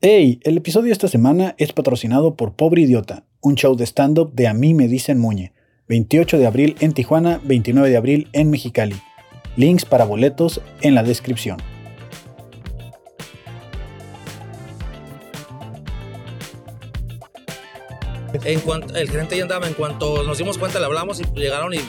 Hey, el episodio de esta semana es patrocinado por Pobre Idiota, un show de stand-up de A mí me dicen Muñe, 28 de abril en Tijuana, 29 de abril en Mexicali. Links para boletos en la descripción. En cuanto, el gerente ya andaba, en cuanto nos dimos cuenta le hablamos y llegaron y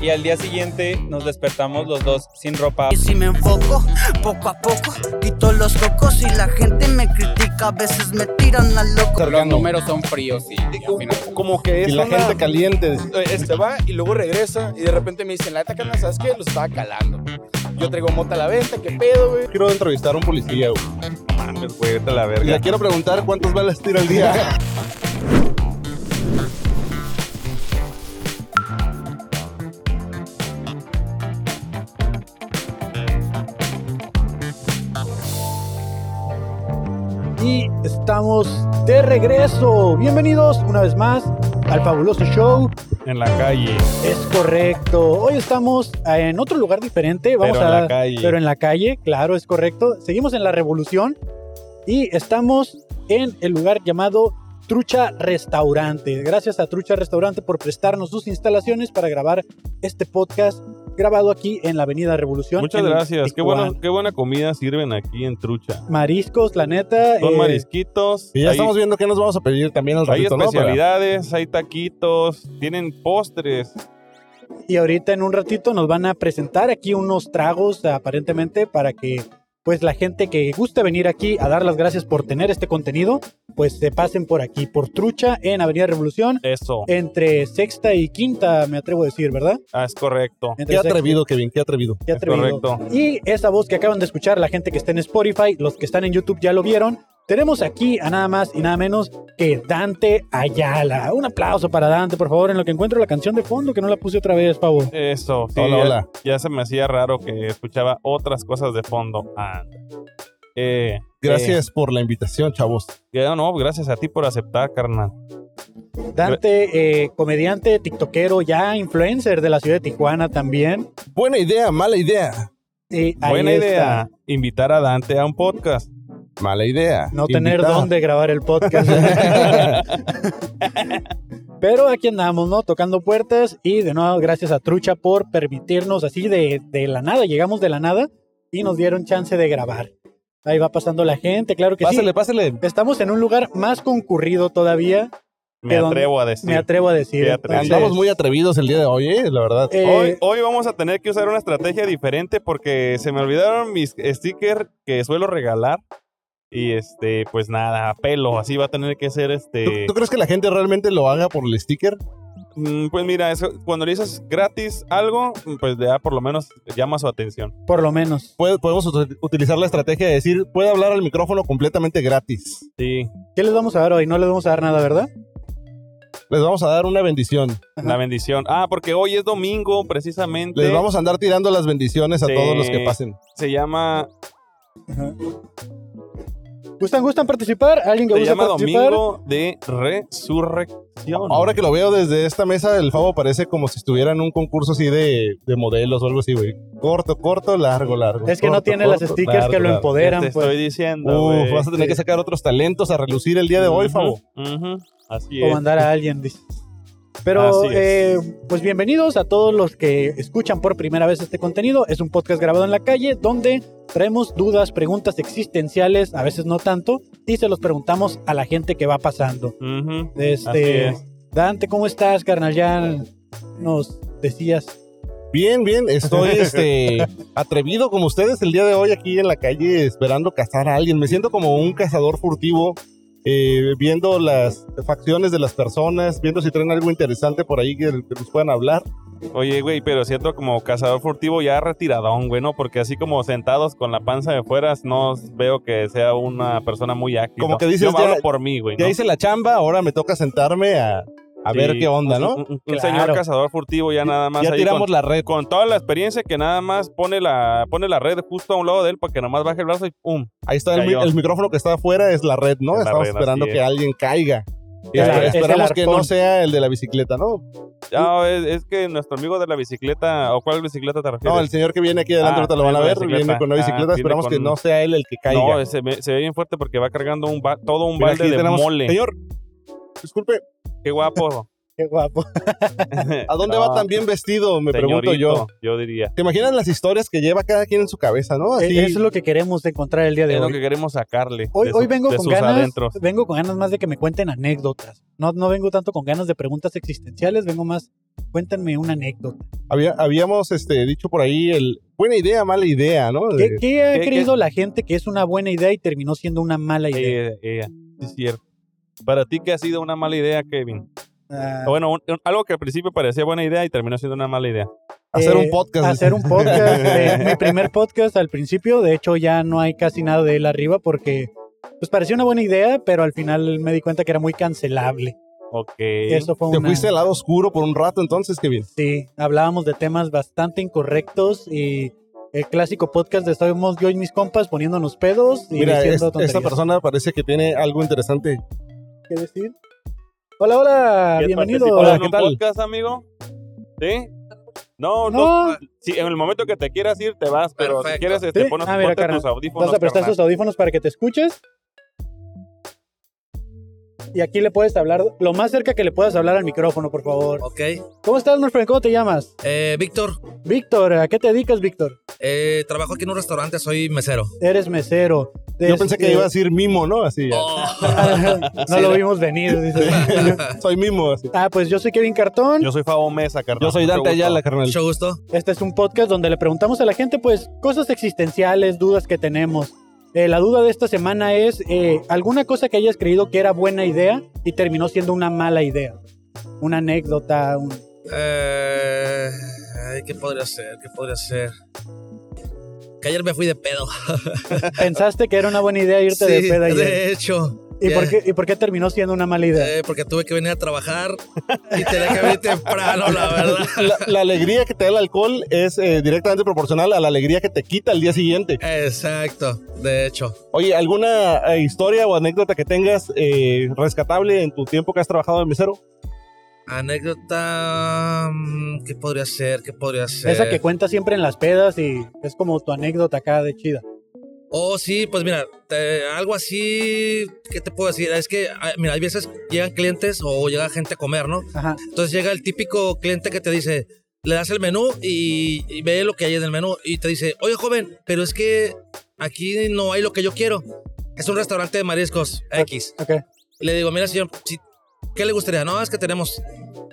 y al día siguiente nos despertamos los dos sin ropa. Y si me enfoco, poco a poco, quito los cocos y la gente me critica, a veces me tiran al loco. Los números son fríos y, y al final- como que es Y la una- gente caliente. Ah. eh, se va y luego regresa y de repente me dicen, la neta, carnal, ¿sabes qué? Los estaba calando. Yo traigo mota a la venta, ¿qué pedo, güey? Quiero entrevistar a un policía, güey. Mames, güey, vete a la Y le verga. quiero preguntar cuántas balas tira al día. Y estamos de regreso. Bienvenidos una vez más al fabuloso show. En la calle. Es correcto. Hoy estamos ah, en otro lugar diferente. Vamos Pero en a la calle. Pero en la calle, claro, es correcto. Seguimos en la revolución y estamos en el lugar llamado Trucha Restaurante. Gracias a Trucha Restaurante por prestarnos sus instalaciones para grabar este podcast grabado aquí en la Avenida Revolución. Muchas en gracias. Qué, Tijuana. bueno, qué buena comida sirven aquí en Trucha. Mariscos, la neta. Son eh, marisquitos. Y ya hay, estamos viendo qué nos vamos a pedir también al hay ratito, ¿no? Para- especialidades, hay taquitos, tienen postres. Y ahorita en un ratito nos van a presentar aquí unos tragos aparentemente para que pues la gente que gusta venir aquí a dar las gracias por tener este contenido, pues se pasen por aquí, por Trucha en Avenida Revolución, Eso. entre sexta y quinta, me atrevo a decir, ¿verdad? Ah, es correcto. Entre Qué sexta- atrevido, Kevin, qué atrevido. Qué Es atrevido. correcto. Y esa voz que acaban de escuchar, la gente que está en Spotify, los que están en YouTube ya lo vieron. Tenemos aquí a nada más y nada menos que Dante Ayala. Un aplauso para Dante, por favor, en lo que encuentro la canción de fondo que no la puse otra vez, Pavo. Eso. sí, Hola, ya, hola. ya se me hacía raro que escuchaba otras cosas de fondo. Ah. Eh, eh, Gracias por la invitación, chavos. ya no, gracias a ti por aceptar, carnal. Dante, eh, comediante, tiktokero, ya influencer de la ciudad de Tijuana también. Buena idea, mala idea. Y ahí Buena está. idea. Invitar a Dante a un podcast. Mala idea. No tener Invitada. dónde grabar el podcast. Pero aquí andamos, ¿no? Tocando puertas y de nuevo gracias a Trucha por permitirnos así de, de la nada. Llegamos de la nada y nos dieron chance de grabar. Ahí va pasando la gente, claro que Pásale, pásale. sí. Estamos en un lugar más concurrido todavía, Me ¿De dónde? atrevo a decir. me atrevo a decir. Qué atrevido. Entonces, Andamos muy atrevidos el día de hoy, eh, la verdad. eh, Hoy, hoy vamos a tener que usar una estrategia diferente porque se me olvidaron mis stickers que suelo regalar. Y este, pues nada, a pelo, así va a tener que ser ¿Tú, este. tú crees que la gente realmente lo haga por el sticker? Mm, Pues mira, eso, cuando le dices gratis algo, pues ya por lo menos llama su atención. por lo menos. Puede- podemos ut- utilizar la estrategia de decir, puede hablar al micrófono completamente gratis. Sí, ¿Qué les vamos a dar hoy? No les vamos a dar nada, ¿verdad? Les vamos a dar una bendición. la bendición. Ah, porque hoy es domingo, precisamente. Les vamos a andar tirando las bendiciones a Sí. todos los que pasen. Se llama, Ajá. ¿Gustan, gustan participar? ¿Alguien que se gusta llama participar? Domingo de Resurrección. Ahora que lo veo desde esta mesa, el Favo parece como si estuviera en un concurso así de, de modelos o algo así, güey. Corto, corto, largo, largo. Es que no corto, tiene corto, las stickers largo, que lo largo. empoderan. te pues. estoy diciendo. Uf, güey. vas a tener que sacar otros talentos a relucir el día de hoy, Ujú, Favo. ujú, Así o es. mandar a alguien. dice. Pero Así es. eh, pues bienvenidos a todos los que escuchan por primera vez este contenido. Es un podcast grabado en la calle donde traemos dudas, preguntas existenciales, a veces no tanto, y se los preguntamos a la gente que va pasando. Ujú. Este, Así Dante, ¿cómo estás, carnal? Ya nos decías. Bien, bien, estoy este, atrevido como ustedes el día de hoy aquí en la calle esperando cazar a alguien. Me siento como un cazador furtivo, eh, viendo las facciones de las personas, viendo si traen algo interesante por ahí que, que nos puedan hablar. Oye, güey, pero siento como cazador furtivo ya retiradón, güey, ¿no? Porque así como sentados con la panza de fuera, no veo que sea una persona muy ágil. Como ¿no? que dices, Yo hablo ya- por mí, güey. Ya ¿no? hice la chamba, ahora me toca sentarme a, a Sí, ver qué onda, un- ¿no? Un, un- un Claro. señor cazador furtivo ya nada más Ya ahí tiramos con, la red. con toda la experiencia que nada más pone la, pone la red justo a un lado de él para que nomás baje el brazo y ¡pum! Ahí está el, mi- Cayó. el micrófono que está afuera, es la red, ¿no? Es la Estamos red, esperando así que es. alguien caiga. Y Es la- esper- es el esperamos que arpón. no sea el de la bicicleta, ¿no? Ah, es, es que nuestro amigo de la bicicleta, ¿o cuál bicicleta te refieres? No, el señor que viene aquí adelante Ah, ahorita lo van a la ver. bicicleta. Viene con una Ah, bicicleta. viene Esperamos que con- no sea él el que caiga. No, se ve, se ve bien fuerte porque va cargando un ba- todo un Mira, balde aquí de tenemos- mole. Señor, disculpe, Qué guapo. Qué guapo. ¿a dónde va tan bien vestido? Me pregunto yo. Yo diría. ¿Te imaginas las historias que lleva cada quien en su cabeza, no? Así, Eh, Eso es lo que queremos encontrar el día de Es lo hoy. que queremos sacarle. Hoy, de hoy su- vengo de con sus ganas, adentros. vengo con ganas más de que me cuenten anécdotas. No, no vengo tanto con ganas de preguntas existenciales, vengo más, cuéntenme una anécdota. había- habíamos este, dicho por ahí el buena idea, mala idea, ¿no? ¿Qué, De- qué ha ¿Qué- qué- creído la gente que es una buena idea y terminó siendo una mala idea? Eh, eh, sí, es cierto. Para ti, ¿qué ha sido una mala idea, Kevin? Ah, Bueno, un- un- algo que al principio parecía buena idea y terminó siendo una mala idea. hacer eh, un podcast. Hacer un podcast. eh, mi primer podcast al principio, de hecho ya no hay casi nada de él arriba porque pues parecía una buena idea, pero al final me di cuenta que era muy cancelable. Ok. Eso fue Te una... fuiste al lado oscuro por un rato entonces, Kevin. Sí, hablábamos de temas bastante incorrectos y el clásico podcast de Estamos yo y mis compas poniéndonos pedos y Mira, es- diciendo esta tonterías. persona parece que tiene algo interesante. ¿Qué decir? Hola, hola, ¿Quieres Ah, bienvenido. participar Hola, en ¿qué un tal? podcast, amigo? ¿Sí? No, no. No, Si en el momento que te quieras ir, te vas, pero si Perfecto. quieres, este, Sí. ponos- Ah, mira, ponte carnal. tus audífonos. vas a prestar carnal. tus audífonos para que te escuches. Y aquí le puedes hablar, lo más cerca que le puedas hablar al micrófono, por favor. Ok. ¿Cómo estás, Norfren? ¿Cómo te llamas? Eh, Víctor, Víctor, ¿a qué te dedicas, Víctor? eh, trabajo aquí en un restaurante, soy mesero. Eres mesero. Yo pensé que Este, iba a decir mimo, ¿no? Así, Oh. no lo vimos venir. dice. soy mimo. así. Ah, pues yo soy Kevin Cartón. Yo soy Fabo Mesa, carnal. Yo soy Dante Mucho gusto. Ayala, carnal. Mucho gusto. Este es un podcast donde le preguntamos a la gente, pues, cosas existenciales, dudas que tenemos. Eh, la duda de esta semana es eh, alguna cosa que hayas creído que era buena idea y terminó siendo una mala idea. Una anécdota. un- Eh, ay, ¿Qué podría ser? ¿Qué podría ser? Que ayer me fui de pedo. Pensaste que era una buena idea irte de Sí, peda ayer. de hecho. ¿Y, ya. por qué, ¿Y por qué terminó siendo una mala idea? Eh, porque tuve que venir a trabajar y tenía que venir temprano, la verdad. La, la alegría que te da el alcohol es eh, directamente proporcional a la alegría que te quita el día siguiente. Exacto, de hecho. Oye, ¿alguna eh, historia o anécdota que tengas eh, rescatable en tu tiempo que has trabajado de mesero? Anécdota. mm, ¿Qué podría ser? ¿Qué podría ser? Esa que cuentas siempre en las pedas y es como tu anécdota acá de chida. Oh, sí, pues mira, te- algo así. ¿Qué te puedo decir? Es que, ah, mira, hay veces llegan clientes o llega gente a comer, ¿no? Ajá. Entonces llega el típico cliente que te dice, le das el menú y, y ve lo que hay en el menú y te dice, oye joven, pero es que aquí no hay lo que yo quiero. Es un restaurante de mariscos X. Ok. Le digo, mira señor, si- ¿qué le gustaría? No, es que tenemos,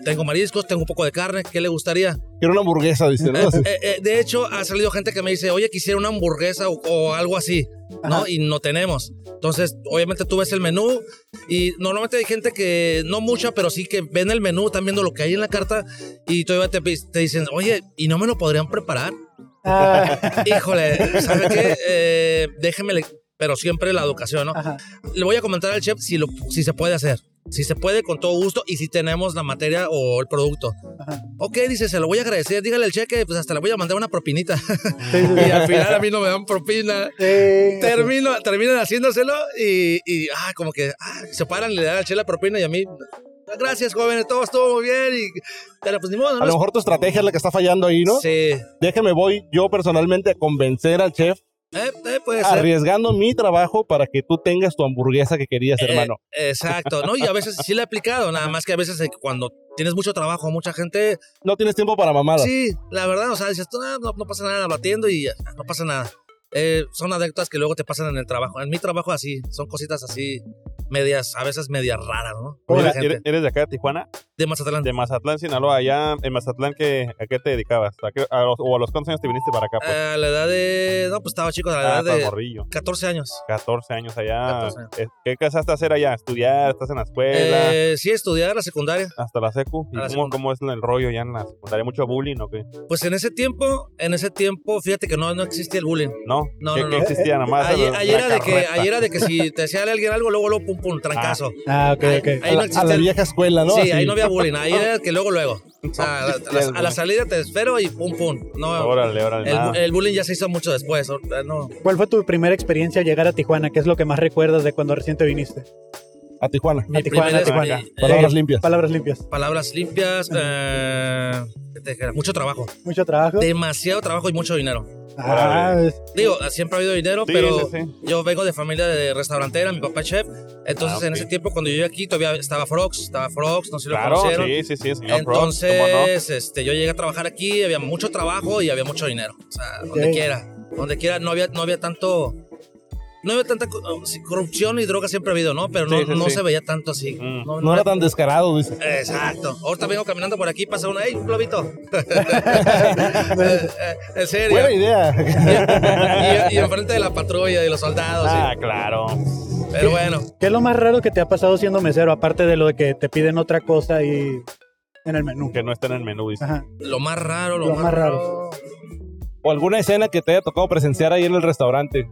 tengo mariscos, tengo un poco de carne, ¿qué le gustaría? Quiero una hamburguesa, dice, ¿no? Eh, Así. eh, eh, de hecho, ha salido gente que me dice, oye, quisiera una hamburguesa o, o algo así, ¿no? Ajá. Y no tenemos. Entonces, obviamente tú ves el menú y normalmente hay gente que, no mucha, pero sí que ven el menú, están viendo lo que hay en la carta y todavía te, pi- te dicen, oye, ¿y no me lo podrían preparar? Ah, Híjole, ¿sabe qué? Eh, déjeme, le- pero siempre la educación, ¿no? ajá. Le voy a comentar al chef si, lo, si se puede hacer. Si se puede, con todo gusto, y si tenemos la materia o el producto. Ajá. Ok, dice, se lo voy a agradecer, dígale el cheque, pues hasta le voy a mandar una propinita. Sí, sí, y sí. al final a mí no me dan propina. Sí. Termino, terminan haciéndoselo y, y, ah, como que ah, se paran, le dan al chela propina y a mí, gracias jóvenes, todo estuvo muy bien. Y, pero pues ni modo, A lo ¿no? mejor tu estrategia es la que está fallando ahí, ¿no? Sí, Déjeme voy yo personalmente a convencer al chef Eh, eh, puede ser. arriesgando mi trabajo para que tú tengas tu hamburguesa que querías, Eh, hermano. exacto, ¿no? Y a veces sí le he aplicado, nada más que a veces eh, cuando tienes mucho trabajo, mucha gente, No tienes tiempo para mamadas. sí, la verdad, o sea, dices, "Ah, no, no pasa nada, lo atiendo y ah, no pasa nada. Eh, son anécdotas que luego te pasan en el trabajo. En mi trabajo así, son cositas así, medias, a veces medias raras, ¿no? Con la Mira, gente. ¿Eres, eres de acá de Tijuana? De Mazatlán. De Mazatlán, Sinaloa. Allá en Mazatlán, ¿qué, ¿a qué te dedicabas? ¿A qué- a los- ¿O a los cuántos años te viniste para acá? Pues? A la edad de. No, pues estaba chico, a la Ah, edad estás de morrillo. 14 años. 14 años allá. 14 años. Eh, ¿Qué casaste a hacer allá? ¿Estudiar? ¿Estás en la escuela? Eh, sí, estudiar la secundaria. ¿Hasta la secu? ¿Y a la cómo, secu. cómo es el rollo ya en la secundaria? ¿Mucho bullying o qué? Pues en ese tiempo, en ese tiempo, fíjate que no, no existía el bullying. No, No, ¿Qué, no, qué no. existía nada más? Ayer, La- ayer era la de que, carreta. ayer era de que si te hacía alguien algo, luego, luego, pum, pum, trancazo. Ah, ok, Ahí- ok. ahí a, no la, a la existe el- vieja escuela, ¿no? Sí, Así. ahí no había bullying. Ahí era que luego, luego. O sea, a, la, a la- a la salida te espero y pum, pum. No, Órale, órale. el, nada. bu- el bullying ya se hizo mucho después. ahorita No. ¿Cuál fue tu primera experiencia al llegar a Tijuana? ¿Qué es lo que más recuerdas de cuando recién te viniste? A Tijuana. Mi A Tijuana, primera a es Tijuana. mi- Palabras Sí, limpias. Palabras limpias. Palabras limpias, eh, ¿qué te dijera? mucho trabajo, Mucho trabajo. demasiado trabajo y mucho dinero. Ah, es- Digo, siempre ha habido dinero, Sí, pero sí, sí. yo vengo de familia de restaurantera, mi papá es chef, entonces Ah, en ok. ese tiempo cuando yo llegué aquí todavía estaba Frogs, estaba Frogs, no sé si lo Claro, conocieron. sí, sí, sí, el señor Brock, Entonces, ¿cómo no? este, yo llegué a trabajar aquí, había mucho trabajo y había mucho dinero. O sea, donde Ok. quiera. Donde quiera, no había, no había tanto. No había tanta co- oh, sí, corrupción y droga siempre ha habido, ¿no? Pero no, Sí, sí, no sí. se veía tanto así. Mm. No, No era tan descarado, dice. Exacto. Ahorita vengo caminando por aquí y pasa una, ¡ey, un globito! Eh, eh, en serio. Buena idea. Y, y, y enfrente de la patrulla, de los soldados. Ah, claro. y- pero bueno. ¿Qué es lo más raro que te ha pasado siendo mesero? Aparte de lo de que te piden otra cosa y en el menú. Que no está en el menú, dice. Ajá. Lo más raro, lo, Lo más, más raro. raro. O alguna escena que te haya tocado presenciar ahí en el restaurante.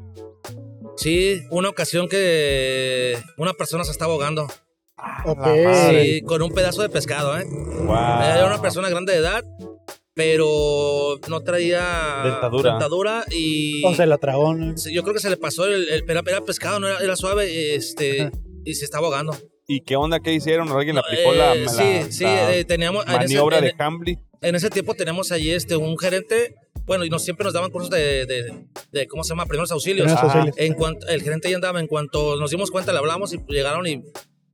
Sí, una ocasión que una persona se está ahogando. Ok. Sí, con un pedazo de pescado, ¿eh? Era una persona grande de edad, pero no traía Dentadura. dentadura y O sea, la tragón. se- yo creo que se le pasó el, el- era, era pescado, no era, era suave, este Ajá. y se está ahogando. ¿Y qué onda? ¿Qué hicieron? ¿Alguien le aplicó Eh, la, sí, la- sí, la eh, teníamos en ese, maniobra en- de Cambly? en ese tiempo teníamos allí este un gerente, bueno, y nos siempre nos daban cursos de, de- de- cómo se llama, primeros auxilios. Primeros Ajá. auxilios. En cuanto el gerente ya andaba, en cuanto nos dimos cuenta le hablamos y llegaron y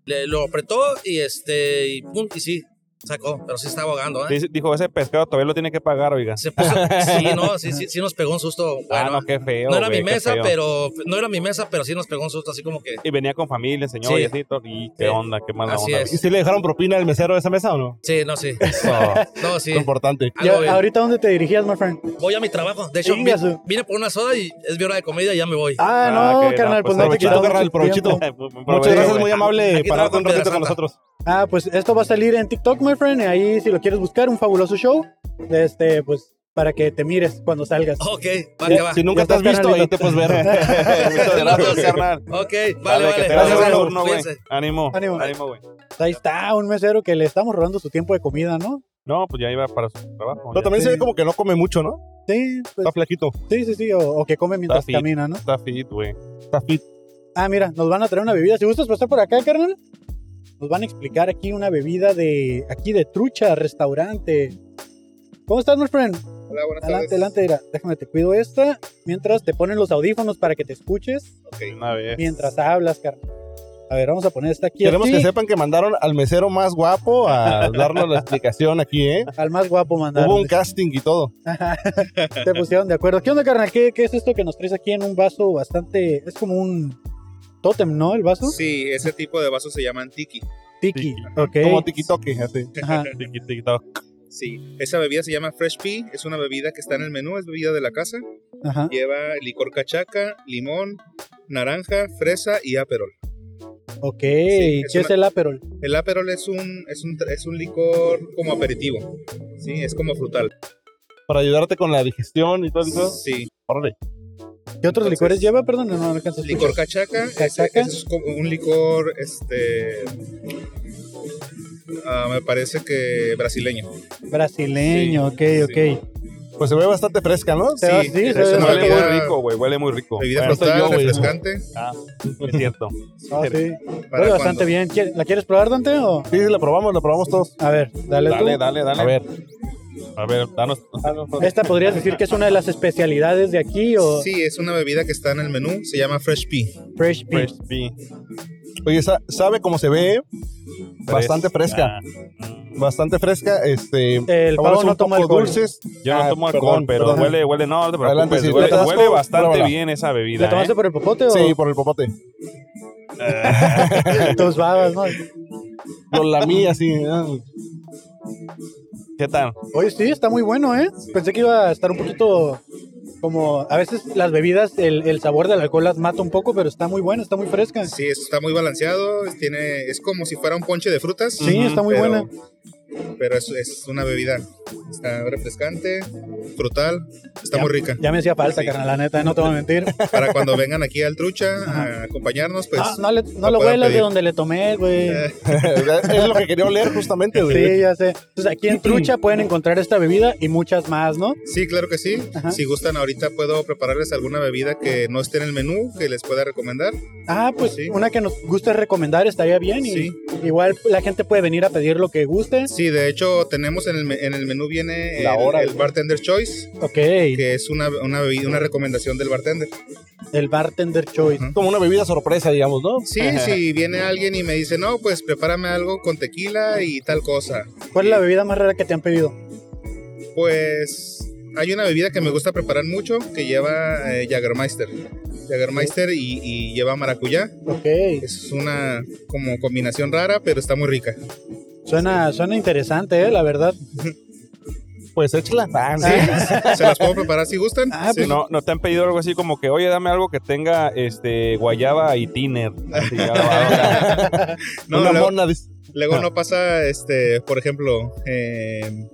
le- lo apretó y este y pum y sí sacó, pero sí está ahogando, ¿eh? Dice- Dijo, ese pescado todavía lo tiene que pagar, oiga. Se puso, sí, no, sí, sí, sí nos pegó un susto. Ah, bueno. no, qué feo. no era güey, mi qué mesa, feo. pero no era mi mesa, pero sí nos pegó un susto así como que Y venía con familia, señor, Sí. y así, todo. Y qué Sí. onda, qué mala Así onda. es. ¿Y si le dejaron propina al mesero de esa mesa o no? sí, no sí. No, sí. Es importante. Ya, Algo bien. ¿Ahorita dónde te dirigías, my friend? Voy a mi trabajo. De hecho, Chinga vi- su- vine por una soda y es mi hora de comida y ya me voy. Ah, Ah, no, ok, carnal, pues, no no, pues, te provechito, quitamos carnal, el provechito. tiempo. Eh, bu- bu- Muchas gracias, güey. muy amable Aquí trabaja pararte un ratito Piedra con Santa. nosotros. Ah, pues esto va a salir en TikTok, my friend. Ahí, si lo quieres buscar, un fabuloso show. Este, pues, para que te mires cuando salgas. Ok, vale, va. Si Ya nunca te has estás, visto, ahí carnalito. te puedes ver. Muchas gracias, carnal. Ok, vale, Dale, vale. que te vaya Gracias, bien, Raúl. turno, güey. Cuídense. Ánimo. Ánimo. Ánimo, güey. Pues Ahí está, un mesero que le estamos robando su tiempo de comida, ¿no? No, pues ya iba para su trabajo. Pero ya. también se ve como que no come mucho, ¿no? Sí, pues, Está flaquito. sí, sí, sí. O, o que come mientras Está fit. camina, ¿no? Está fit, güey. Está fit. Ah, mira, nos van a traer una bebida. Si gustas pasar por acá, carnal, nos van a explicar aquí una bebida de aquí de trucha, restaurante. ¿Cómo estás, my friend? Hola, buenas Adelante, tardes. adelante, mira, déjame te cuido esta mientras te ponen los audífonos para que te escuches Una vez. mientras hablas, carnal. A ver, vamos a poner esta aquí. Queremos así. que sepan que mandaron al mesero más guapo a darnos la explicación aquí, ¿eh? Al más guapo mandaron. Hubo un casting y todo. Te pusieron de acuerdo. ¿Qué onda, carnal? ¿Qué, qué es esto que nos traes aquí en un vaso bastante... Es como un tótem, ¿no? El vaso. Sí, ese tipo de vasos se llaman tiki. Tiki. Ok. Como tiquitoque, así. Ajá. Tiquitito. Sí, esa bebida se llama Fresh Pea, es una bebida que está en el menú, es bebida de la casa. Ajá. Lleva licor cachaca, limón, naranja, fresa y aperol. Ok. es ¿Qué es una- el aperol? El aperol es un, es un, es un licor como aperitivo, sí, es como frutal. Para ayudarte con la digestión y todo eso. Sí, Órale. ¿Qué otros Entonces, licores lleva? Perdón, no, no alcanzo a licor escuchar. cachaca, ese- Cachaca. ese es como un licor, este, ah, me parece que brasileño. Brasileño, Sí, ok, sí. ok. Pues se ve bastante fresca, ¿no? Se va- sí, es se ve una Huele bebida- muy rico, güey. Huele muy rico. Bebida Bueno, soy frutal, yo, güey. refrescante. Ah, es cierto. Ah, sí. ¿Para Huele bastante cuándo? bien. ¿Qui- ¿La quieres probar, Dante? O? Sí, sí, la probamos, la probamos todos. A ver, dale, Dale, tú. dale, dale. A ver, A ver, danos. Esta podrías decir que es una de las especialidades de aquí o Sí, es una bebida que está en el menú, se llama Fresh Pea. Fresh Pea. Fresh Pea. oye, sa- sabe cómo se ve, ¿eh? bastante fresca, Ah, mm. bastante fresca, este, El sabores pavo no un toma poco alcohol. dulces. Yo no Ah, tomo alcohol, perdón, pero perdón. huele, huele, no, no te preocupes. Adelante, sí, huele, ¿le tomas huele algo? bastante Pruébala. bien esa bebida. ¿La tomaste ¿eh? por el popote o Sí, por el popote. tus babas, no? Lo lamí así. ¿eh? ¿Qué tal? Oye, sí, está muy bueno, ¿eh? Pensé que iba a estar un poquito como... A veces las bebidas, el, el sabor del alcohol las mata un poco, pero está muy bueno, está muy fresca. Sí, esto está muy balanceado, tiene, es como si fuera un ponche de frutas. Sí, está muy pero buena. Pero es, es una bebida. Está refrescante, frutal, está Ya- muy rica. Ya me hacía falta, Sí. carnal, la neta, no te voy a mentir. Para cuando vengan aquí al Trucha a acompañarnos, pues. Ah, no le, no la lo pueden huelas de pedir. donde le tomé, güey. Eh, es lo que quería oler justamente, güey. Sí, ya sé. Entonces aquí en Trucha pueden encontrar esta bebida y muchas más, ¿no? Sí, claro que sí. Ajá. Si gustan, ahorita puedo prepararles alguna bebida que no esté en el menú, que les pueda recomendar. Ah, pues Sí. una que nos guste recomendar estaría bien. Y Sí. Igual la gente puede venir a pedir lo que guste. Sí, de hecho, tenemos en el, me- en el menú viene La el, hora, el güey. Bartender Choice, Ok, que es una, una bebida, una recomendación del bartender. el bartender choice. Como una bebida sorpresa, digamos, ¿no? Sí, si viene alguien y me dice, no, pues prepárame algo con tequila y tal cosa. ¿Cuál es la bebida más rara que te han pedido? Pues hay una bebida que me gusta preparar mucho que lleva eh, Jagermeister. Jagermeister y, y lleva maracuyá. Ok, Es una como combinación rara, pero está muy rica. suena, suena interesante, eh, la verdad. Pues échala. Ah, no. Se las puedo preparar si gustan. Ah, Sí. No, no te han pedido algo así como que, oye, dame algo que tenga este guayaba y tiner. Así, ya lo hago. No, una luego, mona, dice. Ah. luego no pasa, este, por ejemplo, eh,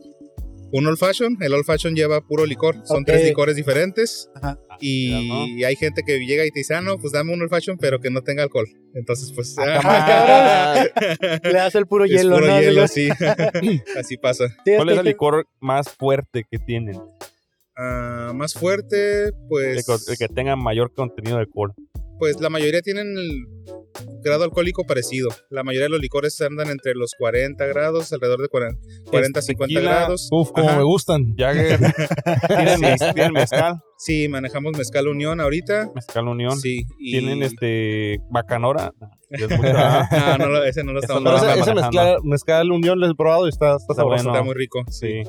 un old fashion. El old fashion lleva puro licor. Son Ok. tres licores diferentes. Ajá. Ah, Y hay gente que llega y te dice, ah, no, pues dame un old fashion, pero que no tenga alcohol. Entonces, pues... ah, Ah, cabrón. Le hace el puro es hielo, puro ¿no? hielo, Sí, sí. Así pasa. es ¿Cuál que- es el licor más fuerte que tienen? Ah, más fuerte, El, pues. co- el que tenga mayor contenido de alcohol. Pues la mayoría tienen el grado alcohólico parecido. La mayoría de los licores andan entre los 40 grados, alrededor de 40, 40 50 Este, tequila. grados. Uf, como Ajá. me gustan. Ya que tienen, mez- tienen mezcal, Sí, manejamos mezcal unión ahorita. mezcal unión. Sí, y- Tienen este bacanora. Ya es mucho, ¿ah? No, no, lo- ese no lo Eso estamos no Pero lo manejando. ese, anda ese manejando. mezcal, mezcal unión lo he probado y está, está Está sabroso. bueno. Está muy rico. Sí.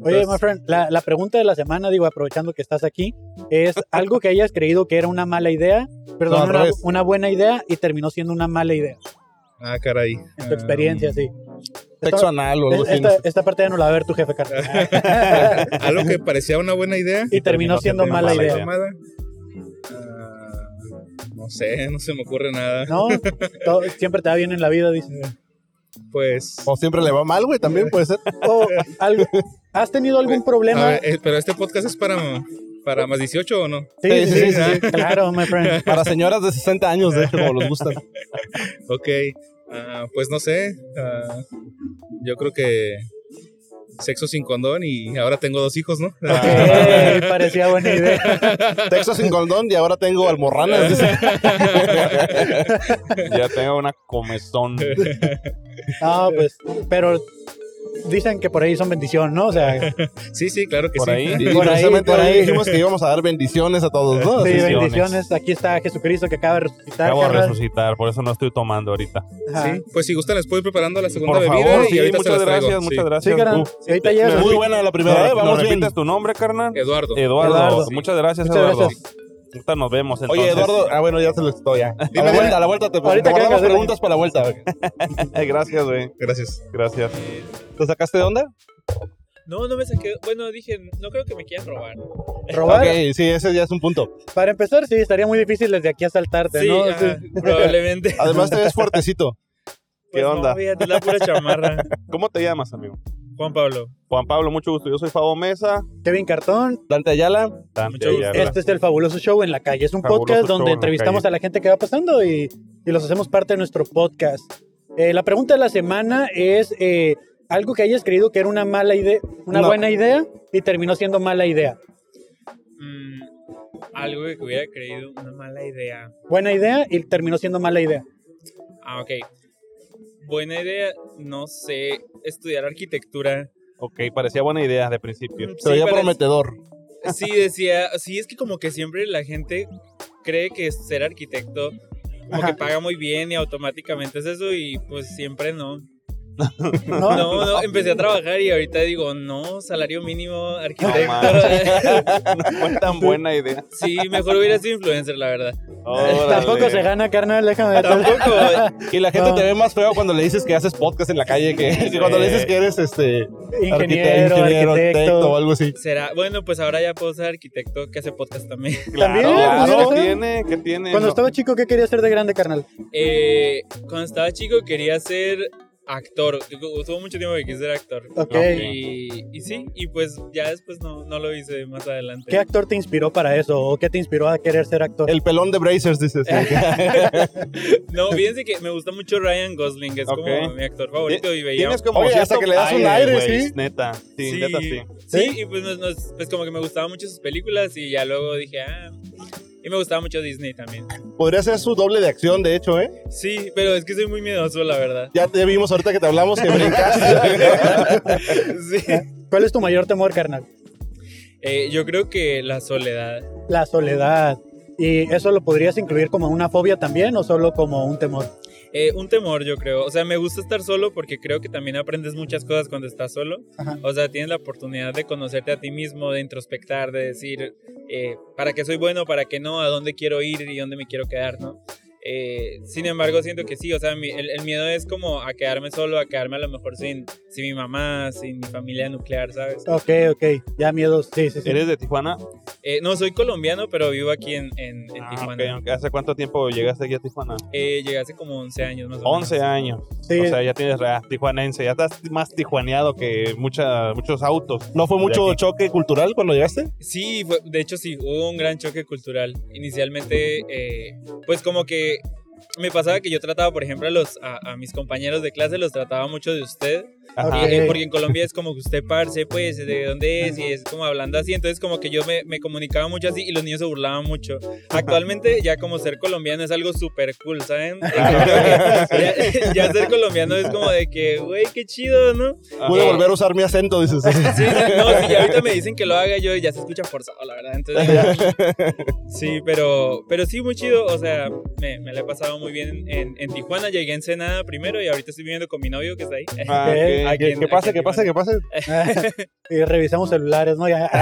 Oye, my Entonces- friend, la, la pregunta de la semana, digo, aprovechando que estás aquí, es algo que hayas creído que era una mala idea, No, perdón, al una, revés. una buena idea y terminó siendo una mala idea. Ah, caray. Ah, En tu experiencia, sí. Sexo anal o algo Esta, así. no esta, sé. esta parte ya no la va a ver tu jefe, carnal. Ah, algo que parecía una buena idea. y terminó siendo siendo mala mala idea. idea. Tomada. Ah, no sé, no se me ocurre nada. No, todo- siempre te va bien en la vida, dice. Pues. O siempre le va mal, güey, también puede ser. O algo- ¿Has tenido algún A problema? ver, eh, pero este podcast es para, para más 18 o no? Ah. sí, sí, sí, sí, claro, my friend. Para señoras de 60 años, de hecho, como les gustan. Ok, ah, pues no sé. ah, yo creo que sexo sin condón y ahora tengo dos hijos, ¿no? Ah. Ey, parecía buena idea. Texas sin condón y ahora tengo almorranas. dice. Ya tengo una comezón. No, pues, pero dicen que por ahí son bendición, ¿no? O sea, Sí, sí, claro que Por sí. ahí. Y Por ahí, precisamente por ahí ahí. dijimos que íbamos a dar bendiciones a todos, ¿no? sí, Así, bendiciones. bendiciones. Aquí está Jesucristo que acaba de resucitar. Acabo de carnal. resucitar, por eso no estoy tomando ahorita. Ajá. Sí, pues si gustan les puedo ir preparando la segunda Por bebida favor, y sí, ahorita se muchas las traigo. gracias, Sí. Eh, muchas Sí, gracias. carnal. Uf, Y ahorita llegas. Muy buena la primera ¿eh? vez, ¿eh? ¿no vamos bien. repites tu nombre, carnal? Eduardo. Eduardo. Eduardo. Muchas gracias, Muchas Eduardo. gracias. Ahorita nos vemos. Oye, entonces. Eduardo, ah, bueno, ya se lo estoy ya. A la Dime, vuelta, a la vuelta te, te Ahorita que vengas, guardamos dale. preguntas para la vuelta. güey. Eh, gracias, güey. Gracias. Gracias. ¿Te sacaste de onda? No, no me saqué. Bueno, dije, no creo que me quieran robar. Robar, Ok, sí, ese ya es un punto. para empezar, sí, estaría muy difícil desde aquí asaltarte, Sí, ¿no? ajá, Sí. probablemente. Además te ves fuertecito. ¿Qué onda? fíjate, la pura chamarra. ¿Cómo te llamas, amigo? Juan Pablo. Juan Pablo, mucho gusto. Yo soy Fabo Mesa. Kevin Cartón, Dante Ayala, Dante Mucho gusto. Ayala. Este es el fabuloso show en la calle. Es un Fabuloso podcast show en donde la entrevistamos calle. a la gente que va pasando y, y los hacemos parte de nuestro podcast. Eh, la pregunta de la semana es eh, algo que hayas creído que era una mala idea, una No. buena idea y terminó siendo mala idea. Mm, algo que hubiera creído una mala idea. Buena idea y terminó siendo mala idea. Ah, ok. Buena idea, no sé, estudiar arquitectura. Ok, parecía buena idea de principio. Mm, se veía parece- prometedor. sí, decía, sí, es que como que siempre la gente cree que ser arquitecto como Ajá. que paga muy bien y automáticamente es eso y pues siempre no. ¿no? No, no, empecé a trabajar y ahorita digo, no, salario mínimo, No arquitecto. mames. No fue tan buena idea. sí, mejor hubiera sido influencer, la verdad. Órale. Tampoco se gana, carnal, Ah, déjame Tampoco, Y la gente No. te ve más feo cuando le dices que haces podcast en la calle que, que cuando le dices que eres este Ingeniero, arquite- arquitecto. o algo así. será, bueno, pues ahora ya puedo ser arquitecto que hace podcast también. Claro, También, claro. pudiera ¿Qué ser. tiene? ¿Qué tiene? Cuando No. estaba chico, ¿qué quería ser de grande, carnal? Eh, cuando estaba chico quería ser actor. Tuvo mucho tiempo que quise ser actor. Ok. Y, y sí, y pues ya después no, no lo hice más adelante. ¿Qué actor te inspiró para eso? ¿O qué te inspiró a querer ser actor? El pelón de Brazers, dices. No, fíjense que me gusta mucho Ryan Gosling, es como Ok. mi actor favorito y veía... Tienes como Oye, hasta que le das un aire, sí. Neta, sí, Sí, neta, sí. sí, y pues, nos- nos- pues como que me gustaban mucho sus películas y ya luego dije, ah... Y me gustaba mucho Disney también. Podría ser su doble de acción, de hecho, ¿eh? Sí, pero es que soy muy miedoso, la verdad. Ya te vimos ahorita que te hablamos que brincas. ¿Cuál es tu mayor temor, carnal? Eh, yo creo que la soledad. La soledad. ¿Y eso lo podrías incluir como una fobia también o solo como un temor? Eh, un temor, yo creo. O sea, me gusta estar solo porque creo que también aprendes muchas cosas cuando estás solo. Ajá. O sea, tienes la oportunidad de conocerte a ti mismo, de introspectar, de decir eh, para qué soy bueno, para qué no, a dónde quiero ir y dónde me quiero quedar, ¿no? Eh, sin embargo, siento que sí, o sea, mi- el, el miedo es como a quedarme solo, a quedarme a lo mejor sin, sin mi mamá, sin mi familia nuclear, ¿sabes? Ok, ok. Ya miedos. Sí, sí, sí. ¿Eres de Tijuana? Eh, no, soy colombiano, pero vivo aquí en, en- en Tijuana. Ah, Ok, ok. ¿Hace cuánto tiempo llegaste aquí a Tijuana? Eh, llegué Ah, hace como 11 años más o menos. 11 años. Sí. O sea, ya tienes ra- tijuanense, ya estás más tijuaneado que mucha, muchos autos. ¿No fue de mucho aquí. choque cultural cuando llegaste? Sí, fue- de hecho sí, hubo un gran choque cultural. Inicialmente, eh, pues como que me pasaba que yo trataba, por ejemplo, a, los, a, a mis compañeros de clase, los trataba mucho de usted. Ajá. Y- y porque en Colombia es como que usted parce, pues, de dónde es, y es como hablando así. Entonces como que yo me, me comunicaba mucho así y los niños se burlaban mucho. Actualmente ya como ser colombiano es algo súper cool, ¿saben? ya, ya ser colombiano es como de que, güey, qué chido, ¿no? Pude Eh, volver a usar mi acento, dices. Sí, sí, no, sí, ahorita me dicen que lo haga yo y ya se escucha forzado, la verdad. Entonces, sí, pero, pero sí, muy chido. O sea, me, me la he pasado muy bien en, en Tijuana. Llegué a Ensenada primero y ahorita estoy viviendo con mi novio que está ahí. Ah, ok. Aquí Que en- que pase, aquí que en pase, que Tijuana. pase. y revisamos celulares, ¿no? Ya.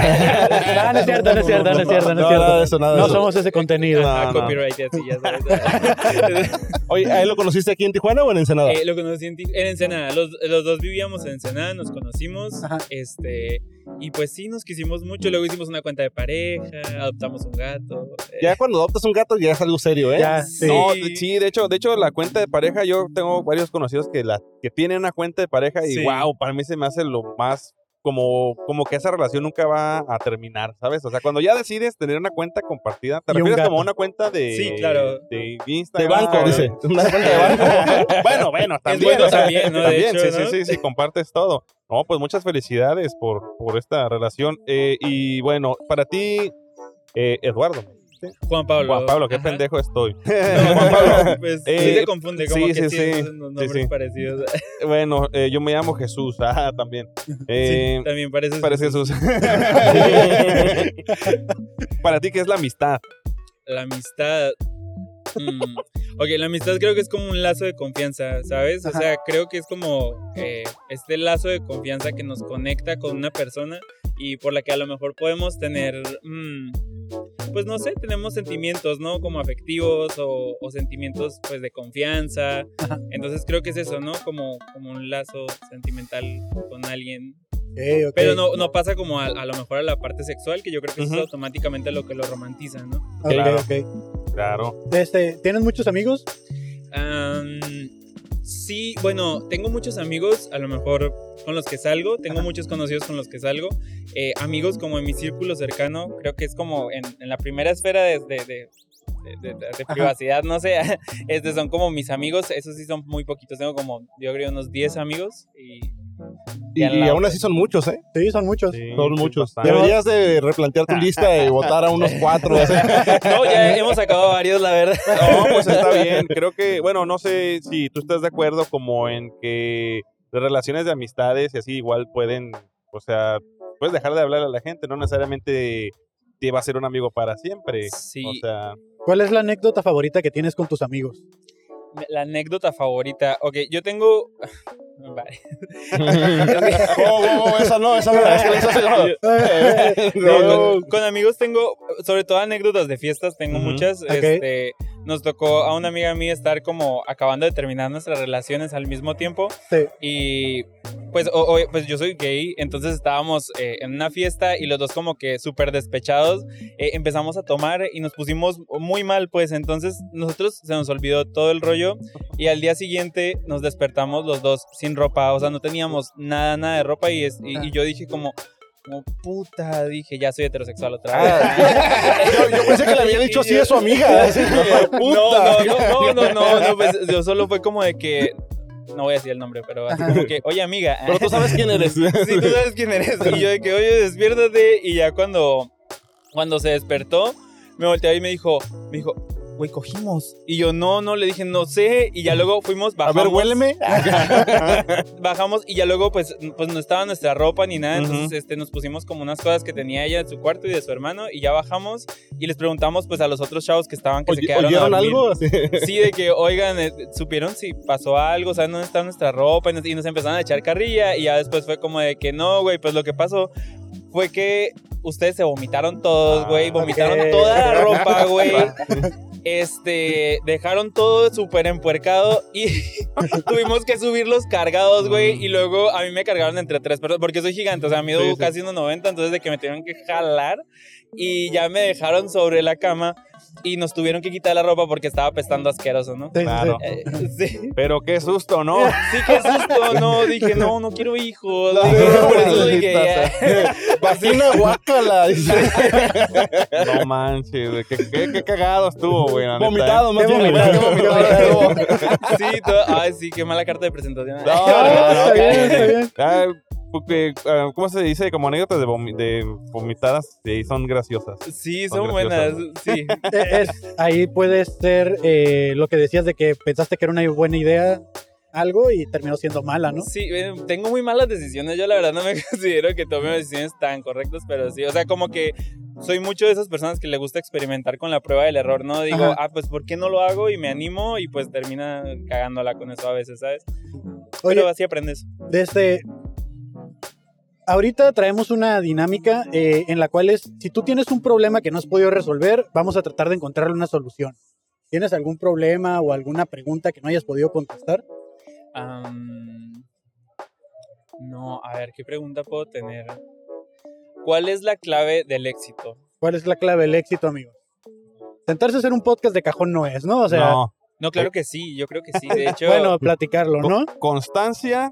Ah, no es cierto, no es cierto, no es cierto, no es No, cierto. nada de eso, nada de No eso. somos ese contenido. Ah, No, no. copyright, así, ya sabes. Oye, ¿a él lo conociste aquí en Tijuana o en Ensenada? Eh, lo conocí en, Ti- en Ensenada. Los, los dos vivíamos en Ensenada, nos conocimos. Este, y pues sí, nos quisimos mucho. Luego hicimos una cuenta de pareja, adoptamos un gato. eh, Ya cuando adoptas un gato ya es algo serio, ¿eh? Ya, sí. No, sí, de hecho, de hecho la cuenta de pareja, yo tengo varios conocidos que la que tienen una cuenta de pareja y Sí. wow, para mí se me hace lo más como como que esa relación nunca va a terminar, ¿sabes? O sea, cuando ya decides tener una cuenta compartida, te Y un refieres como gato. a una cuenta de Sí, claro. de De Instagram, Ah, banco, o- dice. Una cuenta de banco. bueno, bueno, también, bueno o sea, también, ¿no? De también, hecho, sí, ¿no? sí, sí, sí, compartes todo. No, pues muchas felicidades por, por esta relación. Eh, y bueno, para ti, eh, Eduardo. Juan Pablo. Juan Pablo, qué Ajá. pendejo estoy. No, Juan Pablo. Pues sí Eh, se confunde, como sí, que sí, tiene sí. unos nombres Sí, sí. parecidos. Bueno, eh, yo me llamo Jesús, ah, también. Eh, Sí, también parece. Parece Jesús. Para ti, ¿qué es la amistad? La amistad. Mm, Ok, la amistad creo que es como un lazo de confianza, ¿sabes? O sea, creo que es como eh, este lazo de confianza que nos conecta con una persona y por la que a lo mejor podemos tener, mm, pues no sé, tenemos sentimientos, ¿no? Como afectivos o, o sentimientos pues de confianza. Entonces creo que es eso, ¿no? Como, como un lazo sentimental con alguien Ok, ok. Pero no, no pasa como a, a lo mejor a la parte sexual, que yo creo que eso es Ujú. automáticamente lo que lo romantiza, ¿no? Ok, Claro. ok. Claro. Este, ¿Tienes muchos amigos? Am, sí, bueno, tengo muchos amigos, a lo mejor con los que salgo, tengo muchos conocidos con los que salgo, eh, amigos como en mi círculo cercano, creo que es como en, en la primera esfera de... de- de- de- de- de privacidad, no sé, este son como mis amigos, esos sí son muy poquitos, tengo como, yo creo, unos 10 amigos y... Y, al y lado, aún así pues. son muchos, ¿eh? Sí, son muchos. Son muchos. bastante. Deberías de replantear tu lista y votar a unos cuatro. así. No, ya hemos acabado varios, la verdad. No, pues está bien. Creo que, bueno, no sé si tú estás de acuerdo como en que las relaciones de amistades y así igual pueden, o sea, puedes dejar de hablar a la gente, no necesariamente te va a ser un amigo para siempre. Sí. O sea, ¿Cuál es la anécdota favorita que tienes con tus amigos? Me- La anécdota favorita. Ok, yo tengo. Vale. Oh, oh, oh, esa no, esa no. esa- esa sí no. No, con, con amigos tengo, sobre todo anécdotas de fiestas, tengo Ujú. muchas. Ok. Este, nos tocó a una amiga mía estar como acabando de terminar nuestras relaciones al mismo tiempo. Sí. Y pues, o- o- pues yo soy gay, entonces estábamos eh, en una fiesta y los dos como que súper despechados eh, empezamos a tomar y nos pusimos muy mal, pues entonces nosotros se nos olvidó todo el rollo Ujú. Y al día siguiente nos despertamos los dos sin ropa, o sea, no teníamos nada, nada de ropa y, es- y- Ah. y yo dije como, como, puta, dije, ya soy heterosexual otra vez. Ah. yo, yo pensé que le había dicho así a su amiga. así, No, puta. No, no, no, no, no, no, pues yo solo fue como de que, no voy a decir el nombre, pero así como que, oye amiga. Pero tú sabes quién eres. Sí, tú sabes quién eres. Y yo de que, oye, despiértate. Y ya cuando, cuando se despertó, me volteó y me dijo, me dijo, güey, cogimos. Y yo, no, no, le dije, no sé. Y ya luego fuimos, bajamos. ver, huéleme. bajamos y ya luego, pues, pues no estaba nuestra ropa ni nada. Entonces, Ujú. este, nos pusimos como unas cosas que tenía ella de su cuarto y de su hermano. Y ya bajamos y les preguntamos, pues, a los otros chavos que estaban, que se Oye- quedaron a ¿oyeron dormir. algo? Así. Sí, de que, oigan, eh, supieron si pasó algo, ¿saben dónde está nuestra ropa? Y nos, y nos empezaron a echar carrilla y ya después fue como de que no, güey, pues lo que pasó fue que ustedes se vomitaron todos, Ah, güey, vomitaron ok. toda la ropa, güey. Este, dejaron todo súper empuercado y tuvimos que subirlos cargados, güey. Y luego a mí me cargaron entre tres personas, porque soy gigante, o sea, mido Sí, sí. casi 1,90, entonces de que me tuvieron que jalar y ya me dejaron sobre la cama y nos tuvieron que quitar la ropa porque estaba pestando asqueroso, ¿no? Claro. Eh, Pero qué susto, ¿no? Sí, qué susto, no, dije, no, no quiero hijos. No, dije, no, por eso no, dije, no, ya. Vagina guácala. No manches, güey, qué, qué, qué cagado estuvo, güey. la neta, ¿eh? Vomitado, más bien, güey. Sí, todo- ay, sí, qué mala carta de presentación. No, no, no, Ah, Está bien, cállate. está bien. Ah, porque, ah, ¿Cómo se dice? Como anécdotas de, vomi- de vomitadas, sí, son graciosas. Sí, son buenas, sí. Eh, es- ahí puede ser eh, lo que decías de que pensaste que era una buena idea algo y terminó siendo mala, ¿no? Sí, eh, tengo muy malas decisiones. Yo la verdad no me considero que tome decisiones tan correctas, pero sí. O sea, como que soy mucho de esas personas que le gusta experimentar con la prueba del error, ¿no? Digo, Ajá. ah, pues ¿por qué no lo hago? Y me animo y pues termina cagándola con eso a veces, ¿sabes? pero así aprendes. Desde. Ahorita traemos una dinámica eh, en la cual es, si tú tienes un problema que no has podido resolver, vamos a tratar de encontrarle una solución. ¿Tienes algún problema o alguna pregunta que no hayas podido contestar? Am, Mm, no, a ver, ¿qué pregunta puedo tener? ¿Cuál es la clave del éxito? ¿Cuál es la clave del éxito, amigo? Sentarse a hacer un podcast de cajón no es, ¿no? O sea, ah, No, claro que sí, yo creo que sí. De hecho, bueno, platicarlo, ¿no? Constancia.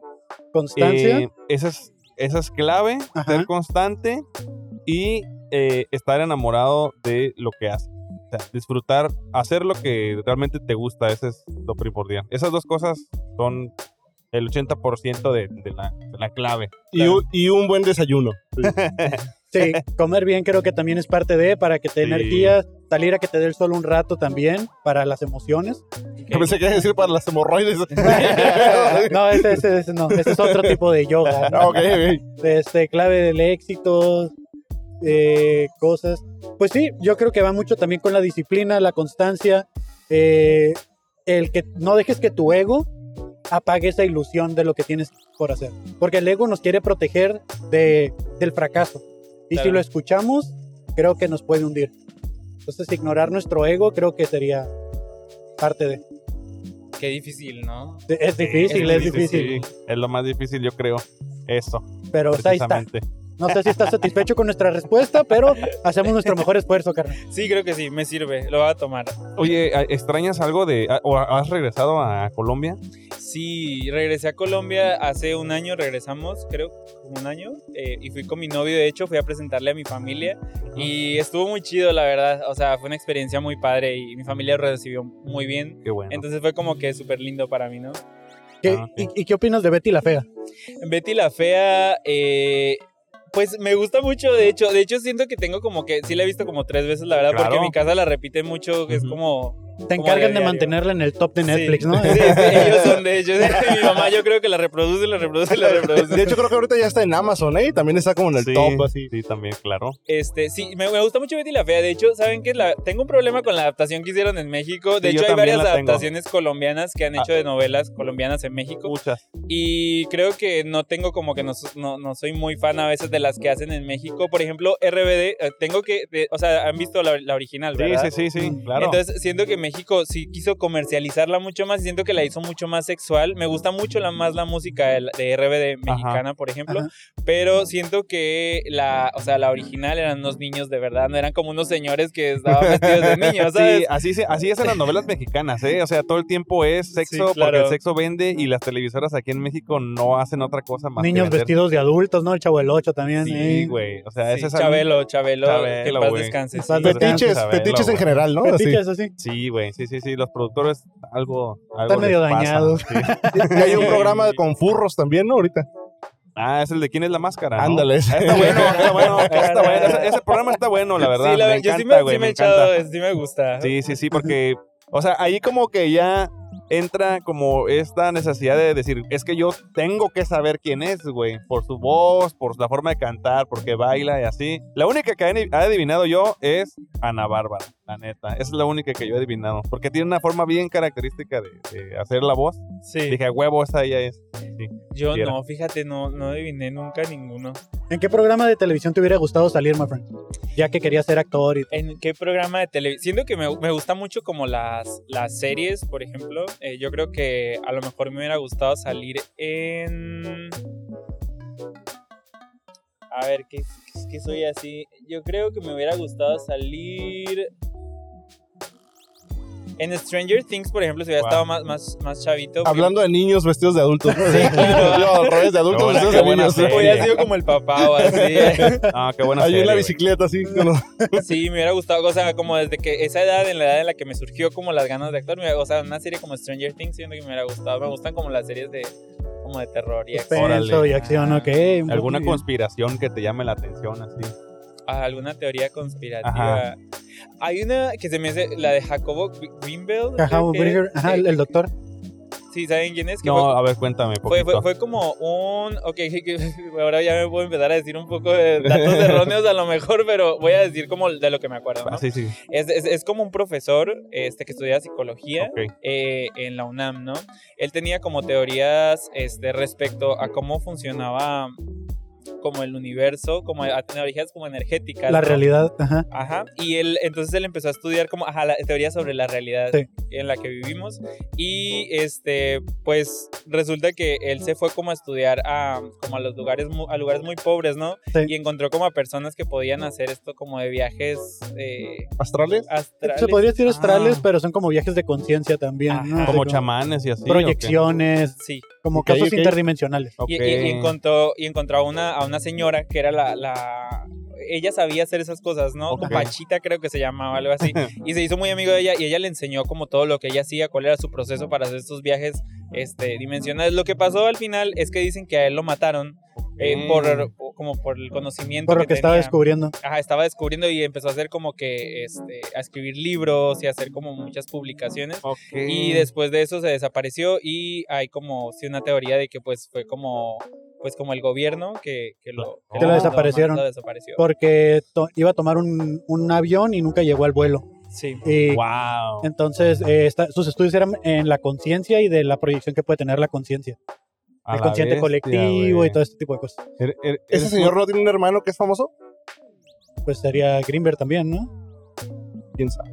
Constancia. Eh, esa, es, esa es clave, ser constante y eh, estar enamorado de lo que haces. O sea, disfrutar, hacer lo que realmente te gusta, eso es lo primordial. Esas dos cosas son el 80% de, de la, de la clave. Y, un, y un buen desayuno. Sí, comer bien creo que también es parte de, para que te Sí. energía, salir a que te dé el sol un rato también, para las emociones. Yo pensé que iba a decir para las hemorroides. No, ese, ese- ese no, ese es otro tipo de yoga. Ah, ok, Este, clave del éxito, eh, cosas. Pues sí, yo creo que va mucho también con la disciplina, la constancia, eh, el que no dejes que tu ego apague esa ilusión de lo que tienes por hacer. Porque el ego nos quiere proteger de, del fracaso. Y si Claro. lo escuchamos, creo que nos puede hundir. Entonces, ignorar nuestro ego creo que sería parte de... qué difícil, ¿no? Sí, es difícil, es Sí, sí, difícil. sí. Es lo más difícil, yo creo. Eso. Pero pues, ahí está. precisamente. No sé si estás satisfecho con nuestra respuesta, pero hacemos nuestro mejor esfuerzo, carnal. Sí, creo que sí, me sirve, lo voy a tomar. Oye, ¿a- ¿extrañas algo de... a- o has regresado a Colombia? Sí, regresé a Colombia hace un año, regresamos, creo, como un año, eh, y fui con mi novio, de hecho, fui a presentarle a mi familia y estuvo muy chido, la verdad, o sea, fue una experiencia muy padre y mi familia lo recibió muy bien. Qué bueno. Entonces fue como que súper lindo para mí, ¿no? ¿Qué- Ah, y, y qué opinas de Betty la Fea? Betty la Fea, eh, pues me gusta mucho, de hecho, de hecho siento que tengo como que, sí la he visto como tres veces, la verdad, porque Claro. en mi casa la repite mucho, que es como... Te como encargan de diario. mantenerla en el top de Netflix, ¿no? Eh, Sí, sí, ellos son de hecho. Mi mamá yo creo que la reproduce, la reproduce, la reproduce. De hecho, creo que ahorita ya está en Amazon, ¿eh? Y También está como en el top, así. Sí, también, claro. Este, sí, me, me gusta mucho Betty la Fea. De hecho, ¿saben que tengo un problema con la adaptación que hicieron en México. De Sí, hecho, yo hay también varias la tengo. adaptaciones colombianas que han hecho Ah. de novelas colombianas en México. Muchas. Y creo que no tengo como que no, so- no, no soy muy fan a veces de las que hacen en México. Por ejemplo, RBD, eh, tengo que, de- o sea, han visto la, la original, Sí, ¿verdad? sí, sí, sí, claro. Entonces, siento que en México sí quiso comercializarla mucho más y siento que la hizo mucho más sexual. Me gusta mucho la, más la música de, de RBD mexicana, por ejemplo, pero siento que la, o sea, la original eran unos niños de verdad, no eran como unos señores que estaban vestidos de niños, ¿sabes? Sí, ah, así, se- así es en las novelas mexicanas, ¿eh? O sea, todo el tiempo es sexo Sí, claro. porque el sexo vende y las televisoras aquí en México no hacen otra cosa más. que Niños vender. vestidos de adultos, ¿no? El Chavo del 8 también. Sí, ¿eh? güey. O sea, Sí, ese es Chabelo, Chabelo, que en paz güey. descanse, sí. Paz descanse, Fetiches, fetiches en güey. general, ¿no? Así. Fetiches, así. Sí, güey. Sí, sí, sí. Los productores algo. algo Están les medio pasa, dañados. sí. Y hay un programa con furros también, ¿no? Ahorita. Ah, es el de quién es la máscara. ¿no? Ah, Ándale, ese. Está bueno, está bueno. está bueno. Ese, ese programa está bueno, la verdad. Sí, la- me yo sí encanta, me, sí güey, me he me echado, encanta. sí me gusta. Sí, sí, sí, porque, o sea, ahí como que ya entra como esta necesidad de decir, es que yo tengo que saber quién es, güey, por su voz, por la forma de cantar, porque baila y así. La única que he adivinado yo es Ana Bárbara, la neta. Esa es la única que yo he adivinado, porque tiene una forma bien característica de, de hacer la voz. Sí. Dije, "A huevo, esa ya es. Sí, Yo sí era. no, fíjate, no, no adiviné nunca ninguno. ¿En qué programa de televisión te hubiera gustado salir, my friend? Ya que querías ser actor y ¿En qué programa de televisión? Siento que me, me gusta mucho como las, las series, por ejemplo. Eh, yo creo que a lo mejor me hubiera gustado salir en... A ver, ¿qué, qué, qué soy así? Yo creo que me hubiera gustado salir... En Stranger Things, por ejemplo, si hubiera Wow. estado más, más, más chavito. Hablando de niños vestidos de adultos. ¿no? claro. No, al revés, de adultos Hola, vestidos qué de buena niños. ¿eh? serie. Hubiera sido como el papá o así. Ah, qué buena Hay serie, una güey. bicicleta así. con los- Sí, me hubiera gustado, o sea, como desde que esa edad, en la edad en la que me surgió como las ganas de actuar, me hubiera- o sea, una serie como Stranger Things, siento que me hubiera gustado. Me gustan como las series de como de terror y acción. suspenso Órale. y acción, ok. ¿Alguna Muy bien. conspiración que te llame la atención así? Ah, alguna teoría conspirativa. Ajá. Hay una que se me hace la de Jacobo Gr- Greenbelt. Ajá, creo que Burger, es. ajá, el, el doctor. Sí, ¿saben quién es? Que No, a ver, cuéntame. fue, fue, poquito. fue, fue como un... Ok, que- ahora ya me puedo empezar a decir un poco de datos erróneos a lo mejor, pero voy a decir como de lo que me acuerdo, ¿no? Ah, sí, sí. Es, es- es como un profesor este, que estudiaba psicología Ok. eh, en la UNAM, ¿no? Él tenía como teorías este, respecto a cómo funcionaba como el universo, como a teorías como energéticas. La ¿no? realidad, ajá. Ajá. Y él, entonces él empezó a estudiar como, ajá, la teoría sobre la realidad Sí. en la que vivimos. Y este, pues resulta que él se fue como a estudiar a, como a los lugares, mu- a lugares muy pobres, ¿no? Sí. Y encontró como a personas que podían hacer esto como de viajes eh, ¿Astrales? astrales. Se podría decir astrales, Ah, pero son como viajes de conciencia también, ¿no? Ajá. O sea, Ah, Como chamanes y así. ¿o qué? proyecciones, Sí. como Ok, casos ok. interdimensionales. Ok. Y, y- y encontró, y encontró a, una, a una señora que era la... la- ella sabía hacer esas cosas, ¿no? Como Ok. Pachita creo que se llamaba, algo así. Y se hizo muy amigo de ella y ella le enseñó como todo lo que ella hacía, cuál era su proceso para hacer estos viajes este, dimensionales. Lo que pasó al final es que dicen que a él lo mataron eh, Mm. por, como por el conocimiento Por lo que estaba tenía. descubriendo. Ajá, estaba descubriendo y empezó a hacer como que, este, a escribir libros y a hacer como muchas publicaciones. Ok. Y después de eso se desapareció y hay como sí una teoría de que pues fue como pues como el gobierno que, que lo Que lo mandó, desaparecieron. lo desapareció. Porque to- iba a tomar un, un avión y nunca llegó al vuelo. Sí. Y Wow. entonces eh, esta- sus estudios eran en la conciencia y de la proyección que puede tener la conciencia. A el la consciente bestia, colectivo güey. y todo este tipo de cosas. Er- er- ¿Ese eres señor no tiene un hermano que es famoso? Pues sería Greenberg también, ¿no? ¿Quién sabe?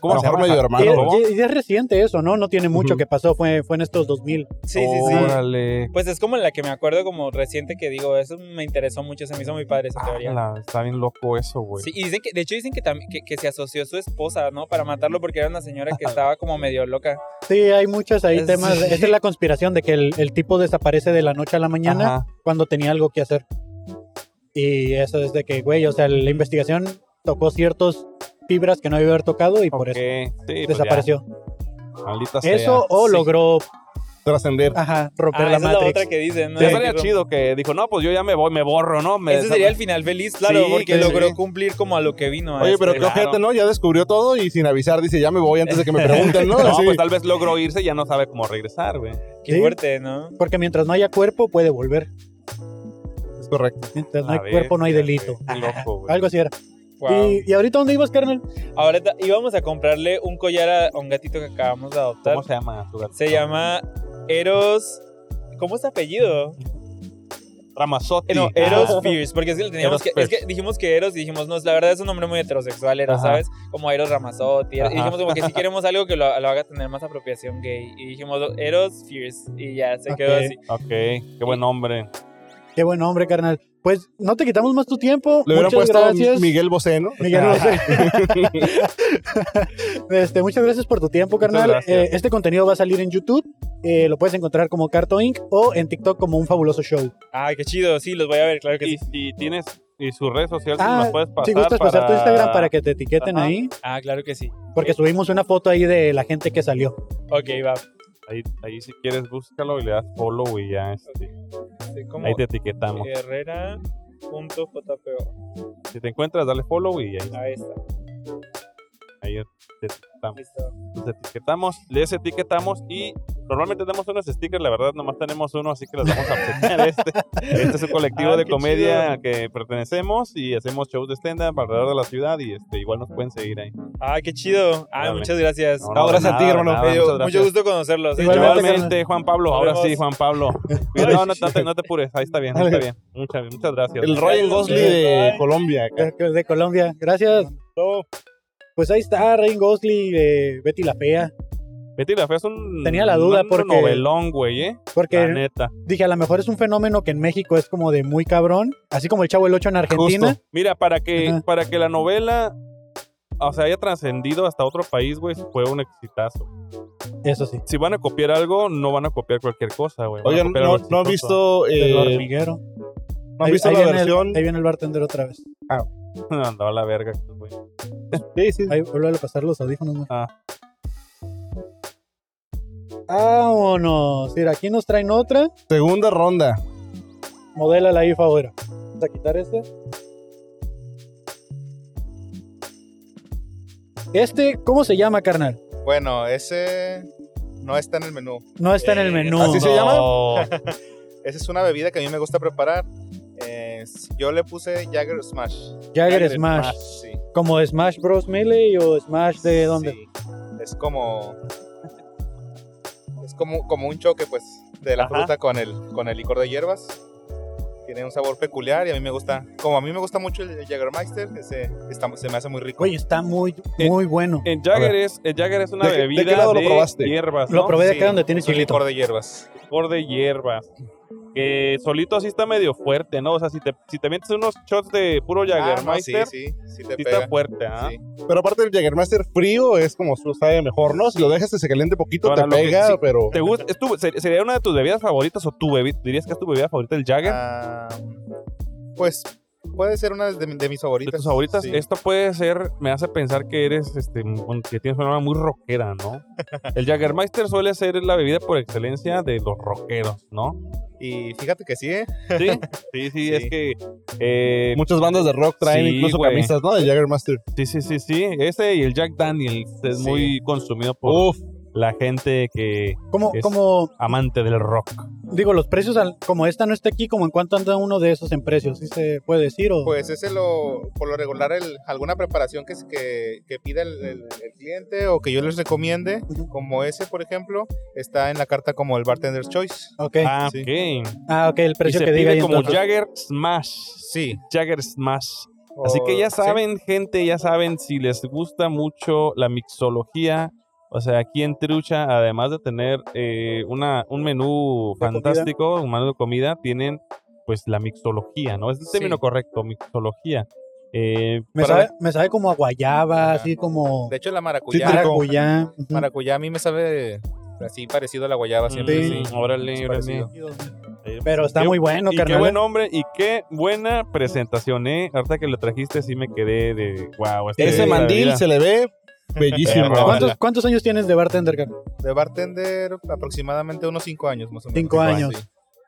¿Cómo A lo se mejor llama? medio y, hermano, ¿Cómo? y- y es reciente eso, ¿no? No tiene mucho Ujú. que pasó, fue, fue en estos 2000. Sí, sí, sí. Órale. Pues es como la que me acuerdo como reciente que digo, eso me interesó mucho, se me hizo muy padre esa teoría. Ala, está bien loco eso, güey. Sí, y dicen que, de hecho dicen que, tam- que, que se asoció su esposa, ¿no? Para matarlo porque era una señora que estaba como medio loca. Sí, hay muchos ahí Sí. temas. Esta es la conspiración de que el, el tipo desaparece de la noche a la mañana Ajá. cuando tenía algo que hacer. Y eso es de que, güey, o sea, la investigación tocó ciertos fibras que no iba a haber tocado y por Ok. eso Sí, pues ya. desapareció. Maldita sea. eso o Sí. logró Trascender. ajá, romper Ah, esa la es la Matrix. otra que dicen, ¿no? Ya estaría Tipo, chido que dijo, no, pues yo ya me voy, me borro, ¿no? Me Ese sería el final feliz, claro, Sí, porque que- logró cumplir como a lo que vino. a Oye, pero este- qué ojete, ¿no? Ya descubrió todo y sin avisar dice, ya me voy antes de que me pregunten, ¿no? No, Así. pues tal vez logró irse y ya no sabe cómo regresar, güey. Qué Sí. fuerte, ¿no? Porque mientras no haya cuerpo, puede volver. Es correcto. Mientras no A hay ver, cuerpo, no hay ya, delito. güey, qué loco, güey. Algo así era. Wow. ¿Y, y ahorita dónde ibas, carnal? Ahora ta- íbamos a comprarle un collar a a un gatito que acabamos de adoptar. ¿Cómo se llama tu gato? Se llama Eros. ¿Cómo es su apellido? Ramazotti. Eh, Ah. No, Eros Fierce, porque es que, le teníamos que, Eros es Fierce. que dijimos que Eros y dijimos, no, la verdad es un nombre muy heterosexual, Eros, Ajá. ¿sabes? Como Eros Ramazotti. Eros- y Ajá. dijimos como que si queremos algo que lo, lo haga tener más apropiación gay. Y dijimos Eros Fierce y ya, se quedó Ok. así. Ok, qué buen nombre. Qué buen hombre, carnal. Pues no te quitamos más tu tiempo. Le hubieran muchas puesto gracias. Miguel Bosé, ¿no? Ah. Miguel Bosé. Este, muchas gracias por tu tiempo, carnal. gracias. Eh, este contenido va a salir en YouTube. Eh, lo puedes encontrar como Carto Inc. o en TikTok como un fabuloso show. Ay, qué chido, sí, los voy a ver, claro que sí. Y tienes y sus redes sociales Ah, nos puedes pasar. si gustas pasar tu Instagram para que te etiqueten Ajá. ahí. Ah, claro que sí. Porque subimos una foto ahí de la gente que salió. Ok, va. Ahí, ahí si quieres búscalo y le das follow y ya este, Sí, como ahí te etiquetamos. Herrera.jpo. Si te encuentras, dale follow y ahí, Ahí está. ahí te etiquetamos. Nos etiquetamos, les etiquetamos y normalmente damos unos stickers, la verdad nomás tenemos uno, así que los vamos a obsequiar. Este, este es un colectivo Ah, de qué comedia chido. al que pertenecemos y hacemos shows de stand-up alrededor de la ciudad y este igual nos pueden seguir ahí. Ah, qué chido. Ah, Dale. muchas gracias. No, no, de nada, de nada, Me dio muchas gracias. Mucho gusto conocerlos. Igualmente, Igualmente. Juan Pablo. Ahora Nos vemos. sí, Juan Pablo. Cuidado, no, no, te, no te apures. Ahí está bien, ahí está bien. Muchas, muchas gracias. El Ryan Gosling de Colombia. De, Eh, de Colombia. Gracias. Pues ahí está, Ryan Gosling, eh, Betty la Fea. Betty la Fea es un. Tenía la duda un porque- novelón, güey, ¿eh? Porque- La neta. Dije, a lo mejor es un fenómeno que en México es como de muy cabrón. Así como el Chavo el 8 en Argentina. Justo. Mira, para que, Ajá. para que la novela. O sea, haya trascendido hasta otro país, güey, fue un exitazo. Eso sí. Si van a copiar algo, no van a copiar cualquier cosa, güey. Van a Oigan, copiar ¿no, algo no han exitoso. visto. El eh, hormiguero. ¿No han Ahí- visto ahí la viene el- versión? ahí viene el bartender otra vez. Andaba la verga, güey. Sí, sí. Ahí vuelve a pasar los audífonos. güey. Ah. Vámonos. Mira, aquí nos traen otra. Segunda ronda. Modélala ahí, favor. Vamos a quitar este. Este, ¿cómo se llama, carnal? Bueno, ese no está en el menú. Eh, No está en el menú. ¿Así se No. llama? Esa es una bebida que a mí me gusta preparar. Eh, yo le puse Jagger Smash. Jagger Smash. Sí. ¿Como Smash Bros. Melee o Smash de dónde? Es como. Es como, como un choque, pues, de la Ajá. fruta con el, con el licor de hierbas. Tiene un sabor peculiar y a mí me gusta. Como a mí me gusta mucho el, el Jägermeister, ese está- se me hace muy rico. Oye, está muy, muy bueno. En A Jagger ver. es, el Jagger es una ¿De qué- de bebida qué lado lo de probaste? hierbas. Lo ¿no? probé de Sí, acá donde tiene un chilito. licor de hierbas. licor de hierbas. Que solito así está medio fuerte, ¿no? O sea, si te, si te metes unos shots de puro Jagermeister, sí, sí, sí te Ah, sí pega. está fuerte, ¿ah? Pero aparte el Jägermeister frío es como su- sabe mejor, ¿no? Si lo dejas que se caliente poquito Ahora, te lo que pega, sí- pero ¿Te gusta? ¿Es tu- ser- ¿Sería una de tus bebidas favoritas o tu bebida? ¿Dirías que es tu bebida favorita el Jagger? Ah, pues puede ser una de, mi- de mis favoritas. de tus favoritas. Sí. Esto puede ser, me hace pensar que eres, este, un- que tienes una alma muy rockera, ¿no? el Jagermeister suele ser la bebida por excelencia de los rockeros, ¿no? Y fíjate que sí, ¿eh? Sí, sí, sí, es que... eh, muchas bandas de rock traen sí, incluso güey. camisas, ¿no? De Jägermeister. Sí, sí, sí, sí. Ese y el Jack Daniels es Sí. muy consumido por Uf. la gente que Como, es como, amante del rock. digo, los precios, al- como esta no está aquí, como en cuánto anda uno de esos en precios, ¿sí se puede decir? O... Pues ese lo, por lo regular, el, alguna preparación que, se- que, que pida el, el- el cliente o que yo les recomiende, como ese, por ejemplo, está en la carta como el Bartender's Choice. ok. Ah, Ah, Sí. ok. ok, el Y precio se que diga. pide ahí como entonces. Jagger Smash. Sí. Jagger Smash. Así que ya O- sí. saben, gente, ya saben, si les gusta mucho la mixología, o sea, aquí en Trucha, además de tener eh, una, un menú De comida. fantástico, un menú de comida, tienen pues la mixología, ¿no? Es el Sí. término correcto, mixología. Eh, Me para- sabe, me sabe como a guayaba, así como De hecho, la maracuyá. maracuyá. Ujú. Maracuyá a mí me sabe así parecido a la guayaba siempre. Sí. Sí. Órale, Es órale. parecido. Pero está Qué- muy bueno, y carnal. Qué buen hombre y qué buena presentación, ¿eh? Ahorita que lo trajiste, sí me quedé de wow. Ese mandil se le ve bellísimo. Perro. ¿Cuántos, cuántos años tienes de bartender, carnal? De bartender, aproximadamente unos 5 años más o menos. Cinco años. Sí.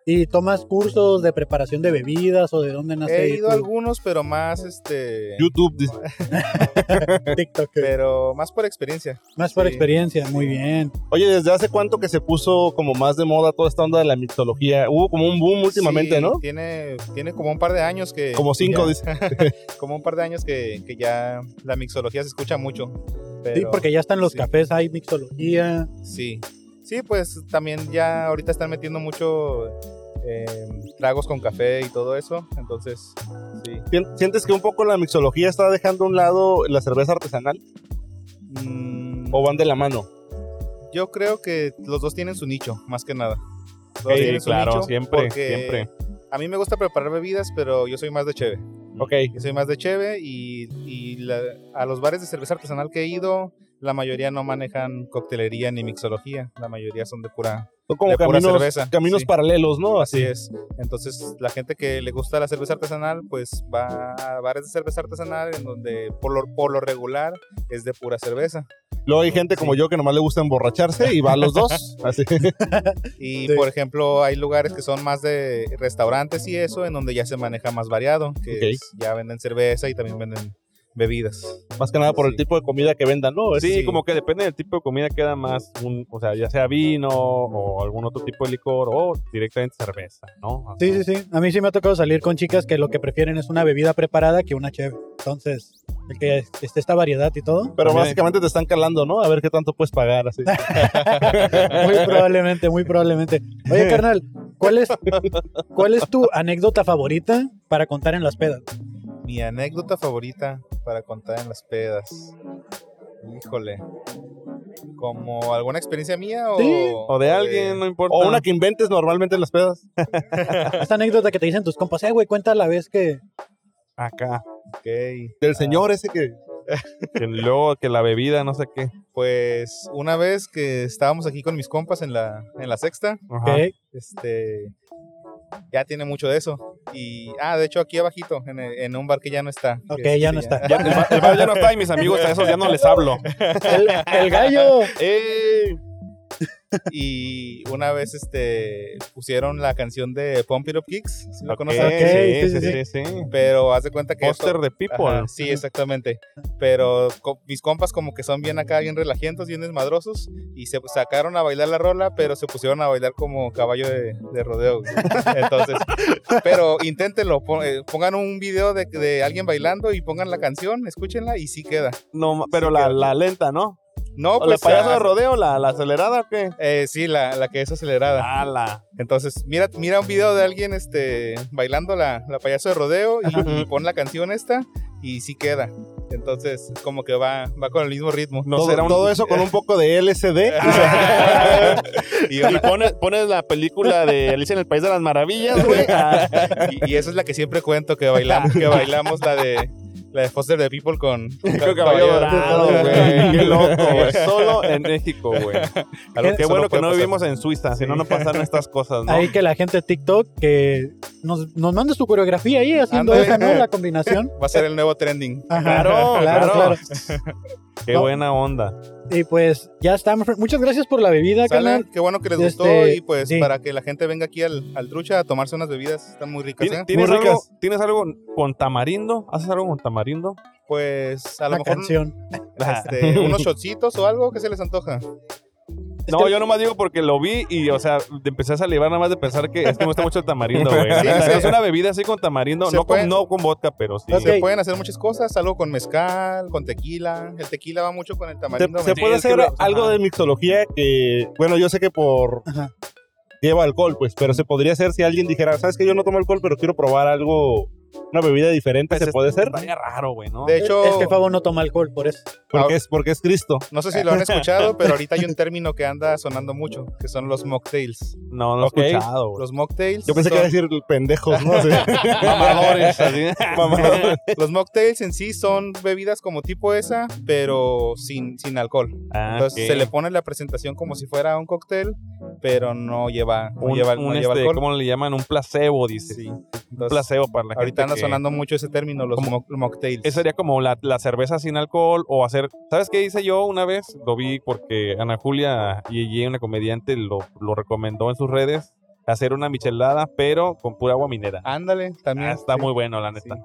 ¿Y tomas cursos de preparación de bebidas o de dónde nace He ido a tu algunos, pero más este. YouTube dice, TikTok? Pero más por experiencia. Más por Sí. experiencia, muy bien. Oye, ¿desde hace cuánto que se puso como más de moda toda esta onda de la mitología? Hubo como un boom últimamente, Sí, ¿no? Tiene, tiene como un par de años que. Como cinco, ya- dice. Como un par de años que, que ya la mixología se escucha mucho. Pero, sí, porque ya están los sí. cafés, hay mixología. Sí. Sí, pues también ya ahorita están metiendo mucho eh, tragos con café y todo eso. Entonces, sí. ¿Sien- ¿Sientes que un poco la mixología está dejando a un lado la cerveza artesanal? ¿O van de la mano? Yo creo que los dos tienen su nicho, más que nada. Los Sí, tienen su claro, nicho siempre, porque siempre. A mí me gusta preparar bebidas, pero yo soy más de cheve. Ok. Yo soy más de cheve y, y la- a los bares de cerveza artesanal que he ido, la mayoría no manejan coctelería ni mixología. La mayoría son de pura, Son como de pura caminos- cerveza. caminos paralelos, ¿no? Así, Así. es. Entonces, la gente que le gusta la cerveza artesanal, pues va a bares de cerveza artesanal en donde por lo, por lo regular es de pura cerveza. Luego hay gente como yo que nomás le gusta emborracharse y va a los dos. Así. Y por ejemplo, hay lugares que son más de restaurantes y eso, en donde ya se maneja más variado, que Ok. es- ya venden cerveza y también venden bebidas. Más que nada por el tipo de comida que vendan, ¿no? Pues Es- Sí, como que depende del tipo de comida queda más, un, o sea, ya sea vino o algún otro tipo de licor o directamente cerveza, ¿no? Sí, sí, sí. A mí sí me ha tocado salir con chicas que lo que prefieren es una bebida preparada que una cheve. Entonces, el que esté esta variedad y todo. Pero básicamente te están calando, ¿no? A ver qué tanto puedes pagar, así. Muy probablemente, muy probablemente. Oye, carnal, ¿cuál es, ¿cuál es tu anécdota favorita para contar en las pedas? Mi anécdota favorita para contar en las pedas. Híjole. ¿Como alguna experiencia mía o, Eh, O de alguien, no importa. O una que inventes normalmente en las pedas. Esta anécdota que te dicen tus compas, eh, güey, cuenta la vez que. Acá. Ok. Del señor ese que... que luego que la bebida, no sé qué. Pues una vez que estábamos aquí con mis compas en la, en la sexta, Ajá. Ok. este, ya tiene mucho de eso. Y, ah, de hecho aquí abajito, en, el- en un bar que ya no está. Ok, Este, ya no está. Ya, el bar- el bar ya no está y mis amigos a esos ya no les hablo. El, el gallo. Y una vez este, pusieron la canción de Pump It Up Kicks, si la Ok, conocen. sí, sí, sí, sí, sí. Pero haz de cuenta que... Póster esto- de People. Ajá, sí, exactamente. Pero co- mis compas como que son bien acá, bien relajientos, bien desmadrosos. Y se sacaron a bailar la rola, pero se pusieron a bailar como caballo de, de rodeo. güey. Entonces, pero inténtenlo. pon- eh, Pongan un video de, de alguien bailando y pongan la canción, escúchenla y sí queda. No, pero la, la lenta, ¿no? No, ¿O la pues, payaso ah, de rodeo, la, la acelerada o qué? Eh, sí, la, la que es acelerada. Entonces, mira, mira un video de alguien este, bailando la, la payaso de rodeo y, y pon la canción esta y sí queda. Entonces, como que va, va con el mismo ritmo. No será un- Todo eso con un poco de LSD. Y, pones, pones la película de Alicia en el País de las Maravillas, güey. y, y esa es la que siempre cuento, que bailamos, que bailamos la de la de Foster the People con, Con Caballo Dorado, güey. Qué loco, güey. Solo en México, güey. A lo- Qué Eso bueno no que puede no pasar. vivimos en Suiza, si no, no pasaran estas cosas, ¿no? Ahí que la gente de TikTok que nos, nos mande su coreografía ahí haciendo Ándale. esa, ¿no? La combinación. Va a ser el nuevo trending. Ajá, Claro, claro, claro. Qué No. buena onda. Y pues ya estamos. Muchas gracias por la bebida, Sale, carnal. Qué bueno que les Este, gustó y pues sí. para que la gente venga aquí al, al Trucha a tomarse unas bebidas, están muy ricas. ¿eh? ¿Tienes, tienes algo, ¿Tienes algo con tamarindo? ¿Haces algo con tamarindo? Pues a lo La mejor canción. este, unos shotcitos o algo que se les antoja. No, yo nomás digo porque lo vi y, o sea, te empecé a salivar nada más de pensar que es que me gusta mucho el tamarindo, güey. Sí, O sea, sí. Es una bebida así con tamarindo, Se no puede. con, no con vodka, pero sí. Se pueden hacer muchas cosas, algo con mezcal, con tequila. El tequila va mucho con el Se, tamarindo. se puede hacer algo de mixología que, bueno, yo sé que por lleva alcohol, pues, pero se podría hacer si alguien dijera, sabes que yo no tomo alcohol, pero quiero probar algo, una bebida Pues diferente, se puede hacer. Estaría raro, güey, ¿no? De hecho- Es que Fabo no toma alcohol, por eso. Porque es, porque es Cristo. Ah, No sé si lo han escuchado, pero ahorita hay un término que anda sonando mucho, que son los mocktails. No, no lo he Ok. escuchado, güey. Los mocktails. Yo pensé que iba a son- decir pendejos, ¿no? Así. Mamadores, así. Mamadores. Los mocktails en sí son bebidas como tipo esa, pero sin, sin alcohol. Ah, Entonces ok. se le pone la presentación como si fuera un cóctel, pero no lleva, no Un, lleva, no un lleva este, alcohol. ¿cómo le llaman? Un placebo, dice. un Entonces, placebo para la gente Ahorita anda que- sonando mucho ese término, los mock- mocktails. Eso sería como la, la cerveza sin alcohol o hacer... ¿Sabes qué hice yo una vez? Lo vi porque Ana Julia y una comediante, lo, lo recomendó en sus redes. Hacer una michelada, pero con pura agua minera. Ándale, también. Ah, está muy bueno, la neta.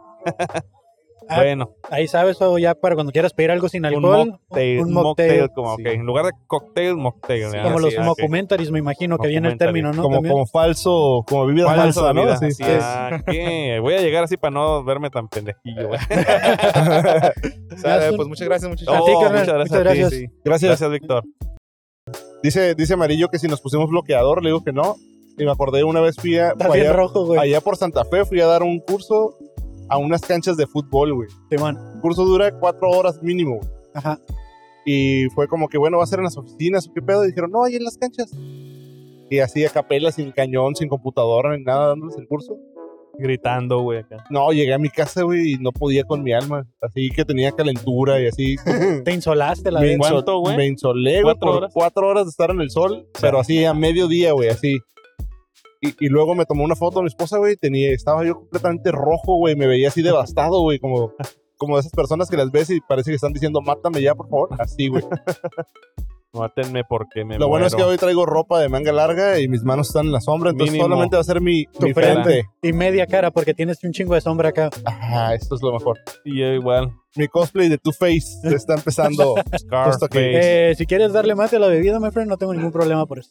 Ah, bueno. Ahí sabes, Fabo, ya para cuando quieras pedir algo sin Un alcohol. mocktail. un Un mocktail. Eh, mocktail, como, ok, En lugar de cocktail, mocktail. ¿verdad? Como Así los es, ok. mockumentaries, me imagino que viene el término, ¿no? ah, Como, También. como falso, como bebida ¿Cuál es falsa, la ¿no? vida? Así. Así es. Ah, ¿qué? Voy a llegar así para no verme tan pendejillo. ¿eh? güey. Sale, pues muchas gracias, muchachos. No, muchas gracias. a ti. Gracias. Gracias, Víctor. Dice, dice Amarillo que si nos pusimos bloqueador, le digo que no. Y me acordé una vez fui a. Estás bien allá- rojo, güey. Allá por Santa Fe fui a dar un curso a unas canchas de fútbol, güey. El curso dura cuatro horas mínimo, güey. Ajá. Y fue como que, bueno, va a ser en las oficinas, ¿qué pedo? Y dijeron, no, ahí en las canchas. Y así a capela, sin cañón, sin computadora, ni nada, dándoles el curso. Gritando, güey, acá. No, llegué a mi casa, güey, y no podía con mi alma. Así que tenía calentura y así. Te insolaste la me vez. insol- ¿Cuánto, güey? Me insolé, güey, ¿Cuatro por horas? cuatro horas de estar en el sol, pero así a mediodía, güey, así. Y, y luego me tomó una foto mi esposa, güey, tenía, estaba yo completamente rojo, güey, me veía así devastado, güey, como, como esas personas que las ves y parece que están diciendo, mátame ya, por favor, así, güey. Mátenme porque me Lo bueno es que muero. hoy traigo ropa de manga larga y mis manos están en la sombra, entonces Mínimo. solamente va a ser mi, Tu mi frente. frente. Y media cara, porque tienes un chingo de sombra acá. Ah, esto es lo mejor. Y yo igual. Mi cosplay de Two Face está empezando. justo aquí. Eh, si quieres darle mate a la bebida, my friend, no tengo ningún problema por eso.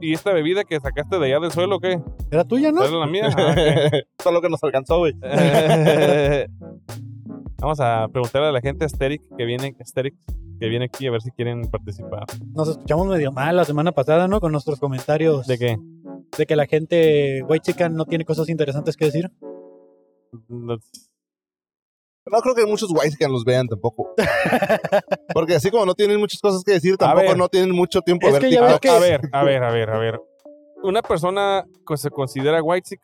¿Y esta bebida que sacaste de allá del suelo qué? ¿Era tuya, no? ¿Era la mía? Ah, ok. Esto es lo que nos alcanzó, güey. Vamos a preguntarle a la gente Asterix que viene, Asterix, que viene aquí a ver si quieren participar. Nos escuchamos medio mal la semana pasada, ¿no? Con nuestros comentarios. ¿De qué? De que la gente, güey, chica, no tiene cosas interesantes que decir. No creo que muchos guays que los vean tampoco. Porque así como no tienen muchas cosas que decir, tampoco ver. no tienen mucho tiempo Es de ver que ya ves TikTok. que- A ver, a ver, a ver, a ver. Una persona que se considera white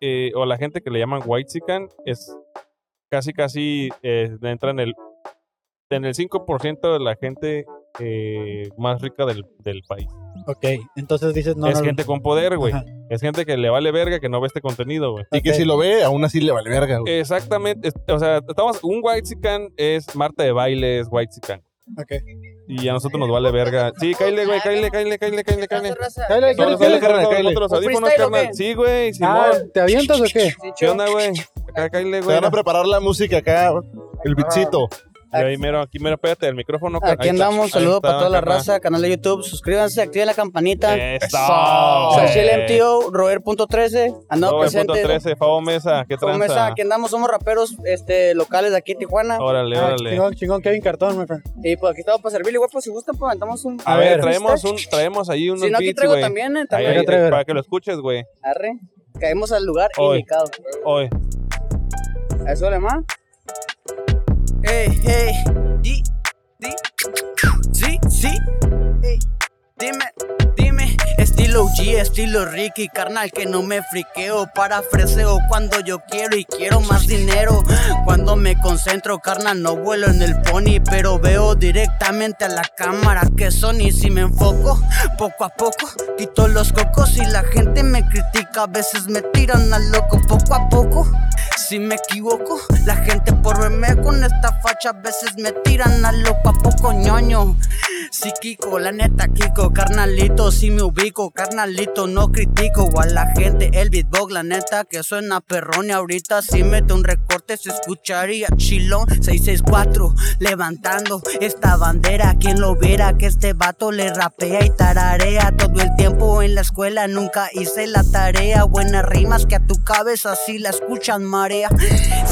eh, o la gente que le llaman white es casi casi eh, entra en el en el 5% de la gente eh, más rica del, del país. Ok, entonces dices, no. es no, gente con poder, güey. Ajá. Es gente que le vale verga que no ve este contenido, güey. Y que si lo ve, aún así le vale verga, güey. Exactamente. es- O sea, estamos, un white es Marta de baile, es white Ok. Y a nosotros nos vale verga. Sí, cáile, güey, cáile, cáile, cáile, cáile, Cáile, cáile. Sobre, cáile, sobre, cáile, carnal, cáile. cáile. Ponte los ¿O audífonos, freestyle o carnal. qué? Sí, güey, Ah, Simón. ¿te avientas o qué? ¿Qué onda, güey? Acá, cáile, Te güey. van a preparar la música acá, el bichito. Y ahí mero, aquí mero, pégate el micrófono. carnal. Aquí Ahí está, andamos, ahí saludos está, para toda la carnal. raza, canal de YouTube, suscríbanse, activen la campanita. Eso, Sachel güey. MTO, Roer.13, andamos Nueve punto Ah, presentes. 13, Fabo Mesa, ¿qué Con mesa, tranza? aquí andamos, somos raperos este, locales de aquí en Tijuana. Órale, Ah, órale. Chingón, chingón, Kevin Cartón, my friend. Y pues aquí estamos para servirle, güey, pues si gustan, pues aventamos un. A ver, traemos un, traemos ahí unos Si no, aquí beats, traigo güey. también, eh, Ahí, también. ahí, Traigo, traigo. Para que lo escuches, güey. Arre, caímos al lugar Hoy. indicado. Hoy. ¿A eso le más? Hey, hey, di, di, sí, sí. Ey, dime, Dime, estilo G, estilo Ricky, carnal, que no me friqueo, parafreseo cuando yo quiero y quiero más dinero. Cuando me concentro, carnal, no vuelo en el pony, pero veo directamente a la cámara que son y si me enfoco, poco a poco quito los cocos y la gente me critica, a veces me tiran al loco, poco a poco. Si me equivoco, la gente por verme con esta facha a veces me tiran al loco a poco ñoño. Sí, Kiko, la neta, Kiko, carnalito, si me ubico, carnalito, no critico a la gente, el beatbox, la neta, que suena perrón y ahorita si mete un recorte se escucharía chilón 664, levantando esta bandera, quien lo viera que este vato le rapea y tararea todo el tiempo en la escuela, nunca hice la tarea, buenas rimas que a tu cabeza si la escuchan marea,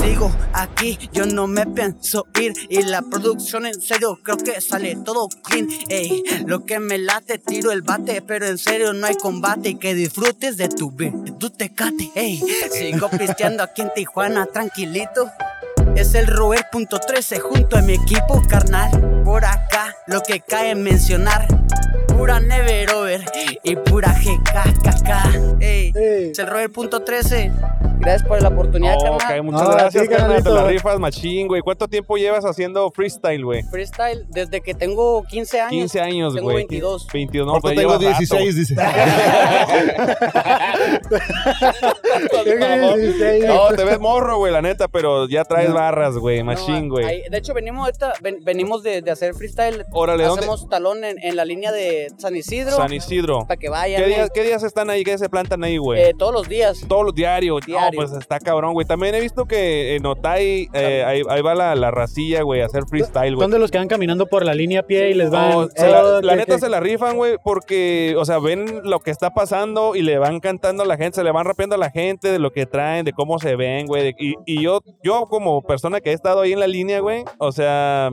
sigo aquí, yo no me pienso ir y la producción en serio creo que sale todo clean. Ey, lo que me late, tiro el bate, pero en serio no hay combate y que disfrutes de tu beat. Tú te cate, ey, sigo pisteando aquí en Tijuana, tranquilito. Es el Roer.13 junto a mi equipo carnal. Por acá, lo que cae mencionar. Pura Never Over y pura GKKK. Ey, es el Roer.13. Gracias por la oportunidad, carnal. Oh, ok, Ah, muchas gracias, carnal. Te la rifas, machín, güey. ¿Cuánto tiempo llevas haciendo freestyle, güey? Freestyle desde que tengo 15 años. 15 años, güey. Tengo 22. 22, no, Ahorita pues, tengo llevas rato. 16, dice. No, te ves morro, güey, la neta, pero ya traes barras, güey, machín, güey. Ahí- de hecho, venimos, ahorita- ven- venimos de, de hacer freestyle. Órale, ¿dónde? Hacemos talón en, en la línea de San Isidro. San Isidro. Para que vayan. ¿Qué eh. días, ¿Qué días están ahí? ¿Qué días se plantan ahí, güey? Eh, todos los días. Todos los diarios. No, Diario. pues está cabrón, güey. También he visto que en Otay, eh, ahí, ahí va la, la racilla, güey, a hacer freestyle, güey. Son de los que van caminando por la línea a pie y les van. No, se la, Oh, la que- neta que- se la rifan, güey, porque, o sea, ven lo que está pasando y le van cantando a la gente, se le van rapeando a la gente de lo que traen, de cómo se ven, güey. de- Y, y yo, yo como persona que he estado ahí en la línea, güey, o sea,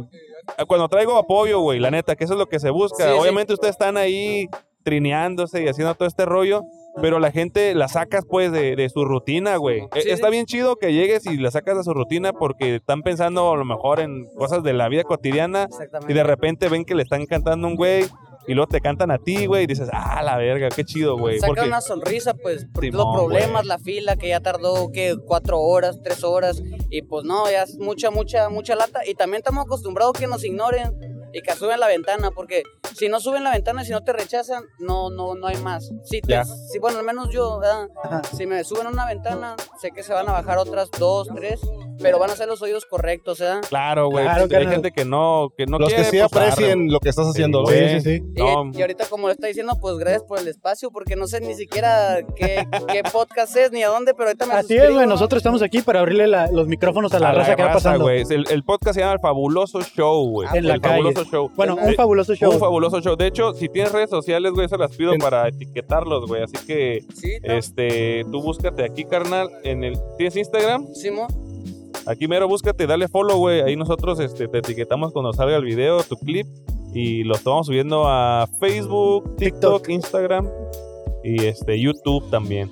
cuando traigo apoyo, güey, la neta, que eso es lo que se busca. Sí, sí. Obviamente ustedes están ahí trineándose y haciendo todo este rollo. Pero la gente la sacas pues de, de su rutina, güey. E- Sí. Está bien chido que llegues y la sacas de su rutina porque están pensando a lo mejor en cosas de la vida cotidiana Exactamente. y de repente ven que le están cantando a un güey y luego te cantan a ti, güey, y dices, ah, la verga, qué chido, güey. Saca Porque- una sonrisa, pues, por Simón, los problemas, la fila que ya tardó, que cuatro horas, tres horas, y pues no, ya es mucha, mucha, mucha lata. Y también estamos acostumbrados que nos ignoren y que suben la ventana, porque si no suben la ventana y si no te rechazan, no, no, no hay más. Si, te- Ya. si, bueno, al menos yo, ¿verdad? si me suben una ventana, sé que se van a bajar otras dos, tres, pero van a ser los oídos correctos, ¿verdad? Claro, güey. Claro, hay carnal. gente que no, que no Los que quiere sí apostar, aprecien güey. lo que estás haciendo, güey. sí, sí, sí. Y, No, y ahorita como lo está diciendo, pues gracias por el espacio, porque no sé ni siquiera qué, qué podcast es ni a dónde, pero ahorita me Así es, güey. Nosotros estamos aquí para abrirle la- los micrófonos a la, a raza que va raza, pasando. Ah, güey. El, el podcast se llama El Fabuloso Show, güey. En la el calle. Fabuloso Show. Bueno, un Eh, fabuloso show. Un fabuloso show. De hecho, si tienes redes sociales, güey, se las pido para etiquetarlos, güey. Así que, este, tú búscate aquí, carnal. En el, ¿Tienes Instagram? Simo. Pues Aquí mero, búscate, dale follow, güey. Ahí nosotros este, te etiquetamos cuando salga el video, tu clip. Y lo estamos subiendo a Facebook, TikTok, Instagram y este YouTube también.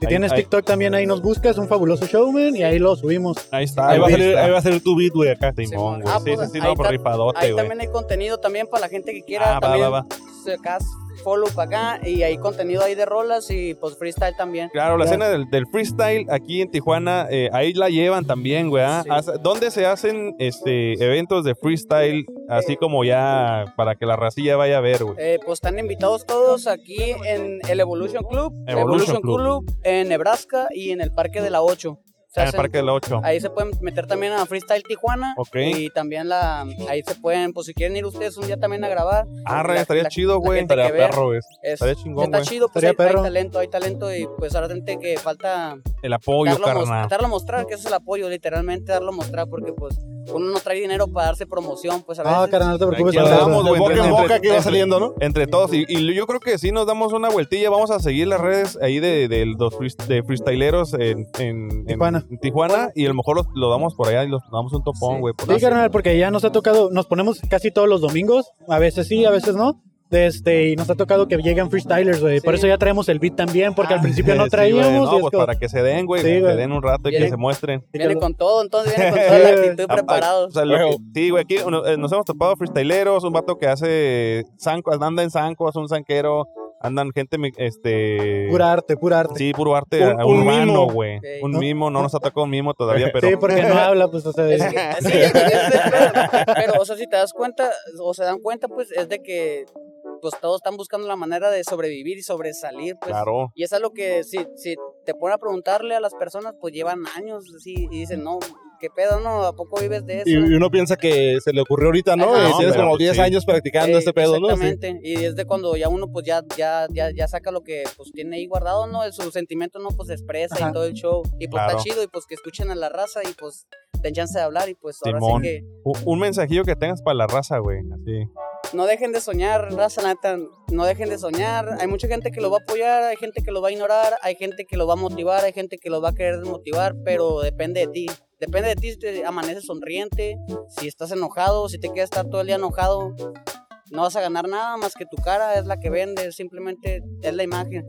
Si tienes TikTok también ahí nos buscas, un fabuloso showman, y ahí lo subimos. Ahí está. Ahí va a güey, salir- está. ahí va a salir tu beat, güey, acá. Simón, güey. Ah, Sí, pues, sí, sí, ahí no, por ta- ripadote, Ahí güey. también hay contenido también para la gente que quiera. Ah, va, también va, va. se cas- follow para acá y hay contenido ahí de rolas y pues freestyle también. Claro, la Ya. escena del, del freestyle aquí en Tijuana, eh, ahí la llevan también, güey. ¿ah? Hace- ¿Dónde se hacen este eventos de freestyle así como ya para que la racilla vaya a ver, güey? Eh, pues están invitados todos aquí en el Evolution Club, Evolution Club. en Nebraska y en el Parque de la 8. En el Parque de la Ocho. Ahí se pueden meter también a Freestyle Tijuana. Ok. Y también la, ahí se pueden, pues si quieren ir ustedes un día también a grabar. Arre, La- Ah, estaría la- chido, la güey. gente que Estaría vea perro, güey. es- Estaría chingón, Está güey. chido, pues Estaría hay, hay perro. talento, hay talento y pues ahora gente que falta El apoyo, darlo, a mos- carnal. darlo a mostrar, que eso es el apoyo, literalmente darlo a mostrar, porque pues uno no trae dinero para darse promoción, pues a veces. Ah, carnal, no te preocupes. Aquí carnal. andamos, güey, entre- entre- entre- saliendo, ¿no? Entre todos. Y, y yo creo que sí nos damos una vueltilla. Vamos a seguir las redes ahí de, de los freest- de freestyleros en, en- en Tijuana. Y a lo mejor los- lo, damos por allá y los damos un topón, güey. por Sí, ahí. carnal, porque ya nos ha tocado, nos ponemos casi todos los domingos, a veces sí, a veces no. Este, y nos ha tocado que llegan freestylers, güey. Por eso ya traemos el beat también, porque al principio no Sí, güey, traíamos. no, y es pues como- para que se den, güey. Sí, que se güey. den un rato y que Viene- se muestren. Viene con todo, entonces viene con toda la actitud Ah, preparado. o sea, lo que- sí, güey, aquí uno- eh, nos hemos topado freestyleros, un vato que hace zancos, anda en zancos, un zanquero, andan gente, mi- este... Pura arte, pura arte. Sí, puro arte Un- un urbano, mimo. güey. Ok. Un No. mimo, no nos ha tocado un mimo todavía, pero... Sí, porque no habla, pues, o sea. Es que- sí, es de- es de- pero, pero, o sea, si te das cuenta, o se dan cuenta, pues es de que pues todos están buscando la manera de sobrevivir y sobresalir, pues. Claro. Y eso es lo que si, si te ponen a preguntarle a las personas, pues llevan años así y dicen, no, qué pedo, no, ¿a poco vives de eso? Y, y uno piensa que se le ocurrió ahorita, Ajá. ¿no? Eh, No, tienes pero como pues 10 sí. años practicando Eh, este pedo, ¿no? Sí. Exactamente, y es de cuando ya uno pues ya, ya, ya, ya saca lo que pues tiene ahí guardado, ¿no? Su sentimiento no pues se expresa y todo el show. Y pues Claro. está chido y pues que escuchen a la raza y pues den chance de hablar y pues ahora Simón, sí que u- un mensajillo que tengas para la raza, güey. Así. no dejen de soñar, raza la neta, no dejen de soñar. Hay mucha gente que lo va a apoyar, hay gente que lo va a ignorar, hay gente que lo va a motivar, hay gente que lo va a querer desmotivar, pero depende de ti. Depende de ti si te amaneces sonriente, si estás enojado, si te quieres estar todo el día enojado. No vas a ganar nada más que tu cara, es la que vende, simplemente es la imagen.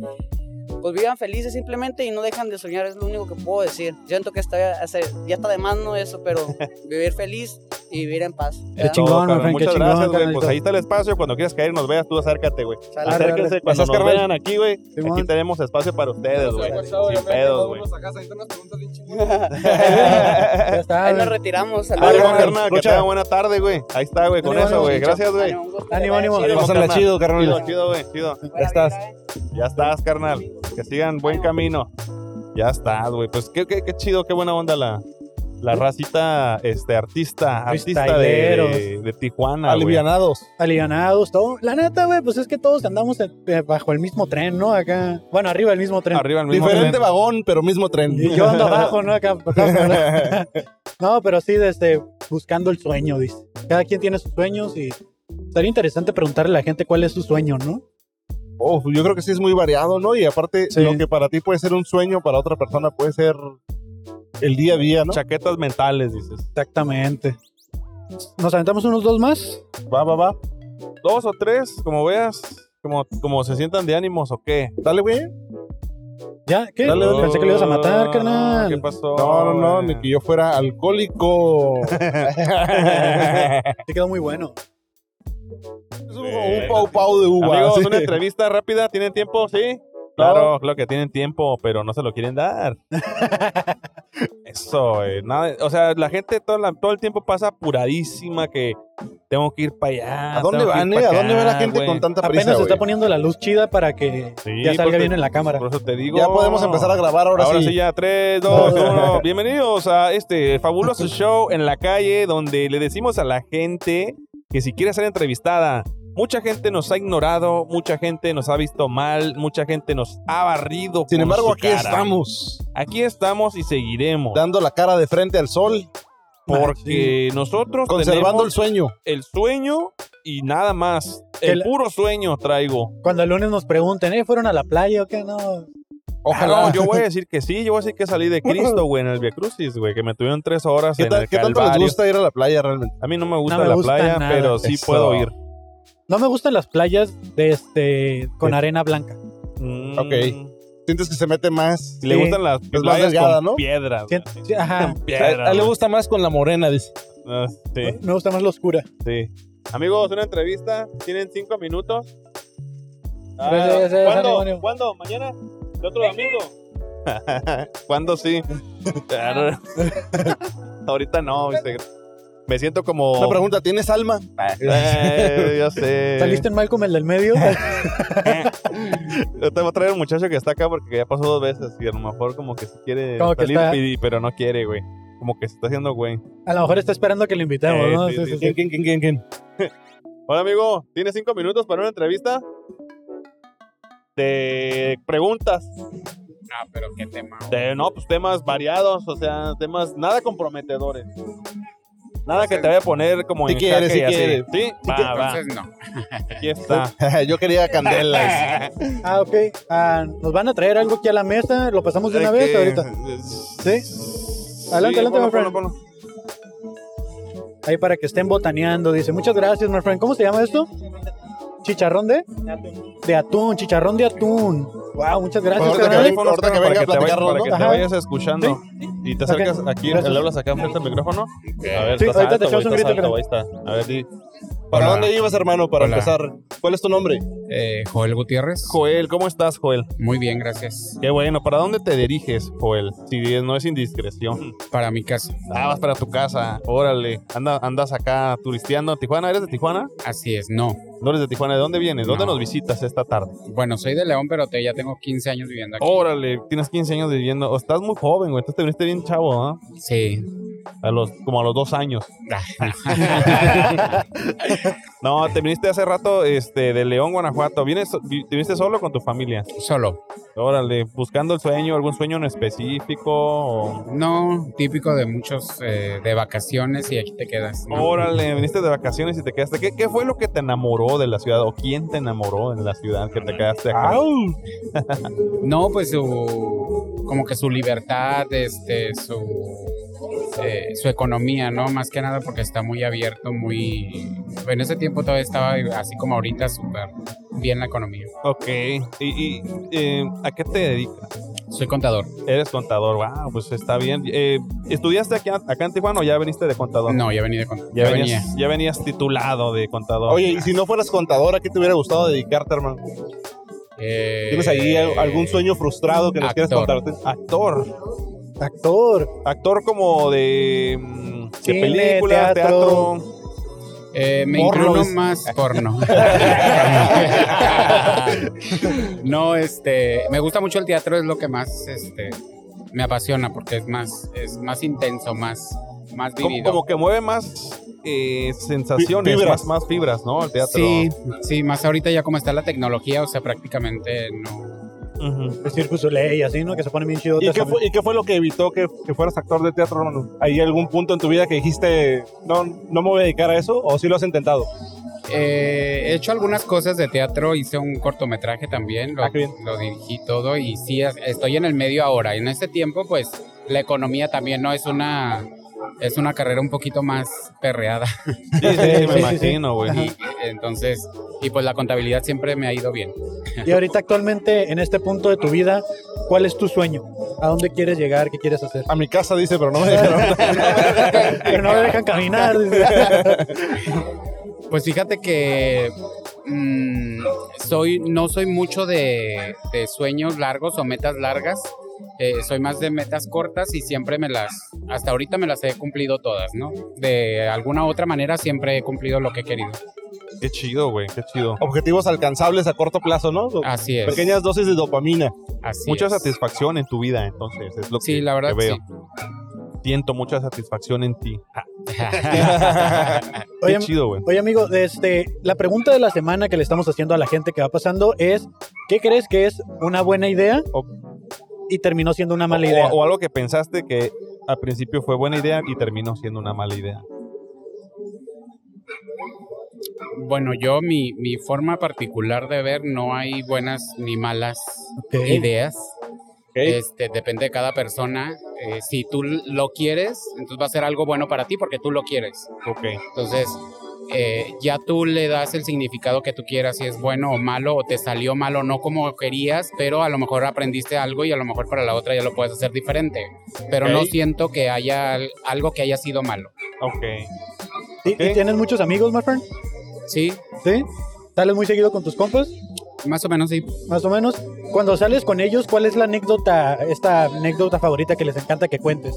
Pues vivan felices simplemente y no dejan de soñar, es lo único que puedo decir. Siento que está, hace- ya está de más no eso, pero vivir feliz y vivir en paz. De ¿verdad? todo, chingón, carnal. my friend, qué Muchas chingón, gracias, güey. carnalito. Pues ahí está el espacio. Cuando quieras caer, y nos veas, tú acércate, güey. Arre, arre. Acérquense cuando ¿Pasás, nos carnal? vean aquí, güey. Aquí Simón. tenemos espacio para ustedes, güey. Sin pedos, güey. Ahí nos retiramos. Ánimo, Saludos. carnal, que Lucha. tengan buena tarde, güey. Ahí está, güey, con Ánimo, eso, güey. ánimo, Gracias, güey. ánimo, un gusto. Ánimo, ánimo. Pásala chido, carnal. Chido, chido, güey, chido. Ya estás. Ya estás, carnal. Que sigan buen camino. Ya estás, güey. Pues qué, qué, qué chido, qué buena onda la, la racita este, artista, artista de, Freestyleros. de, de Tijuana, güey. Alivianados. Alivianados, todo. La neta, güey, pues es que todos andamos eh, bajo el mismo tren, ¿no? Acá. Bueno, arriba el mismo tren. Arriba el Diferente vagón, pero mismo tren. Y yo ando abajo, ¿no? Acá, acá, ¿no? no, pero sí, desde buscando el sueño, dice. Cada quien tiene sus sueños y estaría interesante preguntarle a la gente cuál es su sueño, ¿no? Oh, yo creo que sí es muy variado, ¿no? Y aparte, lo que para ti puede ser un sueño, para otra persona puede ser el día a día, ¿no? Chaquetas mentales, dices. Exactamente. Nos aventamos unos dos más. Va, va, va. Dos o tres, como veas. Como, como se sientan de ánimos o qué. Dale, güey. ¿Ya? ¿Qué? Pensé que lo ibas a matar, carnal. ¿Qué pasó? No, no, no, ni que yo fuera alcohólico. Te quedó muy bueno. Eh. un pau pau de uva. Amigos, sí. una entrevista rápida. ¿Tienen tiempo? Sí. Claro, claro que tienen tiempo, pero no se lo quieren dar. Eso, eh, nada, o sea, la gente todo, la- todo el tiempo pasa apuradísima que tengo que ir para allá. ¿A dónde Ah, tengo que ir van, pa' eh? ¿A acá, dónde va la gente güey? con tanta prisa, Apenas se está güey? poniendo la luz chida para que ya salga pues, bien te- en la cámara. Por eso te digo. Ya podemos empezar a grabar ahora sí. Ahora sí, ya. 3, 2, 1. Bienvenidos a este fabuloso show en la calle donde le decimos a la gente que si quiere ser entrevistada, mucha gente nos ha ignorado, mucha gente nos ha visto mal, mucha gente nos ha barrido. Sin con embargo, su aquí cara. estamos. Aquí estamos y seguiremos. Dando la cara de frente al sol. Porque nosotros Conservando tenemos el sueño. El sueño y nada más. El El- puro sueño traigo. Cuando el lunes nos pregunten, ¿eh? ¿Fueron a la playa o qué? No. Ojalá. Ah, yo voy a decir que sí, yo voy a decir que salí de Cristo, güey, en el Via Crucis, güey, que me tuvieron tres horas ¿Qué, en tal- el qué tanto les Calvario. gusta ir a la playa realmente? A mí no me gusta No me la gusta playa, nada. pero sí Eso. puedo ir. No me gustan las playas de este con arena blanca. Mm. Ok. Sientes que se mete más. Le gustan las es más playas delgada, con ¿no? piedras. Siento- sí, ajá. A, a él le gusta más con la morena, dice. Ah, sí. Me gusta más la oscura. Sí. Amigos, una entrevista. Tienen cinco minutos. Ah, Gracias, gracias, ¿Cuándo? Antonio. ¿Cuándo? ¿Mañana? ¿El otro domingo? ¿Cuándo sí? Ahorita no. dice. Me siento como... Una pregunta, ¿tienes alma? Oh. Eh, yo sé. ¿Saliste en mal como el del medio? Yo te voy a traer un muchacho que está acá porque ya pasó dos veces y a lo mejor como que se quiere Como que salir, está- y- pero no quiere, güey. Como que se está haciendo, güey. a lo mejor está esperando que lo invitemos, Eh, ¿no? sí, Sí, sí, sí, sí. sí. ¿Quién, Hola, amigo. ¿Tienes cinco minutos para una entrevista? De preguntas. Ah, pero qué tema. De, no, pues temas variados, o sea, temas nada comprometedores. Nada que te vaya a poner como Si en quieres, jaque si y así. quieres. Sí, Si va, quieres. va. Entonces, no. Aquí está. Yo quería candelas. Ah, ok. Ah, ¿Nos van a traer algo aquí a la mesa? ¿Lo pasamos de una Eh, vez que- ahorita? ¿Sí? Adelante, adelante, ponlo, my friend. ponlo, Ahí para que estén botaneando. Dice, muchas gracias, my friend. ¿Cómo se llama esto? ¿Chicharrón de? De atún, chicharrón de atún. Wow, muchas gracias, Ahorita que carnal. venga, ahorita que venga a platicarnos, para que te Ajá. vayas escuchando. Y te acercas Ok, aquí, gracias. le hablas acá frente al micrófono. A ver, Sí, estás ahorita alto, te echamos güey, un estás grito, alto, güey, está. A ver, di. ¿Para Hola. dónde ibas, hermano, para Hola. Eh, empezar? ¿Cuál es tu nombre? Joel Gutiérrez. Joel, ¿cómo estás, Joel? Muy bien, gracias. Qué bueno. ¿Para dónde te diriges, Joel? Si es- no es indiscreción. Para mi casa. Ah, vas para tu casa. Órale. Anda, andas acá turisteando. ¿Tijuana? ¿Eres de Tijuana? Así es, no. No eres de Tijuana. ¿De dónde vienes? ¿Dónde No. nos visitas esta tarde? Bueno, soy de León, pero te- ya tengo 15 años viviendo aquí. Órale, tienes 15 años viviendo. O estás muy joven, güey. Entonces te viniste bien chavo, ¿ah? Sí. A los, como a los dos años. no, te viniste hace rato este, de León, Guanajuato. ¿Vienes, so- vi- ¿Te viniste solo o con tu familia? Solo. Órale, buscando el sueño, algún sueño en específico. o- No, típico de muchos eh, de vacaciones y aquí te quedas. ¿no? Órale, viniste de vacaciones y te quedaste. ¿Qué, qué fue lo que te enamoró de la ciudad? ¿O quién te enamoró en la ciudad que te quedaste acá? No, pues su como que su libertad, este, su eh, su economía, ¿no? Más que nada porque está muy abierto, muy en ese tiempo todavía estaba así como ahorita súper bien la economía. Ok, ¿y, y, eh, a qué te dedicas? Soy contador. Eres contador, wow, pues está bien. Eh, ¿Estudiaste aquí, acá en Tijuana o ya veniste de contador? No, ya vení de contador. Ya, Ya venías, venía. ya venías titulado de contador. Oye, y si no fueras contador, ¿a qué te hubiera gustado dedicarte, hermano? Eh, ¿Tienes ahí al- algún sueño frustrado que nos quieras Eh, actor. contarte? Actor. Actor. Actor como de, mm, de Cine, película, teatro. teatro. Eh, me Porno, inclino es- más porno. no, este, me gusta mucho el teatro, es lo que más, este, me apasiona porque es más, es más intenso, más, más Como, vivido. como que mueve más eh, sensaciones, Fibras. Más, más fibras, ¿no? El teatro. Sí, sí, más ahorita ya como está la tecnología, o sea, prácticamente no. El Circus Soleil y así, ¿no? Que se pone bien chido. ¿Y qué, fue, y qué fue lo que evitó que, que fueras actor de teatro, hermano? ¿Hay algún punto en tu vida que dijiste, no, no me voy a dedicar a eso? ¿O sí lo has intentado? Eh, he hecho algunas cosas de teatro, hice un cortometraje también, Ah, lo, lo dirigí todo y sí, es- estoy en el medio ahora. En este tiempo, pues, la economía también no es una es una carrera un poquito más perreada. Sí, sí, sí, me imagino, güey. Y, entonces, y pues la contabilidad siempre me ha ido bien. Y ahorita actualmente, en este punto de tu vida, ¿cuál es tu sueño? ¿A dónde quieres llegar? ¿Qué quieres hacer? A mi casa dice, pero no me dejaron. Pero no me dejan caminar. dice. Pues fíjate que mm, soy, no soy mucho de, de sueños largos o metas largas. Eh, soy más de metas cortas y siempre me las, hasta ahorita me las he cumplido todas, ¿no? De alguna u otra manera siempre he cumplido lo que he querido. Qué chido, güey, qué chido. Objetivos alcanzables a corto plazo, ¿no? Así es. Pequeñas dosis de dopamina. Así Mucha es. satisfacción en tu vida, entonces, es lo Sí, que, la verdad, que veo. sí. Siento mucha satisfacción en ti. Oye, qué chido, güey. Oye, amigo, este, la pregunta de la semana que le estamos haciendo a la gente que va pasando es: ¿qué crees que es una buena idea? Y terminó siendo una mala O- idea. O, algo que pensaste que al principio fue buena idea y terminó siendo una mala idea. Bueno, yo, mi, mi forma particular de ver, no hay buenas ni malas ideas. Este, depende de cada persona. Eh, si tú lo quieres, entonces va a ser algo bueno para ti porque tú lo quieres. Ok. Entonces, eh, ya tú le das el significado que tú quieras, si es bueno o malo, o te salió malo, no como querías, pero a lo mejor aprendiste algo y a lo mejor para la otra ya lo puedes hacer diferente. Pero no Ok. siento que haya al- algo que haya sido malo. Ok. ¿Y, y tienes muchos amigos, my friend? Sí. ¿Sí? ¿Sales muy seguido con tus compas? Más o menos, sí. Más o menos. Cuando sales con ellos, ¿cuál es la anécdota, esta anécdota favorita que les encanta que cuentes?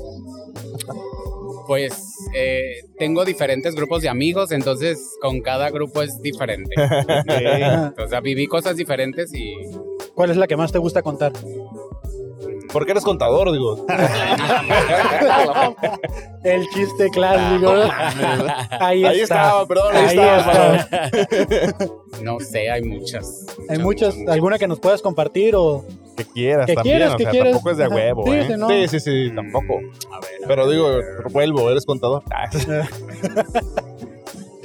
Pues eh, tengo diferentes grupos de amigos, entonces con cada grupo es diferente. o sea, viví cosas diferentes y ¿Cuál es la que más te gusta contar? Porque eres contador, digo. El chiste clásico. Ahí, Ahí está. estaba, perdón, ahí estaba, no sé, hay muchas. Hay muchas, alguna que nos puedas compartir o Que quieras Que también. quieras, o que sea, quieras. tampoco es de a Ajá. huevo, Sí, ¿eh? sí, no. Sí, sí, sí, tampoco. Pero digo, vuelvo, eres contador. Ah,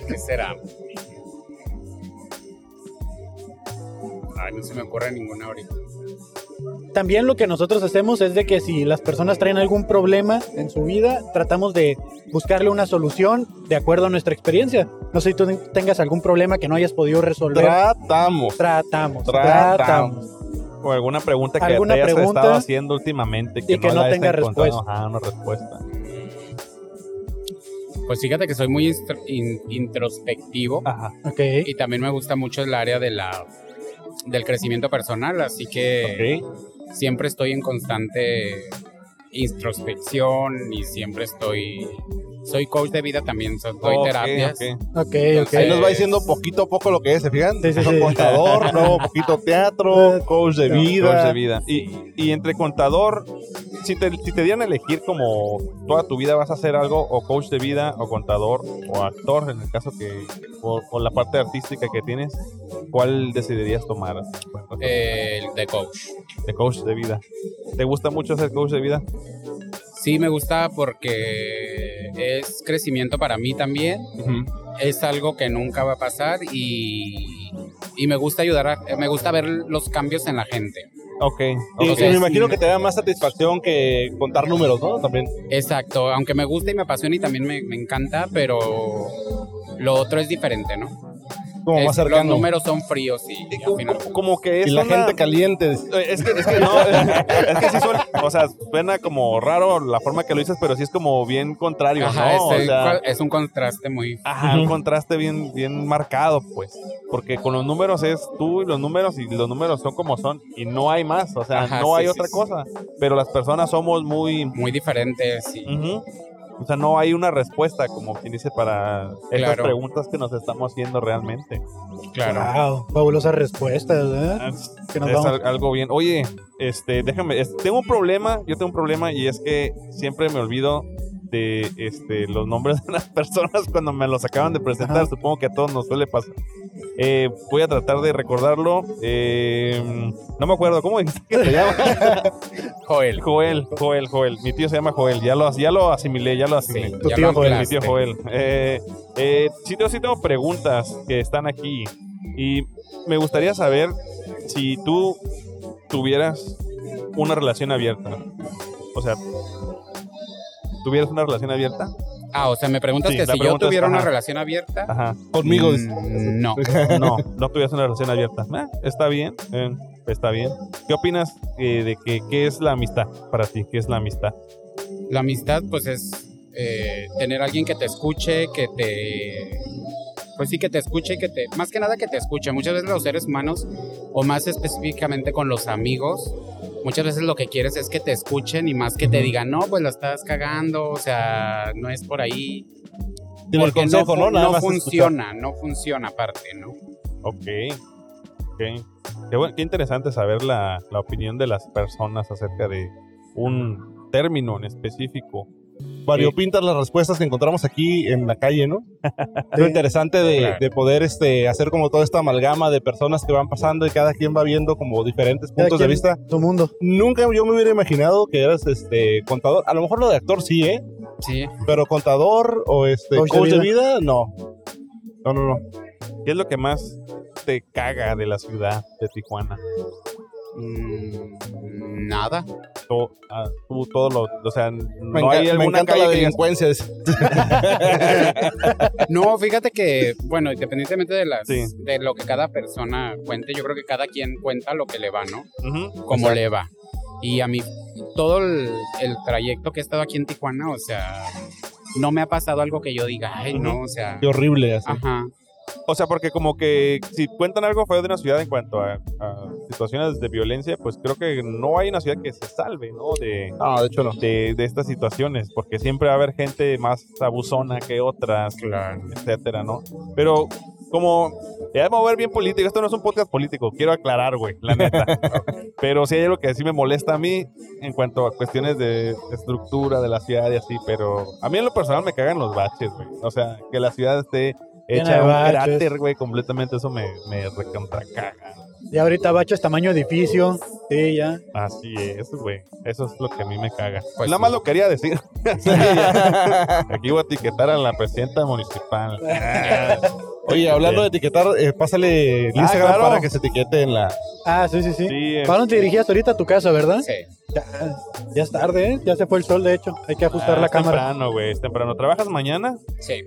¿Qué será? Ay, no se me ocurre ninguna ahorita. también lo que nosotros hacemos es de que si las personas traen algún problema en su vida, tratamos de buscarle una solución de acuerdo a nuestra experiencia. No sé si tú tengas algún problema que no hayas podido resolver. Tratamos. Tratamos. Tratamos. Tratamos. O alguna pregunta que Alguna te hayas pregunta estado haciendo últimamente que y que no, no la hayas tenga encontrado. respuesta. Ajá, una respuesta. Pues fíjate que soy muy instro- in- introspectivo. Y también me gusta mucho el área de la del crecimiento personal, así que siempre estoy en constante introspección y siempre estoy soy coach de vida también, so- doy Ok, terapias. Ok, ok. Ahí nos va diciendo poquito a poco lo que es, ¿se fijan? Sí, sí, Son sí. Eh, contador, luego poquito teatro, coach de vida. Coach de vida. Y, y entre contador, si te, si te dieran a elegir como toda tu vida vas a hacer algo, o coach de vida, o contador, o actor, en el caso que, o, o la parte artística que tienes, ¿cuál decidirías tomar? Eh, de coach. De coach de vida. ¿Te gusta mucho ser coach de vida? Sí, me gusta porque es crecimiento para mí también. Es algo que nunca va a pasar y, y me gusta ayudar, a- me gusta ver los cambios en la gente. Ok. Y- y Entonces, me imagino que te da más satisfacción que contar números, ¿no? También. Exacto, aunque me gusta y me apasiona y también me, me encanta, pero lo otro es diferente, ¿no? Como Es- más cercano. Los números son fríos y, y al final. Como que es y la una- gente caliente. Eh, Es que, es que no, es que sí son, o sea, suena como raro la forma que lo dices, pero sí es como bien contrario, Ajá, ¿no? es, O sea, el- es un contraste muy. Ajá, un contraste bien, bien marcado, pues. Porque con los números es tú y los números, y los números son como son, y no hay más, o Ah, sea, Ajá, no sí, hay sí, otra sí. cosa. Pero las personas somos muy. Muy diferentes, sí. O sea, no hay una respuesta, como quien dice, para estas Claro. preguntas que nos estamos haciendo realmente. Wow, fabulosas respuestas, Ah, ¿eh? Que nos es vamos. al- algo bien. Oye, este, déjame, es- tengo un problema, yo tengo un problema y es que siempre me olvido de este, los nombres de las personas cuando me los acaban de presentar. Supongo que a todos nos suele pasar. Eh, voy a tratar de recordarlo. Eh, no me acuerdo, ¿cómo dijiste que se llama? Joel. Joel, Joel, Joel. Mi tío se llama Joel, ya lo, ya lo asimilé, ya lo asimilé. Tu ya tío lo Joel. Mi tío anclaste. Joel. Eh, eh, sí, tengo- sí tengo preguntas que están aquí y me gustaría saber si tú tuvieras una relación abierta. O sea, ¿tuvieras una relación abierta? Ah, o sea, me preguntas Sí, que la si yo pregunta es, tuviera una ajá. relación abierta. Ajá. Conmigo. Mm, dices. no. No, no tuvieras una relación abierta. Eh, está bien, eh, está bien. ¿Qué opinas eh, de que qué es la amistad para ti? ¿Qué es la amistad? La amistad, pues es eh, tener alguien que te escuche, que te. Pues sí, que te escuche, que te. Más que nada que te escuche. Muchas veces los seres humanos, o más específicamente con los amigos, muchas veces lo que quieres es que te escuchen y más que te digan, no, pues la estás cagando, o sea, no es por ahí. Sí, el consejo, fu- ¿no? Nada más funciona, no funciona aparte, ¿no? Ok. ok. Qué, bueno- qué interesante saber la, la opinión de las personas acerca de un término en específico. Vario Eh, pintas las respuestas que encontramos aquí en la calle, ¿no? Lo interesante de, Claro. de poder este, hacer como toda esta amalgama de personas que van pasando y cada quien va viendo como diferentes Cada puntos de quien vista. Su mundo. Nunca yo me hubiera imaginado que eras este contador. A lo mejor lo de actor sí, ¿eh? Sí. Pero contador o este coach, de, vida. no. No, no, no. ¿Qué es lo que más te caga de la ciudad de Tijuana? nada. Tú, ah, tú todo lo. O sea, Me, no enca- hay me alguna encanta calle la que digas, delincuencia. dice. No, fíjate que, bueno, independientemente de las de lo que cada persona cuente, yo creo que cada quien cuenta lo que le va, ¿no? Como Exacto. le va. Y a mí, todo el, el trayecto que he estado aquí en Tijuana, o sea, no me ha pasado algo que yo diga, ay, no, o sea. Qué horrible. así. Ajá. O sea, porque como que si cuentan algo feo de una ciudad en cuanto a, a situaciones de violencia, pues creo que no hay una ciudad que se salve, ¿no? De, de De, estas situaciones, porque siempre va a haber gente más abusona que otras, etcétera, ¿no? Pero como, ya me voy a ver bien político, esto no es un podcast político, quiero aclarar, güey, la neta. pero sí hay algo que sí me molesta a mí en cuanto a cuestiones de estructura de la ciudad y así, pero a mí en lo personal me cagan los baches, güey. O sea, que la ciudad esté Llena hecha de un baches. cráter, güey, completamente. Eso me, me recontra caga. Y ahorita baches tamaño edificio. Sí, ya. Así es, güey. Eso es lo que a mí me caga. Pues Nada sí. más lo quería decir. Aquí voy a etiquetar a la presidenta municipal. Oye, hablando de etiquetar, eh, pásale el Ah, Instagram claro. para que se etiquete en la. Ah, sí, sí, sí. Sí, ¿Para dónde te dirigías ahorita a tu casa, verdad? Sí. Ya, ya es tarde, ¿eh? Ya se fue el sol, de hecho. Hay que ajustar Ah, la es cámara. temprano, güey. Es temprano. ¿Trabajas mañana? Sí. Sí,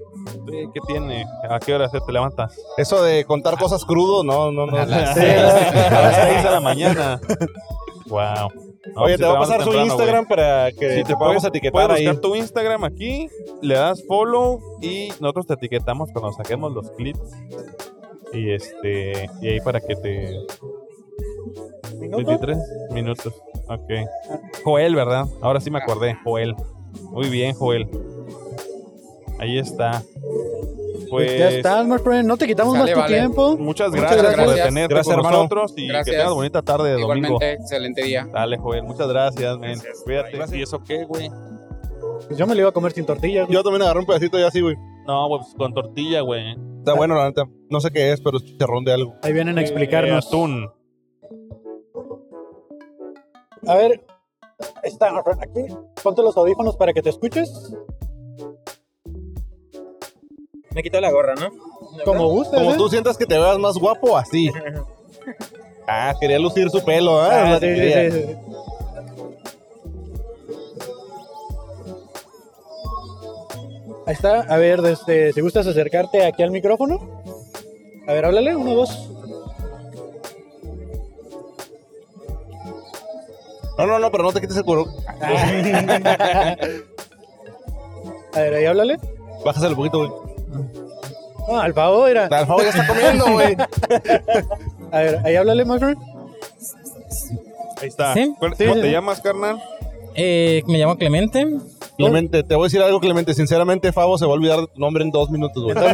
¿Qué tiene? ¿A qué hora se te levantas? Eso de contar cosas crudo, no, no, no. A las seis. A las seis de la mañana. Wow. Oye, te voy a pasar su Instagram para que te podamos etiquetar ahí. buscar tu Instagram aquí, le das follow y nosotros te etiquetamos cuando saquemos los clips. Y este, y ahí para que te. ¿Minuto? 23 minutos. Ok. Joel, ¿verdad? Ahora sí me acordé, Joel. Muy bien, Joel. Ahí está. Pues. ya está, my friend. No te quitamos más tu tiempo. Muchas gracias, por detenerte Gracias, con hermano. nosotros y Gracias. que tengas bonita tarde de domingo. Igualmente, excelente día. Dale, Joel, muchas gracias, men. Cuídate. ¿Y eso qué, güey? Pues yo me lo iba a comer sin tortilla. Yo también agarré un pedacito ya así, güey. No, güey, pues con tortilla, güey. Está bueno, la neta. No sé qué es, pero es chicharrón de algo. Ahí vienen a explicarnos. Eh, atún. A ver, ahí está, my friend. Aquí, ponte los audífonos para que te escuches. Me quito la gorra, ¿no? Como gustes, Como ¿eh? tú sientas que te veas más guapo, así. Ah, quería lucir su pelo, ¿eh? Ah, Es lo sí, que sí, quería. sí, sí. Ahí está. A ver, este, si gustas acercarte aquí al micrófono. A ver, háblale, uno, dos. No, no, no, pero no te quites el cuero. Ah. A ver, ahí háblale. Bájaselo un poquito, güey. No, al favor, era. Al favor, ya está comiendo, güey. A ver, ahí háblale, my friend. Ahí está. ¿Sí? ¿Cuál- Sí, ¿Cómo sí, te sí. llamas, carnal? Eh, me llamo Clemente. Clemente, te voy a decir algo, Clemente. Sinceramente, Favo se va a olvidar de tu nombre en dos minutos, güey. No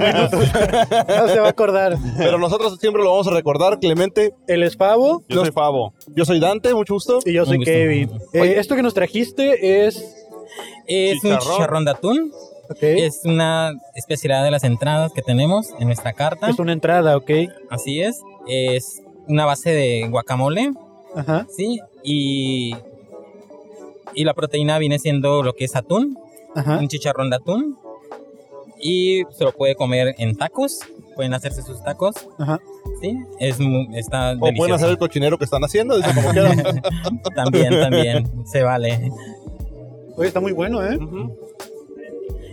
se va a acordar. Pero nosotros siempre lo vamos a recordar, Clemente. Él es Favo. Yo soy Favo. Yo soy Dante, mucho gusto. Y yo soy Kevin. Eh, esto que nos trajiste es. Es un chicharrón de atún. Es una especialidad de las entradas que tenemos en nuestra carta. Es una entrada, ok. Así es. Es una base de guacamole. Ajá. Sí. Y, y la proteína viene siendo lo que es atún. Ajá. Un chicharrón de atún. Y se lo puede comer en tacos. Pueden hacerse sus tacos. Ajá. Sí. Es, mu- está O pueden hacer el cochinero que están haciendo, dice como quieran. También, también. Se vale. Oye, está muy bueno, ¿eh?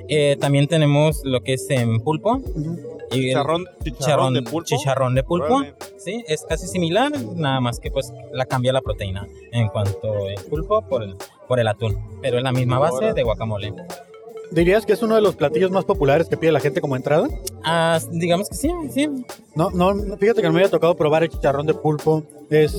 Eh, también tenemos lo que es en pulpo. Y el Chicharrón- chicharrón de pulpo. Chicharrón de pulpo. Órale. Sí, es casi similar, nada más que pues la cambia la proteína en cuanto el pulpo por el, por el atún. Pero es la misma base Órale. de guacamole. ¿Dirías que es uno de los platillos más populares que pide la gente como entrada? Ah, digamos que sí, sí. No, no, no, fíjate que no me había tocado probar el chicharrón de pulpo. Es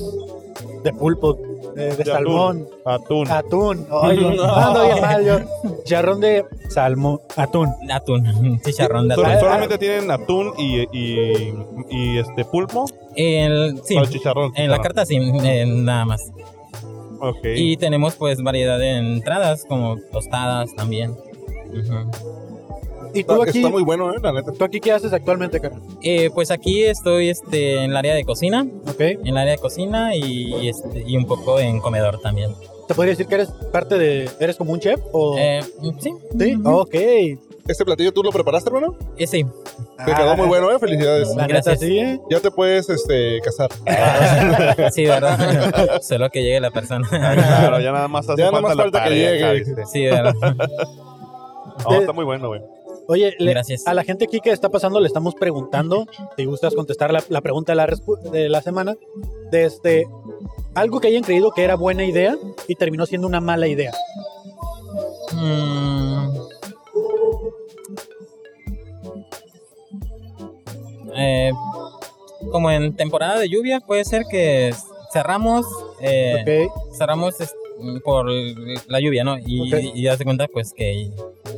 de pulpo, eh, de, De salmón. Atún. Atún. Ay, No. no, ando bien mal yo. Chicharrón de salmón, atún. Atún, chicharrón de Sol- atún. solamente tienen atún y, y, y, este pulpo. El, sí, Para Ah, el chicharrón, En la chicharrón. carta sí, eh, nada más. Ok. Y tenemos pues variedad de entradas como tostadas también. ¿Y tú aquí? bueno, ¿eh? La neta. ¿Tú aquí qué haces actualmente, carnal? Eh, pues aquí estoy este, en el área de cocina. En el área de cocina y, y, este, y un poco en comedor también. ¿Te podría decir que eres parte de. ¿Eres como un chef? O... Eh, sí. Sí, ok. ¿Este platillo tú lo preparaste, hermano? sí. Te Ah, quedó muy bueno, ¿eh? Felicidades. la neta, Gracias. sí, ¿eh? Ya te puedes este, casar. Ah, Sí, ¿verdad? Solo que llegue la persona. Claro, ya nada más hace Ya nada más falta que tarea, llegue. ¿sabes? Sí, ¿verdad? No, Oh, está muy bueno, güey. Oye, le- Gracias. a la gente aquí que está pasando le estamos preguntando, si gustas contestar la, la pregunta de la, respu- de la semana, de este, algo que hayan creído que era buena idea y terminó siendo una mala idea. Mm. Eh, como en temporada de lluvia puede ser que cerramos eh, cerramos es- por la lluvia no y, Ok. y das cuenta pues que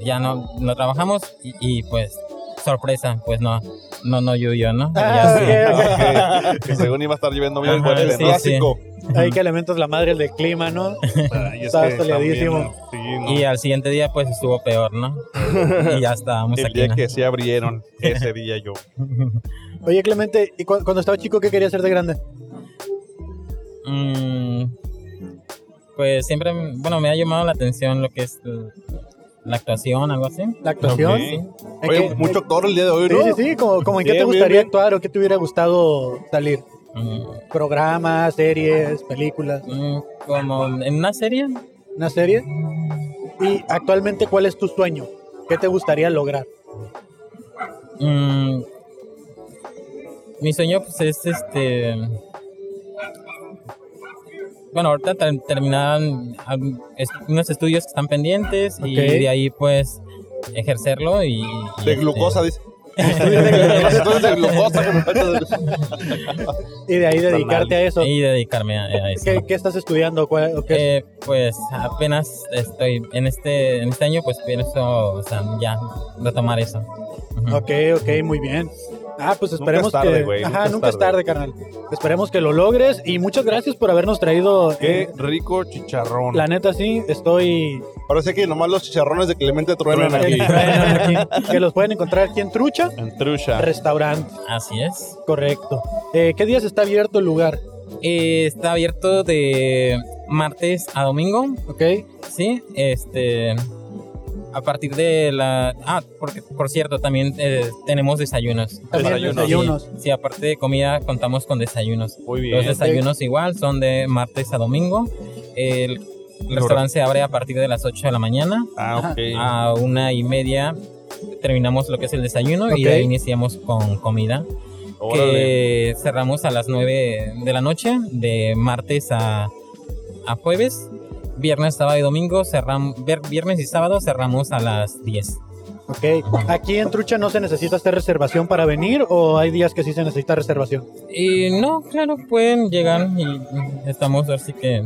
ya no, no trabajamos y, y, pues sorpresa pues no no no llovió no Ya Ah, sí. Ah, ok. Que según iba a estar lloviendo bien Ajá, fuerte. sí, ¿no? Clásico. Hay que elementos la madre, el del clima, ¿no? Y es Estaba que soleadísimo. también, sí, ¿no? y al siguiente día pues estuvo peor no y ya estábamos El aquí día ¿no? que se abrieron, ese día yo. Oye, Clemente, ¿y cu- cuando estaba chico qué querías ser de grande? Mm, pues siempre, bueno, me ha llamado la atención lo que es eh, la actuación, algo así. ¿La actuación? ¿En Oye, qué- mucho actor el día de Sí, sí, sí, como, como en qué te Bien, bien, gustaría bien. Mm. actuar o qué te hubiera gustado salir. Programas, series, películas. Como en una serie. ¿Una serie? ¿Y actualmente cuál es tu sueño? ¿Qué te gustaría lograr? Mm, mi sueño pues es este... Bueno, ahorita ter- terminar al- es- unos estudios que están pendientes y Ok. de ahí pues ejercerlo y... y, De este, glucosa, dice. Entonces, de glucosa. que me falta de- Y de ahí dedicarte a eso. Y dedicarme a, a eso. ¿Qué, qué estás estudiando? ¿Cuál- o qué- Eh, pues apenas estoy en este, en este año, pues pienso o sea, ya retomar eso. Ok, ok, muy bien. Ah, pues Nunca esperemos es tarde, que. güey, Ajá, nunca es nunca es tarde, carnal. Esperemos que lo logres y muchas gracias por habernos traído. Qué eh, rico chicharrón. la neta, sí, estoy. Ahora sé que nomás los chicharrones de Clemente truenan aquí. que los pueden encontrar aquí en Trucha. En Trucha. Restaurante. Así es. Correcto. Eh, ¿Qué días está abierto el lugar? Eh, está abierto de martes a domingo. Ok. Sí, este. A partir de la. Ah, porque, por cierto, también eh, tenemos desayunos. También Desayunos. desayunos. Sí, sí, aparte de comida, contamos con desayunos. Muy bien. Los desayunos igual son de martes a domingo. El restaurante se abre a partir de las 8 de la mañana. Ah, ok. A una y media terminamos lo que es el desayuno y Ok. de ahí iniciamos con comida. Órale. Que cerramos a las 9 de la noche, de martes a, a jueves. Viernes, sábado y domingo cerramos. Viernes y sábado cerramos a las 10. Ok. ¿Aquí en Trucha no se necesita hacer reservación para venir o hay días que sí se necesita reservación? Y no, claro, pueden llegar y mm, estamos así que.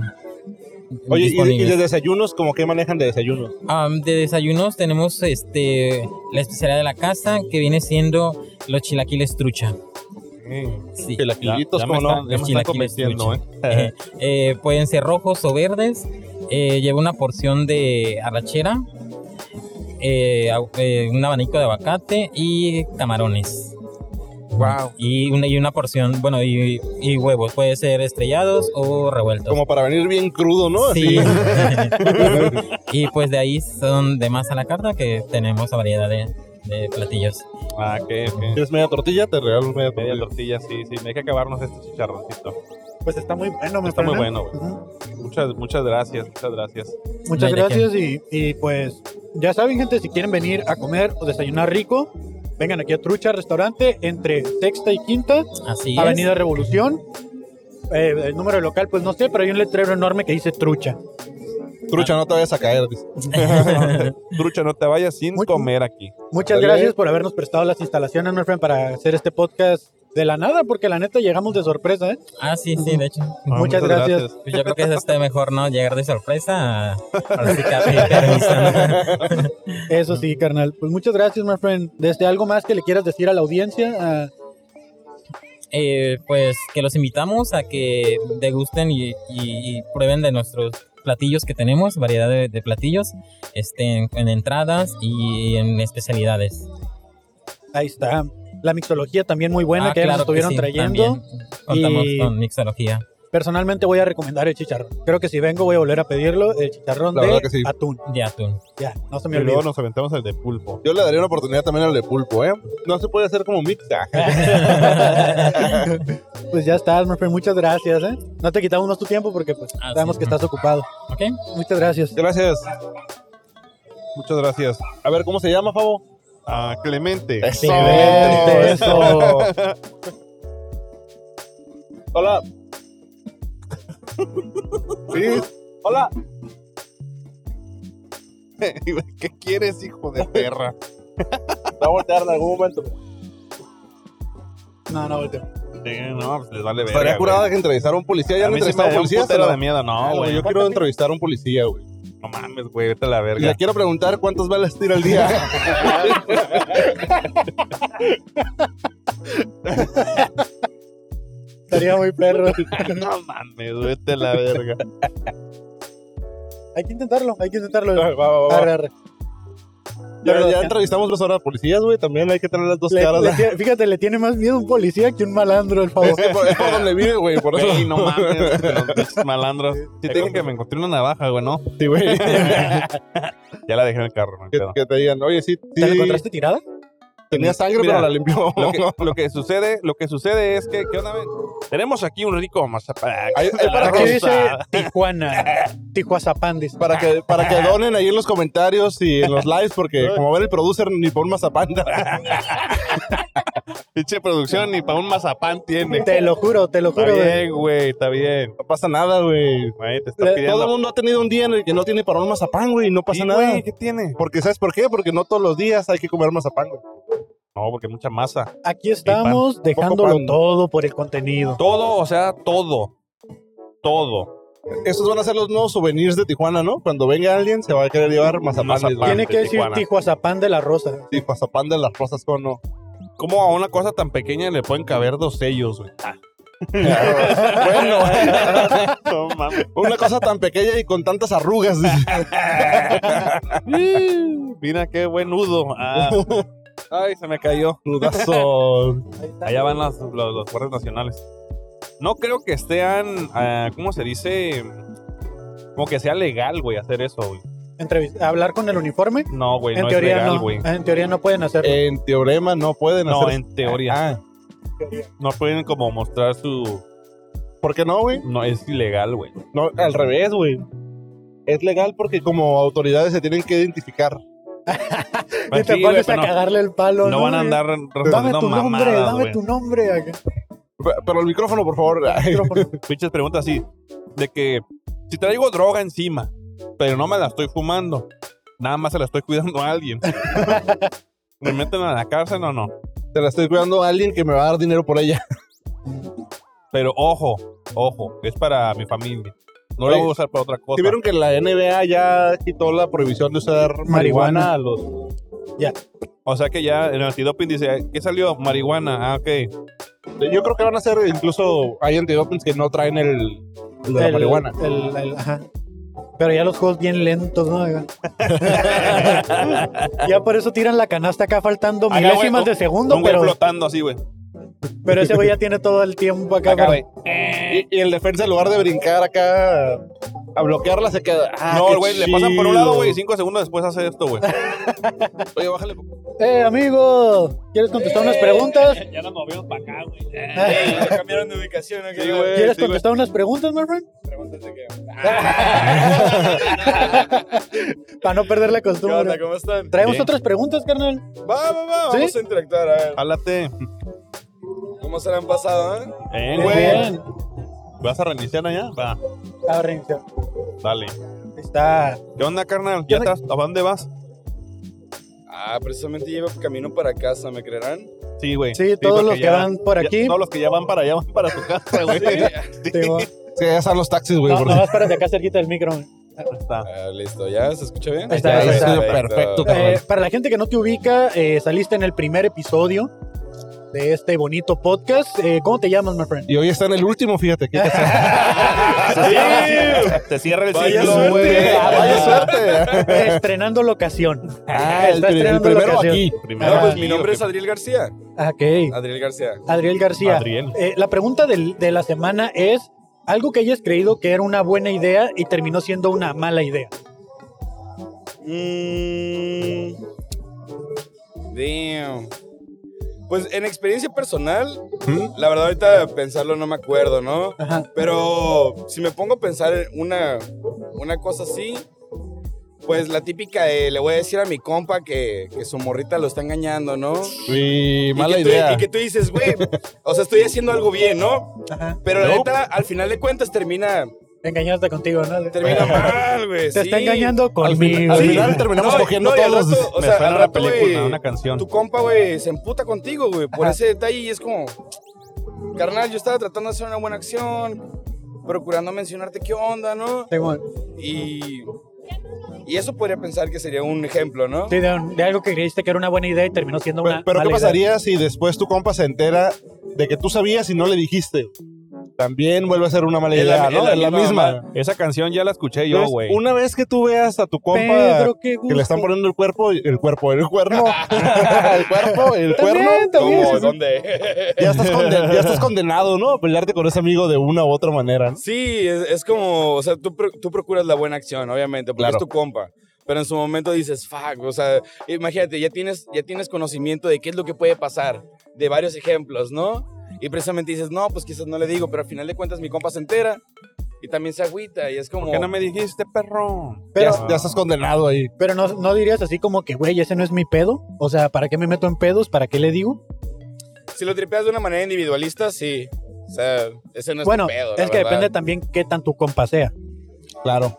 Oye, ¿y, de- y disponibles. de desayunos, como qué manejan de desayunos? Am, de desayunos tenemos este la especialidad de la casa que viene siendo los chilaquiles trucha. Sí. Chilaquilitos, Ya- ya ¿cómo me no? están- Ya los me están chilaquiles convenciendo, trucha. Eh, pueden ser rojos o verdes. Eh, lleva una porción de arrachera, eh, au- eh, un abanico de aguacate y camarones. Wow. Y una, y una porción, bueno, y, y huevos. Puede ser estrellados o revueltos. Como para venir bien crudo, ¿no? Sí. Así. y pues de ahí son de más a la carta que tenemos variedad de, de platillos. Ah, ok, ok. ¿Quieres media tortilla? Te regalo media Media tortilla, tortilla. sí, sí. Me hay que acabarnos este chicharroncito. Pues está muy bueno, me Está muy suena. bueno, güey. Muchas, muchas gracias, muchas gracias. Muchas gracias y, y, pues Ya saben, gente, si quieren venir a comer o desayunar rico, vengan aquí a Trucha Restaurante entre Sexta y Quinta, Así Avenida es. Revolución. Eh, el número local, pues no sé, pero hay un letrero enorme que dice Trucha. Trucha, no te vayas a caer. dice. Trucha, no te vayas sin comer aquí. Muchas Dale. gracias por habernos prestado las instalaciones, my friend, para hacer este podcast de la nada, porque la neta llegamos de sorpresa, ¿eh? Ah, sí, sí, de hecho. muchas, gracias. Pues yo creo que es este mejor no llegar de sorpresa. a- Ahora sí que a pedir permiso, ¿no? Eso sí, carnal. Pues muchas gracias, my friend. Desde algo más que le quieras decir a la audiencia, a- Eh, pues que los invitamos a que degusten y, y- y prueben de nuestros platillos que tenemos, variedad de, de platillos, este, en, en entradas y en especialidades. ahí está. La mixología también muy buena Ah, que nos claro estuvieron sí, trayendo. también. Contamos Y- con mixología. Personalmente voy a recomendar el chicharrón. Creo que si vengo voy a volver a pedirlo, el chicharrón La de verdad que sí. atún. De atún. Ya, no se me Y luego olvida. nos aventamos al de pulpo. Yo le daría una oportunidad también al de pulpo, ¿eh? No se puede hacer como mixa. Pues ya estás, my friend. Muchas gracias, ¿eh? No te quitamos tu tiempo porque pues, sabemos que estás ocupado. Ah, Ok. Muchas gracias. Gracias. Muchas gracias. A ver, ¿cómo se llama, Favo? Ah, Clemente. Eso. Clemente, eso. Hola. Sí. Hola. ¿Qué quieres, hijo de perra? Va a voltear en algún momento. No, no, volteo. Sí, no, pues les vale ver. Estaría curada que entrevistara a un policía. ¿Ya A han mí sí me entrevistado daría un policías? putero ¿o de miedo, no, Pues, Ah, güey. Yo quiero entrevistar a un policía, güey. No mames, güey, vete a la verga. Le quiero preguntar cuántas balas tira al día. Estaría muy perro. no mames, vete a la verga. Hay que intentarlo, hay que intentarlo. va. Arre, arre. Ya, Pero- ya entrevistamos dos horas a policías, güey. También hay que tener las dos Le- caras. le tiene- fíjate, le tiene más miedo un policía que un malandro, el favor. Es que por, es por donde vive, güey. Por eso. Güey, no mames, de los pinches malandros. Si te dije que me encontré una navaja, güey, ¿no? Sí, güey. Ya la dejé en el carro, no hay que, pedo. Mm, que te digan, oye, sí. ¿Te la encontraste tirada? Tenía sangre, Mira, pero la limpió. Lo que, lo que sucede, lo que sucede es que, ¿qué onda, ven? Tenemos aquí un rico mazapán. Hay- hay para Aquí que- dice Tijuana, Tijuazapán, dice. Para que, para que donen ahí en los comentarios y en los lives, porque como ven el producer ni por un mazapán. Pinche producción ni para un mazapán tiene. Te lo juro, te lo Está juro. güey. bien, güey, está bien. No pasa nada, güey. Güey, te está Le- pidiendo. Todo el mundo ha tenido un día en el que no tiene para un mazapán, güey, y no pasa Sí, nada. güey, ¿qué tiene? Porque, ¿sabes por qué? Porque no todos los días hay que comer mazapán, güey. No, porque mucha masa. Aquí estamos dejándolo pan. todo por el contenido. Todo, o sea, todo. Todo. Esos van a ser los nuevos souvenirs de Tijuana, ¿no? Cuando venga alguien se va a querer llevar mazapán. Mazapán Tiene que decir Tijuana. Tijuazapán de la Rosa. Sí, mazapán de las rosas, ¿cómo no? ¿Cómo a una cosa tan pequeña le pueden caber dos sellos, güey? Ah. Bueno, No mames. una cosa tan pequeña y con tantas arrugas. dice. Mira qué buen nudo. Ah. Ay, se me cayó. Nudazo. Allá van las- los, los guardias nacionales. No creo que estén, ah, ¿cómo se dice? Como que sea legal, güey, hacer eso, güey. Entrevista, hablar con el uniforme. No, güey, en no es teoría legal, no. güey. Ah, En teoría no pueden hacerlo. En teorema no pueden No, hacer. en teoría. Ah, No pueden como mostrar su... ¿Por qué no, güey? No, es ilegal, güey. No, al revés, güey. Es legal porque como autoridades se tienen que identificar. y te Sí, güey, pones a pero no- cagarle el palo. No, van a güey? andar Dame respondiendo tu nombre, mamadas, dame güey. tu nombre. acá. Pe- Pero el micrófono, por favor. Pinches preguntas así. De que si traigo droga encima, pero no me la estoy fumando, nada más se la estoy cuidando a alguien. ¿Me meten a la cárcel o no? Te la estoy cuidando a alguien que me va a dar dinero por ella. Pero ojo, ojo, es para mi familia. No lo Oye, voy a usar para otra cosa. ¿Sí vieron que la NBA ya quitó la prohibición de usar Marihuana. marihuana, a los... Ya. O sea que ya en el antidoping dice, ¿qué salió? Marihuana. Ah, ok. Yo creo que van a ser incluso... Hay antidopings que no traen el, el de la El- marihuana. el- el- ajá. Pero ya los juegos bien lentos, ¿no? Acá. ya por eso tiran la canasta acá faltando Ahí la milésimas Ah, güey, de segundo, un güey pero, flotando así, güey. pero ese güey ya tiene todo el tiempo acá. Acá, para- güey. Y, y el defensa en lugar de brincar acá... a bloquearla se queda. Ah, no, qué güey, le pasan por un chido. lado, güey, y cinco segundos después hace esto, güey. Oye, bájale. Eh, amigo, ¿quieres contestar unas preguntas? Ya nos movimos para acá, güey. cambiaron de ubicación, ¿no? ¿Quieres contestar unas preguntas, my friend? Para no perder la costumbre. ¿Qué onda? ¿Cómo están? Traemos Bien. otras preguntas, carnal. Va, va, va, ¿Sí? vamos a interactuar, a ver. Jálate. ¿Cómo se la han pasado, eh? Eh, Muy güey. bien. ¿Vas a reiniciar allá? Va, A ver, reiniciar. dale. Está. ¿Qué onda, carnal? ¿Ya estás? ¿A dónde vas? Ah, precisamente llevo camino para casa, ¿me creerán? Sí, güey. Sí, todos porque los que ya- van por ya- aquí. todos los que ya van para allá van para tu casa, güey. Sí, ya están los taxis, güey. No, porque- nomás párate acá cerquita del micro. Ah, listo, ¿ya? ¿Se escucha bien? Ahí está, ahí está. perfecto, Eh, para la gente que no te ubica, eh, saliste en el primer episodio de este bonito podcast. Eh, ¿Cómo te llamas, my friend? Y hoy está en el último, fíjate. ¿qué Te cierra el Vaya ciclo, suerte. güey. Ah, vaya suerte. Estrenando locación. Ah, el Está pri- el estrenando primero locación. aquí. Primero, Ah, pues mi nombre es Adriel García. Ok. Adriel García. Adriel García. Adriel. Eh, la pregunta del- de la semana es algo que hayas creído que era una buena idea y terminó siendo una mala idea. Mm. Damn. Pues en experiencia personal, la verdad ahorita pensarlo no me acuerdo, ¿no? Pero si me pongo a pensar en una, una cosa así, pues la típica de le voy a decir a mi compa que, que su morrita lo está engañando, ¿no? Y mala que tú- idea. y que tú dices, güey, o sea, estoy haciendo algo bien, ¿no? Pero la No. neta, al final de cuentas termina Te engañaste contigo, ¿no? Termina mal, güey. Te está sí. engañando Al conmigo. final- al final terminamos No, cogiendo no, y al todos. rato- o Me sea, suena al una rato, película, güey, una canción. Tu compa, güey, se emputa contigo, güey, por Ajá. ese detalle y es como, carnal, yo estaba tratando de hacer una buena acción, procurando mencionarte qué onda, ¿no? Y, y eso podría pensar que sería un ejemplo, ¿no? Sí, de, un- de algo que creíste que era una buena idea y terminó siendo una Pero ¿qué mala idea. pasaría si después tu compa se entera de que tú sabías y no le dijiste? También vuelve a ser una mala Es idea, ¿no? Es la misma. mamá. Esa canción ya la escuché yo, Entonces, güey. una vez que tú veas a tu compa Pedro, qué que gusto. le están poniendo el cuerpo, el cuerpo, el cuerno, el cuerpo, el cuerno, ¿Cómo? ¿Cómo? ¿Dónde? Ya estás, conden- ya estás condenado, ¿no? A pelearte con ese amigo de una u otra manera. ¿no? Sí, es, es como, o sea, tú, pro- tú procuras la buena acción, obviamente, porque Claro. es tu compa. Pero en su momento dices, fuck, o sea, imagínate, ya tienes, ya tienes conocimiento de qué es lo que puede pasar, de varios ejemplos, ¿no? Y precisamente dices, no, pues quizás no le digo, pero al final de cuentas mi compa se entera y también se agüita y es como... ¿Por qué no me dijiste, perro? ya, ya estás condenado ahí. Pero no, no dirías así como que, güey, ese no es mi pedo. O sea, ¿para qué me meto en pedos? ¿Para qué le digo? Si lo tripeas de una manera individualista, sí. O sea, ese no es bueno, tu pedo, la es que verdad. depende también qué tan tu compa sea. Claro.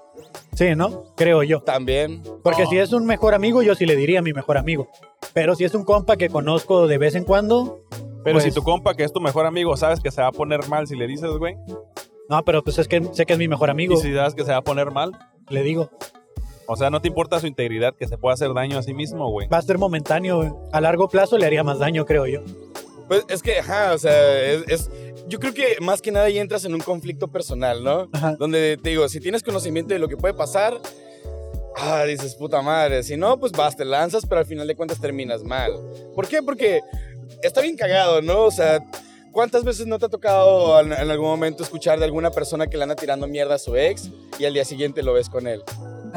Sí, ¿no? Creo yo. También. Porque si es un mejor amigo, yo sí le diría a mi mejor amigo. Pero si es un compa que conozco de vez en cuando. Pero pues, si tu compa, que es tu mejor amigo, sabes que se va a poner mal si le dices, güey. No, pero pues es que sé que es mi mejor amigo. Y si sabes que se va a poner mal. Le digo. O sea, no te importa su integridad, que se pueda hacer daño a sí mismo, güey. Va a ser momentáneo. güey. A largo plazo le haría más daño, creo yo. Pues es que, ajá, o sea, es, es- yo creo que más que nada ahí entras en un conflicto personal, ¿no? Donde te digo, si tienes conocimiento de lo que puede pasar, ah, dices, puta madre, si no, pues vas, te lanzas, pero al final de cuentas terminas mal. ¿Por qué? Porque está bien cagado, ¿no? O sea, ¿cuántas veces no te ha tocado en, en algún momento escuchar de alguna persona que le anda tirando mierda a su ex y al día siguiente lo ves con él?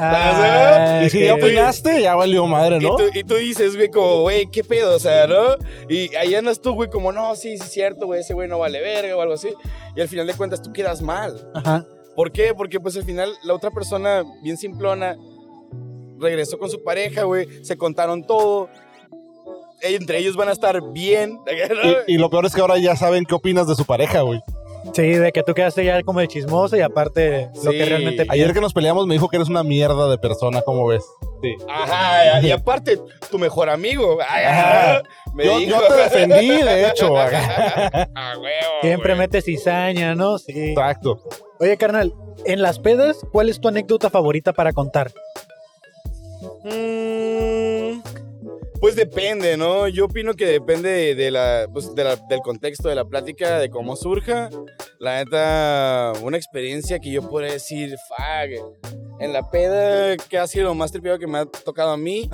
Ah, Ah, y si ya pues, opinaste, ya valió madre, ¿no? Y tú, y tú dices, güey, como, güey, qué pedo, o sea, ¿no? Y ahí andas tú, güey, como, no, sí, sí, es cierto, güey, ese güey no vale verga o algo así. Y al final de cuentas tú quedas mal. Ajá. ¿Por qué? Porque, pues, al final la otra persona, bien simplona, regresó con su pareja, güey, se contaron todo. Eh, Entre ellos van a estar bien. ¿no? Y, y lo peor es que ahora ya saben qué opinas de su pareja, güey. Sí, de que tú quedaste ya como de chismoso y aparte lo que realmente. Ayer que nos peleamos me dijo que eres una mierda de persona, ¿cómo ves? Ah, Sí. Ajá, y aparte, tu mejor amigo. Ay, ajá, me Yo, dijo. yo te defendí, de hecho. Siempre mete cizaña, ¿no? Sí. Exacto. Oye, carnal, en las pedas, ¿cuál es tu anécdota favorita para contar? Mm, Pues depende, ¿no? Yo opino que depende de, de la, pues, de la- del contexto de la plática, de cómo surja. La neta, una experiencia que yo podría decir, fuck, en la peda, que ha sido lo más tripeado que me ha tocado a mí?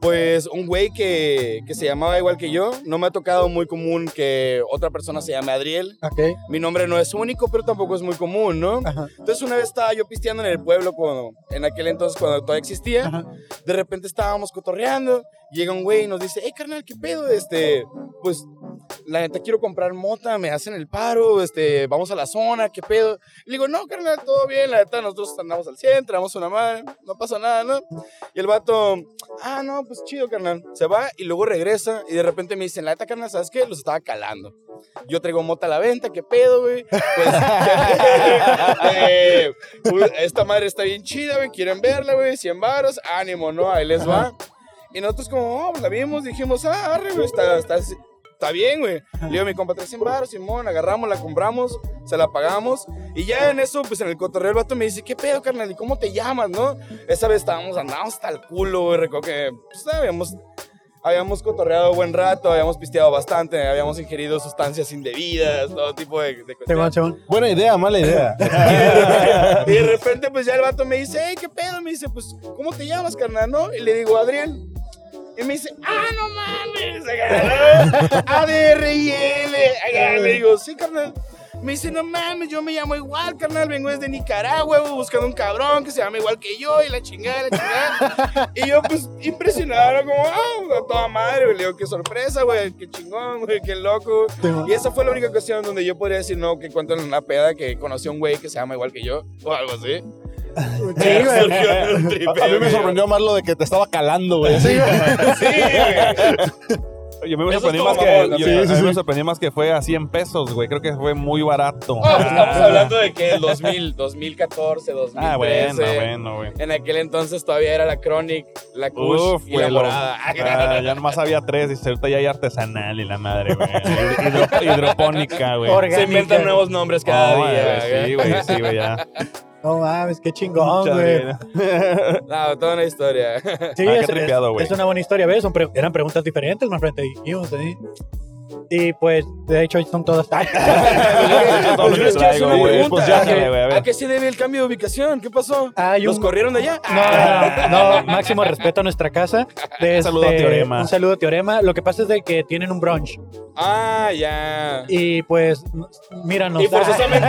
Pues un güey que, que se llamaba igual que yo. No me ha tocado muy común que otra persona se llame Adriel. Ok. Mi nombre no es único, pero tampoco es muy común, ¿no? Entonces una vez estaba yo pisteando en el pueblo, cuando, en aquel entonces cuando todavía existía. De repente estábamos cotorreando. Llega un güey y nos dice, hey, carnal, ¿qué pedo? Este, pues, la neta quiero comprar mota, me hacen el paro, este, vamos a la zona, ¿qué pedo? Y le digo, no, carnal, todo bien, la neta, nosotros andamos al centro, damos una madre, no pasa nada, ¿no? Y el vato, ah, no, pues chido, carnal. Se va y luego regresa y de repente me dicen, la neta, carnal, ¿sabes qué? Los estaba calando. Yo traigo mota a la venta, ¿qué pedo, güey? Pues, eh, esta madre está bien chida, güey, quieren verla, güey, 100 varos, ánimo, ¿no? Ahí les va. Y nosotros como, oh, pues la vimos, dijimos, ah, arre, güey, está, está, está bien, güey. Le digo a mi compa, 300 baros, Simón, agarramos, la compramos, se la pagamos. Y ya en eso, pues en el cotorreo el vato me dice, ¿qué pedo, carnal? ¿Y cómo te llamas, no? Esa vez estábamos, andábamos hasta el culo, güey, recuerdo que, pues, habíamos... Habíamos cotorreado buen rato, habíamos pisteado bastante, habíamos ingerido sustancias indebidas, todo tipo de, de cuestiones. Buena idea, mala idea. Y de repente, pues ya el vato me dice, hey, ¿qué pedo? Me dice, pues, ¿cómo te llamas, carnal? ¿No? Y le digo, Adrián. Y me dice, ah, no mames, agarra, ADRIL. agarra. E, Le digo, sí, carnal. Me dice, no mames, yo me llamo igual, carnal. Vengo desde Nicaragua, güey, buscando un cabrón que se llama igual que yo y la chingada, la chingada. y yo, pues, impresionado, ¿no? como, ah, a toda madre, güey. Le digo, qué sorpresa, güey, qué chingón, güey, qué loco. Y esa fue la única ocasión donde yo podría decir, no, que cuento en una peda que conocí a un güey que se llama igual que yo o algo así. Sí, güey. Surgió un tripe, A mí me güey. sorprendió más lo de que te estaba calando, güey. Sí, Yo me Eso sorprendí estuvo más que, mamón, yo- sí, a mí sí, sí. me sorprendí más que fue a 100 pesos, güey. Creo que fue muy barato. Ah, pues estamos hablando de que el 2000, 2014, 2013. Ah, bueno, bueno, güey. En aquel entonces todavía era la Chronic, la Kush Uf, y la güey, lo- morada. ah, ya nomás había tres, dice, ahorita ya hay artesanal y la madre, güey. Hidro- hidropónica, güey. Orgánica. Se inventan nuevos nombres cada Ah, día. güey, Sí, güey, sí, güey, ya. No mames, qué chingón, Mucha güey. vida. No, toda una historia. Ah, Sí, es, es- es una buena historia, ¿ves? Son pre- eran preguntas diferentes, más frente dijimos, ¿eh? Y pues, de hecho, son todas. Pues yo les quiero hacer una güey. pregunta. Ah, Pues ya, dale, güey, a ¿A, ver. qué, se debe el cambio de ubicación? ¿Qué pasó? ¿Los corrieron de allá? Ah. No, máximo respeto a nuestra casa. De Un saludo este- a Teorema. Un saludo a Teorema. Lo que pasa es de que tienen un brunch. Ah, ya. Y pues, n- míranos. Y forzosamente,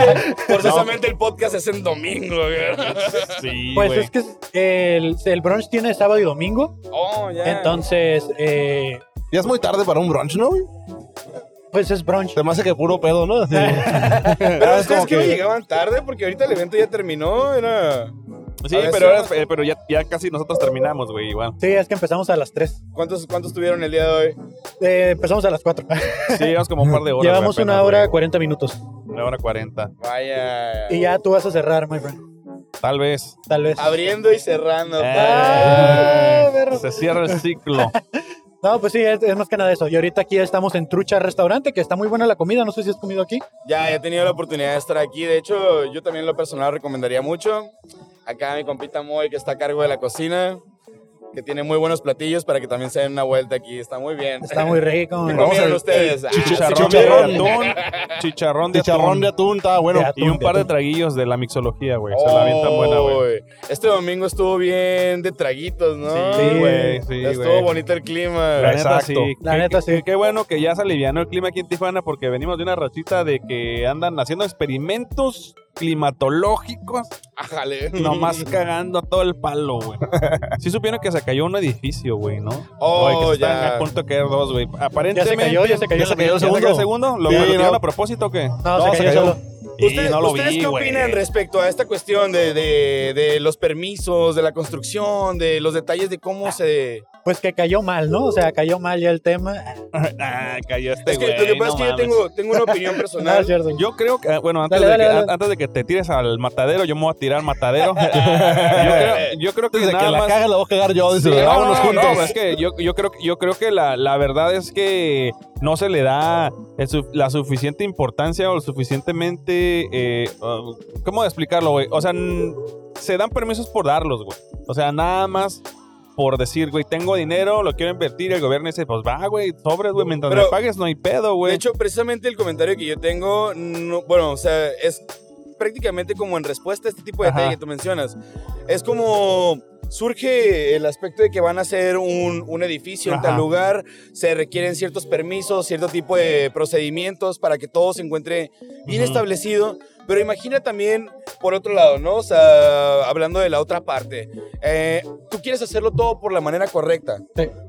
forzosamente el podcast es en domingo, güey. Sí, Pues es que es- el, el brunch tiene sábado y domingo. Oh, ya. Entonces, eh, Ya es muy tarde para un brunch, ¿no, güey? Pues es brunch. Se me hace que puro pedo, ¿no? Así. Pero Es como ustedes que no que- llegaban tarde porque ahorita el evento ya terminó, era... Sí, A ver, pero, sí, ahora- eh, pero ya, ya casi nosotros terminamos, güey, igual. sí, es que empezamos a las 3. ¿Cuántos, cuántos tuvieron el día de hoy? Eh, empezamos a las 4. Sí, llevamos como un par de horas. Llevamos güey, apenas, una hora 40 minutos. güey. Una hora cuarenta. Vaya. Y ya tú vas a cerrar, my friend. Tal vez. Tal vez. Abriendo y cerrando. Ah, perro. Se cierra el ciclo. No, pues sí, es, es más que nada eso. Y ahorita aquí estamos en Trucha Restaurante, que está muy buena la comida. No sé si has comido aquí. Ya he tenido la oportunidad de estar aquí. De hecho, yo también lo personal recomendaría mucho. Acá mi compita Moy, que está a cargo de la cocina, que tiene muy buenos platillos para que también se den una vuelta aquí. Está muy bien. Está muy rico. ¿Qué güey. comieron ustedes? Ah, eh, Chicharrón, ¿sí comieron? de atún. Chicharrón de Chicharrón atún. de atún, está bueno. Y un par de traguillos de la mixología, güey. Se la avientan buena, güey. Oy, Este domingo estuvo bien de traguitos, ¿no? Sí, güey, sí, Estuvo güey. bonito el clima. La neta, sí. La Qué- neta, qué- Qué, bueno que ya se alivianó el clima aquí en Tijuana porque venimos de una rachita de que andan haciendo experimentos climatológicos. Ájale. Nomás cagando a todo el palo, güey. Sí supieron que se cayó un edificio, güey, ¿no? Oh, Oye, que se ya. están a punto de caer dos, güey. Aparentemente. Ya se cayó, ya se cayó. ¿Ya se cayó el ¿Ya se segundo? cayó el segundo? ¿Lo Sí, metieron no. a propósito o qué? No, se cayó solo. Y ¿Ustedes, no lo ustedes vi, qué güey. opinan respecto a esta cuestión de, de- de los permisos, de la construcción, de los detalles de cómo se... Pues que cayó mal, ¿no? O sea, cayó mal ya el tema. Ah, cayó este Es que güey, lo que pasa no es que yo mames. tengo, tengo una opinión No, personal. es cierto. Yo creo que, eh, bueno, antes, Dale, de dale, que, dale. a- antes de que te tires al matadero, yo me voy a tirar al matadero. yo, creo, yo creo que Antes de nada que la más- cague, la voy a cagar yo. Dice, Sí, no, vámonos no, no, juntos. es que yo, yo creo, yo creo que la, la verdad es que no se le da el su- la suficiente importancia o el suficientemente... eh, uh, ¿Cómo explicarlo, güey? O sea, n- se dan permisos por darlos, güey. O sea, nada más por decir, güey, tengo dinero, lo quiero invertir, el gobierno dice, pues va, güey, sobres, güey, mientras Pero- me pagues no hay pedo, güey. De hecho, precisamente el comentario que yo tengo, no- bueno, o sea, es prácticamente como en respuesta a este tipo de Ajá. detalle que tú mencionas. Es como surge el aspecto de que van a hacer un, un edificio en tal Ajá. lugar, se requieren ciertos permisos, cierto tipo de procedimientos para que todo se encuentre bien Ujú. establecido. Pero imagina también, por otro lado, ¿no? O sea, hablando de la otra parte, eh, tú quieres hacerlo todo por la manera correcta.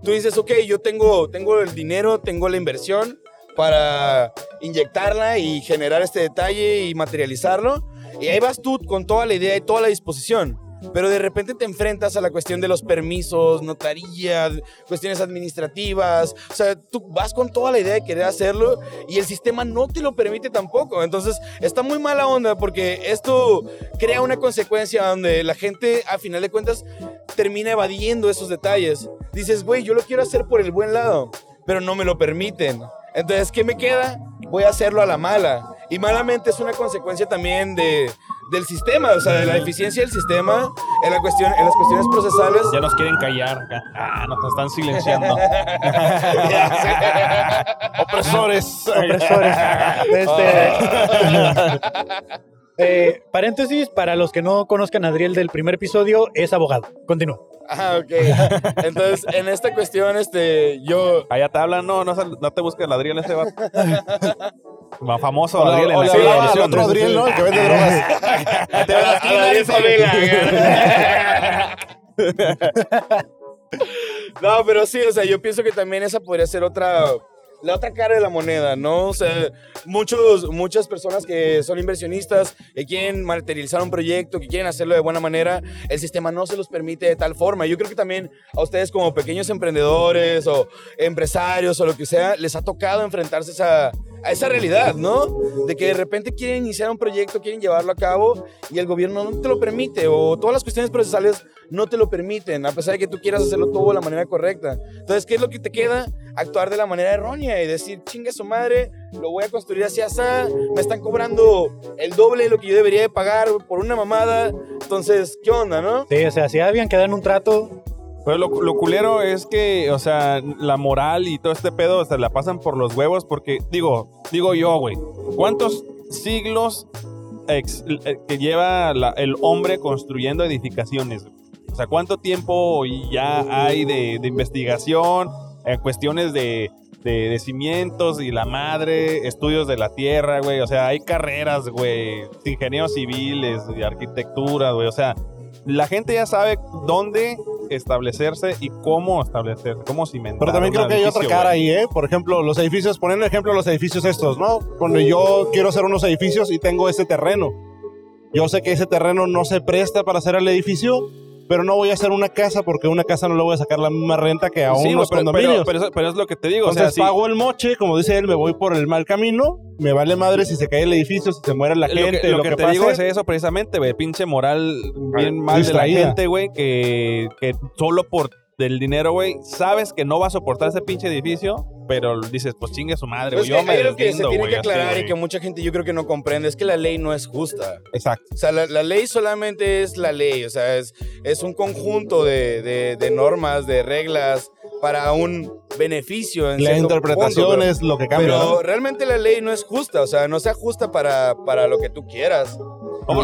Tú dices, ok, yo tengo, tengo el dinero, tengo la inversión para inyectarla y generar este detalle y materializarlo. Y ahí vas tú con toda la idea y toda la disposición. Pero de repente te enfrentas a la cuestión de los permisos, notaría, cuestiones administrativas. O sea, tú vas con toda la idea de querer hacerlo y el sistema no te lo permite tampoco. Entonces, está muy mala onda porque esto crea una consecuencia donde la gente, a final de cuentas, termina evadiendo esos detalles. Dices, güey, yo lo quiero hacer por el buen lado, pero no me lo permiten. Entonces, ¿qué me queda? Voy a hacerlo a la mala. Y malamente es una consecuencia también de, del sistema, o sea, de la eficiencia del sistema en, la cuestión, en las Uh. cuestiones procesales. Ya nos quieren callar. Ah, nos están silenciando. Opresores. Opresores. Este- Eh, paréntesis, para los que no conozcan a Adriel del primer episodio, es abogado. Continúa. Ah, ok. Entonces, en esta cuestión, este, yo. Allá Ah, te hablan, no, no, sal- no te busques el Adriel ese vato. Más famoso O le- Adriel en la o le serie de hablaba al televisión. otro Adriel, ¿no? El que vende drogas. No, pero sí, o sea, yo pienso que también esa podría ser otra. La otra cara de la moneda, ¿no? O sea, muchos, muchas personas que son inversionistas, que quieren materializar un proyecto, que quieren hacerlo de buena manera, el sistema no se los permite de tal forma. Yo creo que también a ustedes como pequeños emprendedores o empresarios o lo que sea, les ha tocado enfrentarse a esa, a esa realidad, ¿no? De que de repente quieren iniciar un proyecto, quieren llevarlo a cabo y el gobierno no te lo permite o todas las cuestiones procesales no te lo permiten, a pesar de que tú quieras hacerlo todo de la manera correcta. Entonces, ¿qué es lo que te queda? Actuar de la manera errónea y decir, chingue su madre, lo voy a construir así, así, me están cobrando el doble de lo que yo debería de pagar por una mamada. Entonces, ¿qué onda, no? Sí, o sea, si habían quedado en un trato, Pero lo, lo culero es que, o sea, la moral y todo este pedo se la pasan por los huevos porque, digo, digo yo, güey, ¿cuántos siglos ex- eh, que lleva la- el hombre construyendo edificaciones? güey? O sea, ¿cuánto tiempo ya hay de, de investigación, eh, cuestiones de, de, de cimientos y la madre, estudios de la tierra, güey? O sea, hay carreras, güey, ingenieros civiles, y arquitectura, güey, o sea la gente ya sabe dónde establecerse y cómo establecerse, cómo cimentar. Pero también un creo que hay otra edificio, cara güey. ahí, ¿eh? Por ejemplo, los edificios, poniendo ejemplo los edificios estos, ¿no? Cuando yo quiero hacer unos edificios y tengo ese terreno. Yo sé que ese terreno no se presta para hacer el edificio, pero no voy a hacer una casa porque una casa no le voy a sacar la misma renta que a Sí, güey, unos pero, condominios. pero- pero eso- pero es lo que te digo. o Entonces sea, sí, pago el moche, como dice él, me voy por el mal camino, me vale madre si se cae el edificio, si se muere la lo gente, que, lo que te pase. digo es eso precisamente, güey. Pinche moral bien mal de Distraída. la gente, güey, que, que solo por del dinero, güey, sabes que no va a soportar ese pinche edificio, pero dices, pues chingue su madre, Pues güey. Yo que me ahí lo que se deslindo, tiene güey, que así, aclarar y güey. que mucha gente yo creo que no comprende es que la ley no es justa. Exacto. O sea, la, la ley solamente es la ley, o sea, es, es un conjunto de, de- de normas, de reglas para un beneficio. En La cierto interpretación punto, pero- es lo que cambia, Pero ¿no? realmente la ley no es justa, o sea, no se ajusta para, para lo que tú quieras.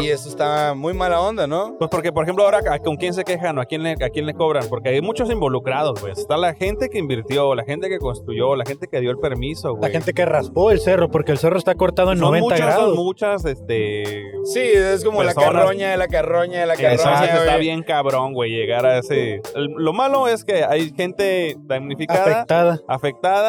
Y eso está muy mala onda, ¿no? Pues porque, por ejemplo, ahora ¿a- con quién se quejan o a quién le, a quién le cobran, porque hay muchos involucrados, güey. Está la gente que invirtió, la gente que construyó, la gente que dio el permiso, la güey. gente que raspó el cerro, porque el cerro está cortado en Son 90 muchas, son grados. muchas, este. Sí, es como la personas. carroña de la carroña de la carroña. Exacto, está güey. bien cabrón, güey, llegar a ese. el- lo malo es que hay gente damnificada, afectada,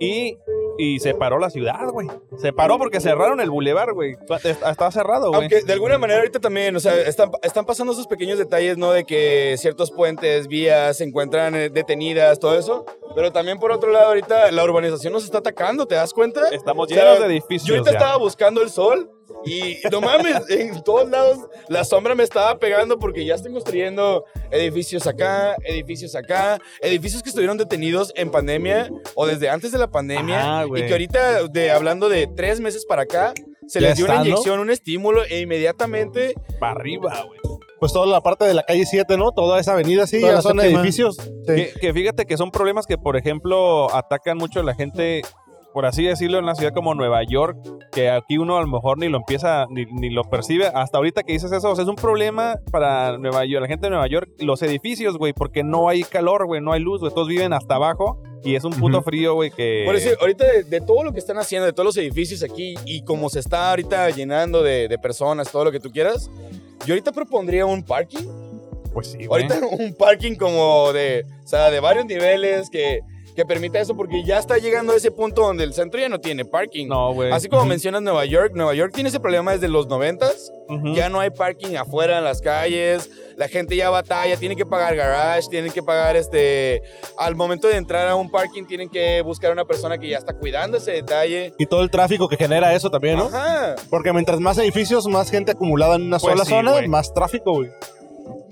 y, y se paró la ciudad, güey. Se paró porque cerraron el bulevar, güey. Está, está cerrado, güey. Aunque de alguna manera ahorita también, o sea, están, están pasando esos pequeños detalles, ¿no? De que ciertos puentes, vías se encuentran eh, detenidas, todo eso. Pero también por otro lado, ahorita la urbanización nos está atacando, ¿te das cuenta? Estamos O sea, llenos de edificios Yo ahorita ya. estaba buscando el sol y no mames, en todos lados la sombra me estaba pegando porque ya están construyendo edificios acá, edificios acá, edificios que estuvieron detenidos en pandemia o desde antes de la pandemia Ajá, y güey. que ahorita, de, hablando de tres meses para acá, se Ya les dio una está, ¿no? inyección, un estímulo e inmediatamente... Para arriba, güey. Pues toda la parte de la calle 7, ¿no? Toda esa avenida, sí, Toda ya la son séptima. edificios. Que, que fíjate que son problemas que, por ejemplo, atacan mucho a la gente por así decirlo, en una ciudad como Nueva York, que aquí uno a lo mejor ni lo empieza, ni, ni lo percibe. Hasta ahorita que dices eso, o sea, es un problema para Nueva York, la gente de Nueva York, los edificios, güey, porque no hay calor, güey, no hay luz, güey, todos viven hasta abajo y es un puto frío, güey, que... Por decir, ahorita de, de todo lo que están haciendo, de todos los edificios aquí y como se está ahorita llenando de, de personas, todo lo que tú quieras, yo ahorita propondría un parking. Pues sí, güey. Ahorita un parking como de, o sea, de varios niveles que, que permita eso porque ya está llegando a ese punto donde el centro ya no tiene parking. No, güey. Así como Ujú. mencionas Nueva York, Nueva York tiene ese problema desde los noventas. Ya no hay parking afuera en las calles. La gente ya batalla, tiene que pagar garage, tienen que pagar este. Al momento de entrar a un parking, tienen que buscar a una persona que ya está cuidando ese detalle. Y todo el tráfico que genera eso también, ¿no? Ajá. Porque mientras más edificios, más gente acumulada en una Pues sola sí, zona, güey. más tráfico, güey.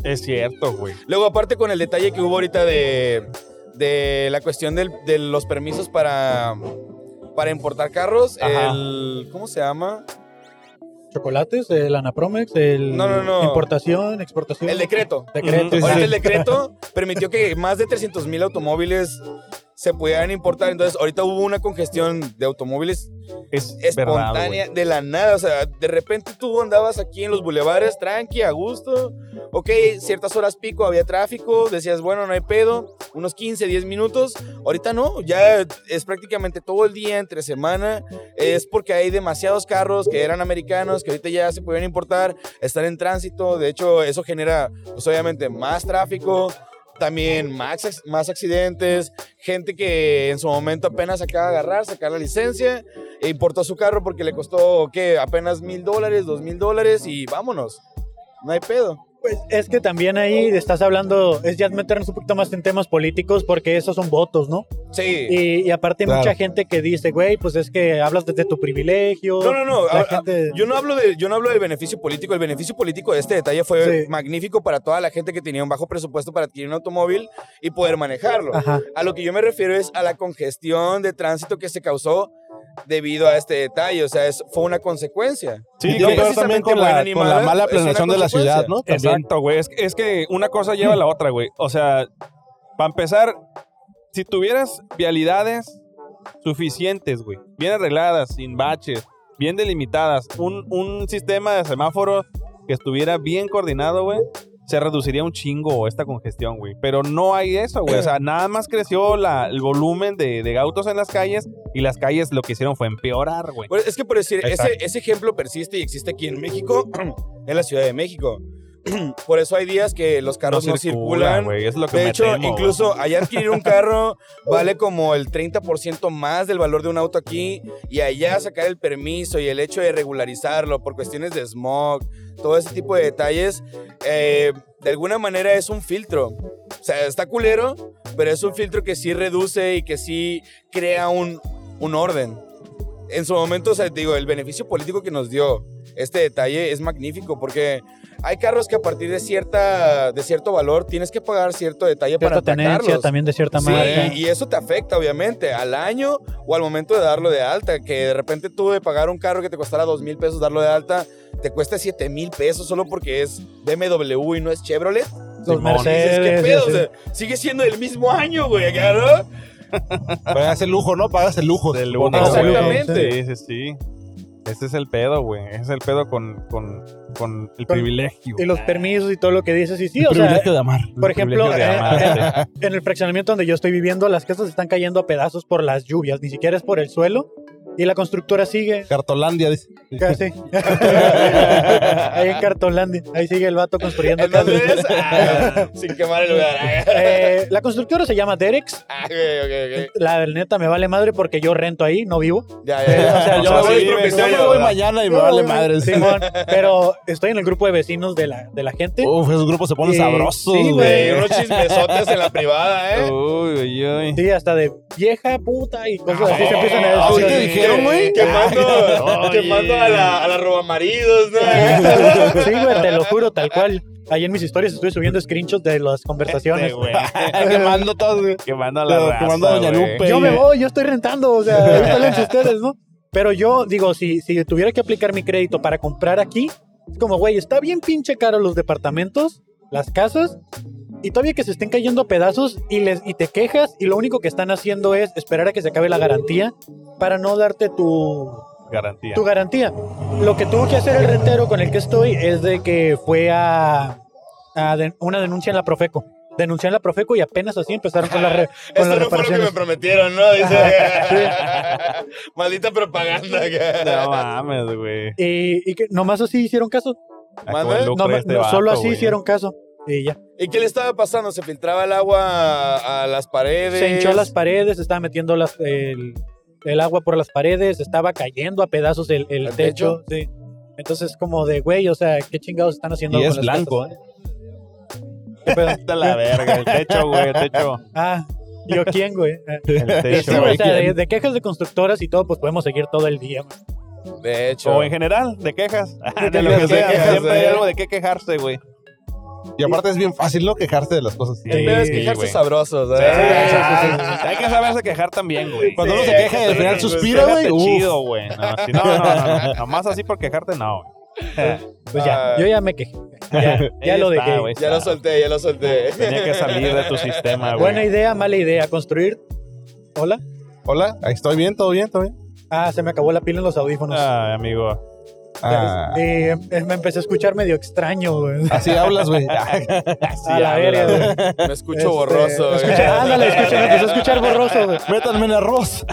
Es cierto, güey. Luego, aparte con el detalle que hubo ahorita de, de la cuestión del- de los permisos para, para importar carros, Ajá. el, ¿cómo se llama? Chocolates, el Anapromex, el No, no, no. importación, exportación. El decreto. Decreto, Ahorita sí. el decreto permitió que más de 300 mil automóviles se pudieran importar. Entonces, ahorita hubo una congestión de automóviles verdad, espontánea, güey. de la nada. O sea, de repente tú andabas aquí en los bulevares, tranqui, a gusto. Ok, ciertas horas pico había tráfico. Decías, bueno, no hay pedo. Unos 15, 10 minutos. Ahorita no, ya es prácticamente todo el día, entre semana. Es porque hay demasiados carros que eran americanos, que ahorita ya se pueden importar, están en tránsito. De hecho, eso genera, pues obviamente, más tráfico también más, ac- más accidentes, gente que en su momento apenas acaba de agarrar, sacar la licencia, e importó su carro porque le costó, ¿qué? Apenas mil dólares, dos mil dólares y vámonos. No hay pedo. Pues es que también ahí estás hablando, es ya meternos un poquito más en temas políticos porque esos son votos, ¿no? Sí. Y, y aparte hay Claro. mucha gente que dice, güey, pues es que hablas desde tu privilegio. No, no, no. La ah, ah, gente- Yo, no hablo de, yo no hablo del beneficio político. El beneficio político de este detalle fue magnífico para toda la gente que tenía un bajo presupuesto para adquirir un automóvil y poder manejarlo. Ajá. A lo que yo me refiero es a la congestión de tránsito que se causó debido a este detalle. O sea, es- fue una consecuencia. Sí, Y que no ver también precisamente con la- buena con ni mala, es una consecuencia. Exacto, güey. Es, que- es que una cosa lleva a la otra, güey. O sea, para empezar, si tuvieras vialidades suficientes, güey, bien arregladas, sin baches, bien delimitadas, un, un sistema de semáforos que estuviera bien coordinado, güey, se reduciría un chingo esta congestión, güey. Pero no hay eso, güey. O sea, nada más creció la- el volumen de, de autos en las calles y las calles lo que hicieron fue empeorar, güey. Bueno, es que por decir, ese, Exacto. ese ejemplo persiste y existe aquí en México, en la Ciudad de México. por eso hay días que los carros no, No circulan. circulan, güey, es lo que de me hecho, temo, güey. incluso allá adquirir un carro vale como el 30% más del valor de un auto aquí. Y allá sacar el permiso y el hecho de regularizarlo por cuestiones de smog, todo ese tipo de detalles, eh, de alguna manera es un filtro. O sea, está culero, pero es un filtro que sí reduce y que sí crea un, un orden en su momento, o sea, te digo, el beneficio político que nos dio este detalle es magnífico porque hay carros que a partir de cierta de cierto valor tienes que pagar cierto detalle Cierta para tenencia, atacarlos. también de cierta Sí, marca. y eso te afecta obviamente al año o al momento de darlo de alta, que de repente tú de pagar un carro que te costara dos mil pesos darlo de alta, te cuesta siete mil pesos solo porque es BMW y no es Chevrolet. Los Simón. Y dices, Mercedes, ¿Qué pedo? y así. O sea, sigue siendo el mismo año, güey, acá, ¿no? Pagas el lujo, ¿no? Pagas el lujo. Del lujo, güey. Exactamente. Sí, sí, sí. Ese es el pedo, güey. Ese es el pedo con, con, con el Con- privilegio. Y los permisos y todo lo que ah, dices. Y sí, o El sea, privilegio de amar. Por El ejemplo, privilegio de eh, amar, en, el fraccionamiento donde yo estoy viviendo, las casas están cayendo a pedazos por las lluvias, ni siquiera es por el suelo. Y la constructora sigue. Cartolandia, dice. Casi. ahí en Cartolandia. Ahí sigue el vato construyendo casas. Sin quemar el lugar. Ah. Eh, la constructora se llama Derex. Ah, ok, ok, ok. La neta me vale madre porque yo rento ahí, no vivo. Eh, Ya, ya, ya. O sea, yo O sea, me voy, sí, yo me vives, voy ¿verdad? mañana y me No, vale no, madre. no. Simón, pero estoy en el grupo de vecinos de la, de la gente. Uf, esos grupos se ponen Y- sabrosos, sí, güey. Unos chismesotes en la privada, ¿eh? Uy, uy, uy. Sí, hasta de vieja puta y cosas Pues así se empiezan a decir. ¿Así Ah, te dijeron, güey? Quemando, quemando a la, a la robamaridos, ¿no? Sí, güey, te lo juro, tal cual. Ahí en mis historias estoy subiendo screenshots de las conversaciones. Quemando todo, güey. Quemando a la Pero raza, Este, quemando a Doña güey. Lupe. Yo me voy, yo estoy rentando, o sea, ahí salen ustedes, ¿no? Pero yo digo, si, si tuviera que aplicar mi crédito para comprar aquí, es como, güey, está bien pinche caro los departamentos, las casas, y todavía que se estén cayendo a pedazos y, les, y te quejas y lo único que están haciendo es esperar a que se acabe la garantía para no darte tu, Garantía. tu garantía. Lo que tuvo que hacer el rentero con el que estoy es de que fue a, a den- una denuncia en la Profeco. Denuncié en la Profeco y apenas así empezaron con la re- con las Esto no fue lo que reparaciones. me prometieron, ¿no? Dice. Maldita propaganda. No mames, güey. Y, y que nomás así hicieron caso. ¿Mande? el lucro Noma- este no, vato, solo así güey. hicieron caso. Y ya. ¿Y qué le estaba pasando? ¿Se filtraba el agua a, a las paredes? Se hinchó las paredes, estaba metiendo las- el, el agua por las paredes, estaba cayendo a pedazos el, el techo. sí. Entonces, como de, güey, o sea, ¿qué chingados están haciendo? Y con es las blanco, casas? ¿eh? ¿Qué pedo? Está la verga, el techo, güey, el techo. Ah, ¿yo quién, güey? Ah. El techo, Y sí, güey, o sea, de, ¿quién? de quejas de constructoras y todo, pues podemos seguir todo el día. güey. De hecho. O en general, de quejas. Ah, De De lo que quejas, sea. quejas, Siempre hay eh. algo de qué quejarse, güey. Y aparte es bien fácil, ¿no? Quejarte de las cosas. El pedo es quejarse ¿eh? sabrosos, Sí, Ah, Hay que saberse quejar también, güey. Cuando uno se queja y al final suspira, güey, Quéjate uf. chido, güey. No, si no, no, no, no. Nomás así por quejarte, no, güey. Pues ya, Ah. yo ya me quejé. Ya, ya Ahí lo está, dejé. güey, Ya lo está. solté, ya lo solté. Tenía que salir de tu sistema, güey. Buena idea, mala idea. Construir. Hola. Hola, ahí estoy bien, todo bien, todo bien. Ah, se me acabó la pila en los audífonos. Ah, amigo. Ah, Y eh, me empecé a escuchar medio extraño, güey. así hablas, güey. A la verga, güey. Me escucho borroso, me güey. escuché- ándale, escuché, me empezó a escuchar borroso, güey. Métanme en arroz.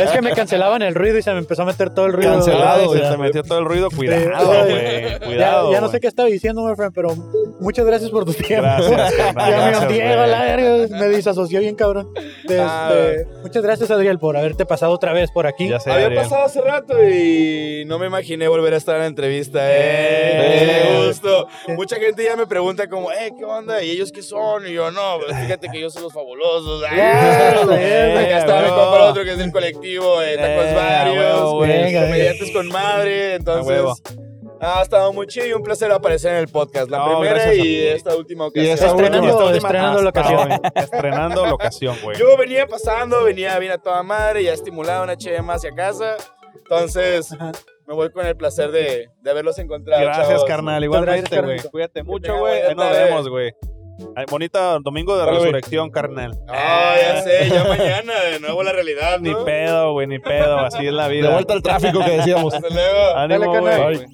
Es que me cancelaban el ruido y se me empezó a meter todo el ruido. Ah, Cancelado, güey. se te metió todo el ruido. Cuidado, Sí. güey. Cuidado. ya, ya no sé qué estaba diciendo, my friend, pero muchas gracias por tu tiempo. Gracias, carnal, ya gracias, me hundí, a la güey. verga, me disasocié bien, cabrón. Este, muchas gracias, Adriel, por haberte pasado otra vez por aquí. Ah. Ya sé, Había pasado hace rato y no me imaginé volver a estar en la entrevista. ¡Eh! Eh. ¡Qué gusto! Mucha gente ya me pregunta como, eh, ¿qué onda? ¿Y ellos qué son? Y yo, no, pues, fíjate que yo soy los fabulosos. ¡Ah! Acá está mi huevo. compa otro que es del colectivo, eh, tacos Eh, a varios, huevo, güey. eh, comediantes con madre, entonces... huevo. Ha estado muy chido y un placer aparecer en el podcast. La No, primera gracias a y ti. esta última ocasión. esta última- esta última- estrenando hasta locación. hoy. Estrenando locación, güey. Yo venía pasando, venía bien a toda madre, ya estimulado, una chévere más hacia casa. Entonces, me voy con el placer de, de haberlos encontrado. Gracias, chavos. carnal. Muchas gracias, Igualmente, güey. carnito. Cuídate mucho, tengan güey. buena Ahí nos tarde. vemos, güey. Ay, Bonito domingo de Dale, güey. resurrección, carnal. Ah, ya sé, ya mañana, de nuevo la realidad, Ni pedo, güey, ni pedo. Así es la vida. De vuelta al tráfico que decíamos. Hasta luego. Ánimo, Dale, carnal. güey.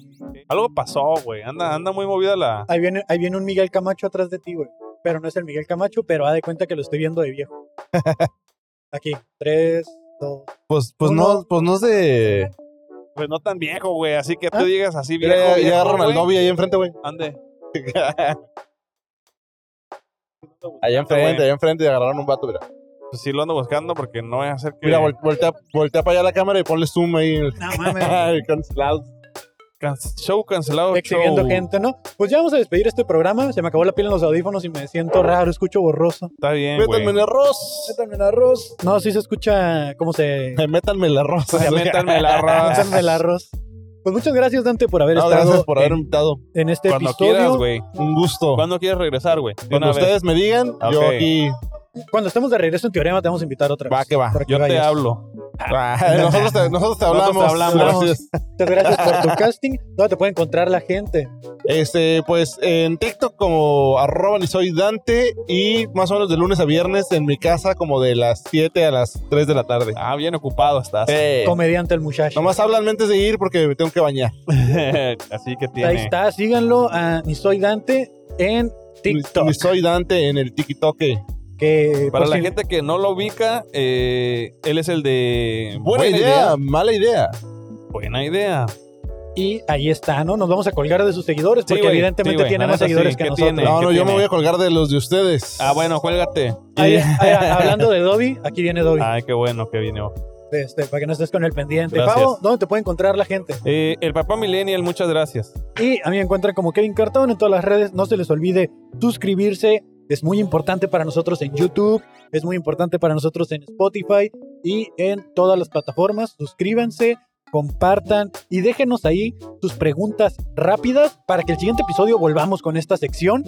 Algo pasó, güey. Anda, anda muy movida la. Ahí viene, ahí viene un Miguel Camacho atrás de ti, güey. Pero no es el Miguel Camacho, pero ha de cuenta que lo estoy viendo de viejo. Aquí, tres, dos. Pues, pues no, pues no es de. Pues no tan viejo, güey. Así que tú digas así, Mira, viejo. Ah. ya- viejo, ya agarran al güey. novio ahí enfrente, güey. Ande. Allá enfrente, güey. allá enfrente y agarraron un vato, mira. Pues sí, lo ando buscando porque no voy a hacer que. Mira, vol- voltea, voltea para allá la cámara y ponle zoom ahí. No mames. Cancelado. Can- show Oh, cancelado. Exhibiendo show. gente, ¿no? Pues ya vamos a despedir este programa. Se me acabó la pila en los audífonos y me siento raro, escucho borroso. Está bien. güey. Métanme en arroz. Métanme en arroz. No, sí se escucha cómo se. Métanme el arroz. Métanme Pues el arroz. Métanme el arroz. Pues muchas gracias, Dante, por haber No, estado. gracias por haber en- invitado. En este Cuando episodio. quieras, güey. Un gusto. ¿Cuándo quieres regresar, güey? De una Cuando vez. ustedes me digan, yo Ok. aquí. Cuando estemos de regreso en Teorema, te vamos a invitar otra vez. Va, que va. Yo te hablo. Ah, nosotros, te, nosotros te hablamos. Nosotros te hablamos. Gracias. Muchas gracias por tu casting. ¿Dónde te puede encontrar la gente? Este, pues en TikTok como arroba ni soy Dante y más o menos de lunes a viernes en mi casa como de las 7 a las 3 de la tarde. Ah, bien ocupado estás. Comediante el muchacho. Nomás hablan antes de ir porque me tengo que bañar. Así que Ahí tiene. está, síganlo a Ni Soy Dante en TikTok. Ni soy Dante en el TikTok. eh. Que pues, Para por la si- gente que no lo ubica, eh, él es el de. Buena, idea, mala idea. Buena idea. Y ahí está, ¿no? Nos vamos a colgar de sus seguidores Sí, porque güey, sí, evidentemente güey, tiene la más neta, seguidores sí, que ¿qué nosotros. tiene? No, no, ¿Qué yo tiene? me voy a colgar de los de ustedes. Ah, bueno, cuélgate. Ahí- ahí- hablando de Dobby, aquí viene Dobby. Ay, qué bueno que vino. Este, para que no estés con el pendiente. Gracias. Pavo, ¿dónde te puede encontrar la gente? Eh, el papá Millennial, muchas gracias. Y a mí me encuentran como Kevin Cartón en todas las redes. No se les olvide suscribirse. Es muy importante para nosotros en YouTube. Es muy importante para nosotros en Spotify y en todas las plataformas. Suscríbanse, compartan y déjenos ahí sus preguntas rápidas para que el siguiente episodio volvamos con esta sección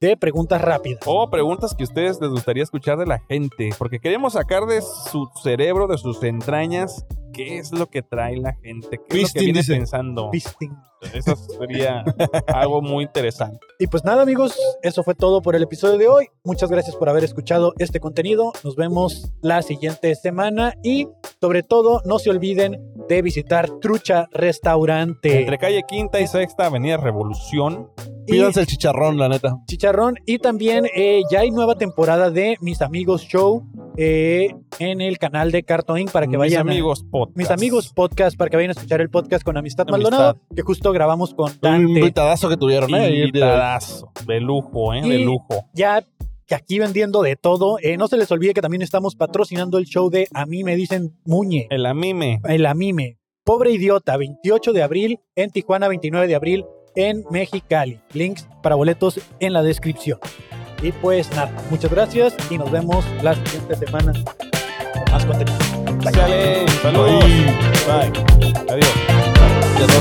de preguntas rápidas. O preguntas que ustedes les gustaría escuchar de la gente, porque queremos sacar de su cerebro, de sus entrañas, qué es lo que trae la gente, qué es lo que Fisting, viene dice. pensando. Fisting. Eso sería algo muy interesante. Y pues nada amigos, eso fue todo por el episodio de hoy. Muchas gracias por haber escuchado este contenido. Nos vemos la siguiente semana y sobre todo no se olviden de visitar Trucha Restaurante. Entre calle Quinta y Sexta, Avenida Revolución. Pídanse el chicharrón, la neta. Chicharrón y también eh, ya hay nueva temporada de Mis Amigos Show eh, en el canal de Cartoon Inc. para que Mis vayan a- Amigos Podcast. Mis Amigos Podcast para que vayan a escuchar el podcast con Amistad, Amistad. Maldonado que justo grabamos con Dante. Un invitadazo que tuvieron, ¿eh? Invitadazo. De lujo, ¿eh? De Y lujo. Ya que aquí vendiendo de todo. Eh, no se les olvide que también estamos patrocinando el show de A mí me dicen Muñe. El Amime. El Amime. Pobre idiota, 28 de abril en Tijuana, 29 de abril en Mexicali. Links para boletos en la descripción. Y pues nada, muchas gracias y nos vemos la siguiente semana con más contenido. Bye. Sale. Saludos. Bye. Adiós.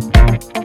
Thank you.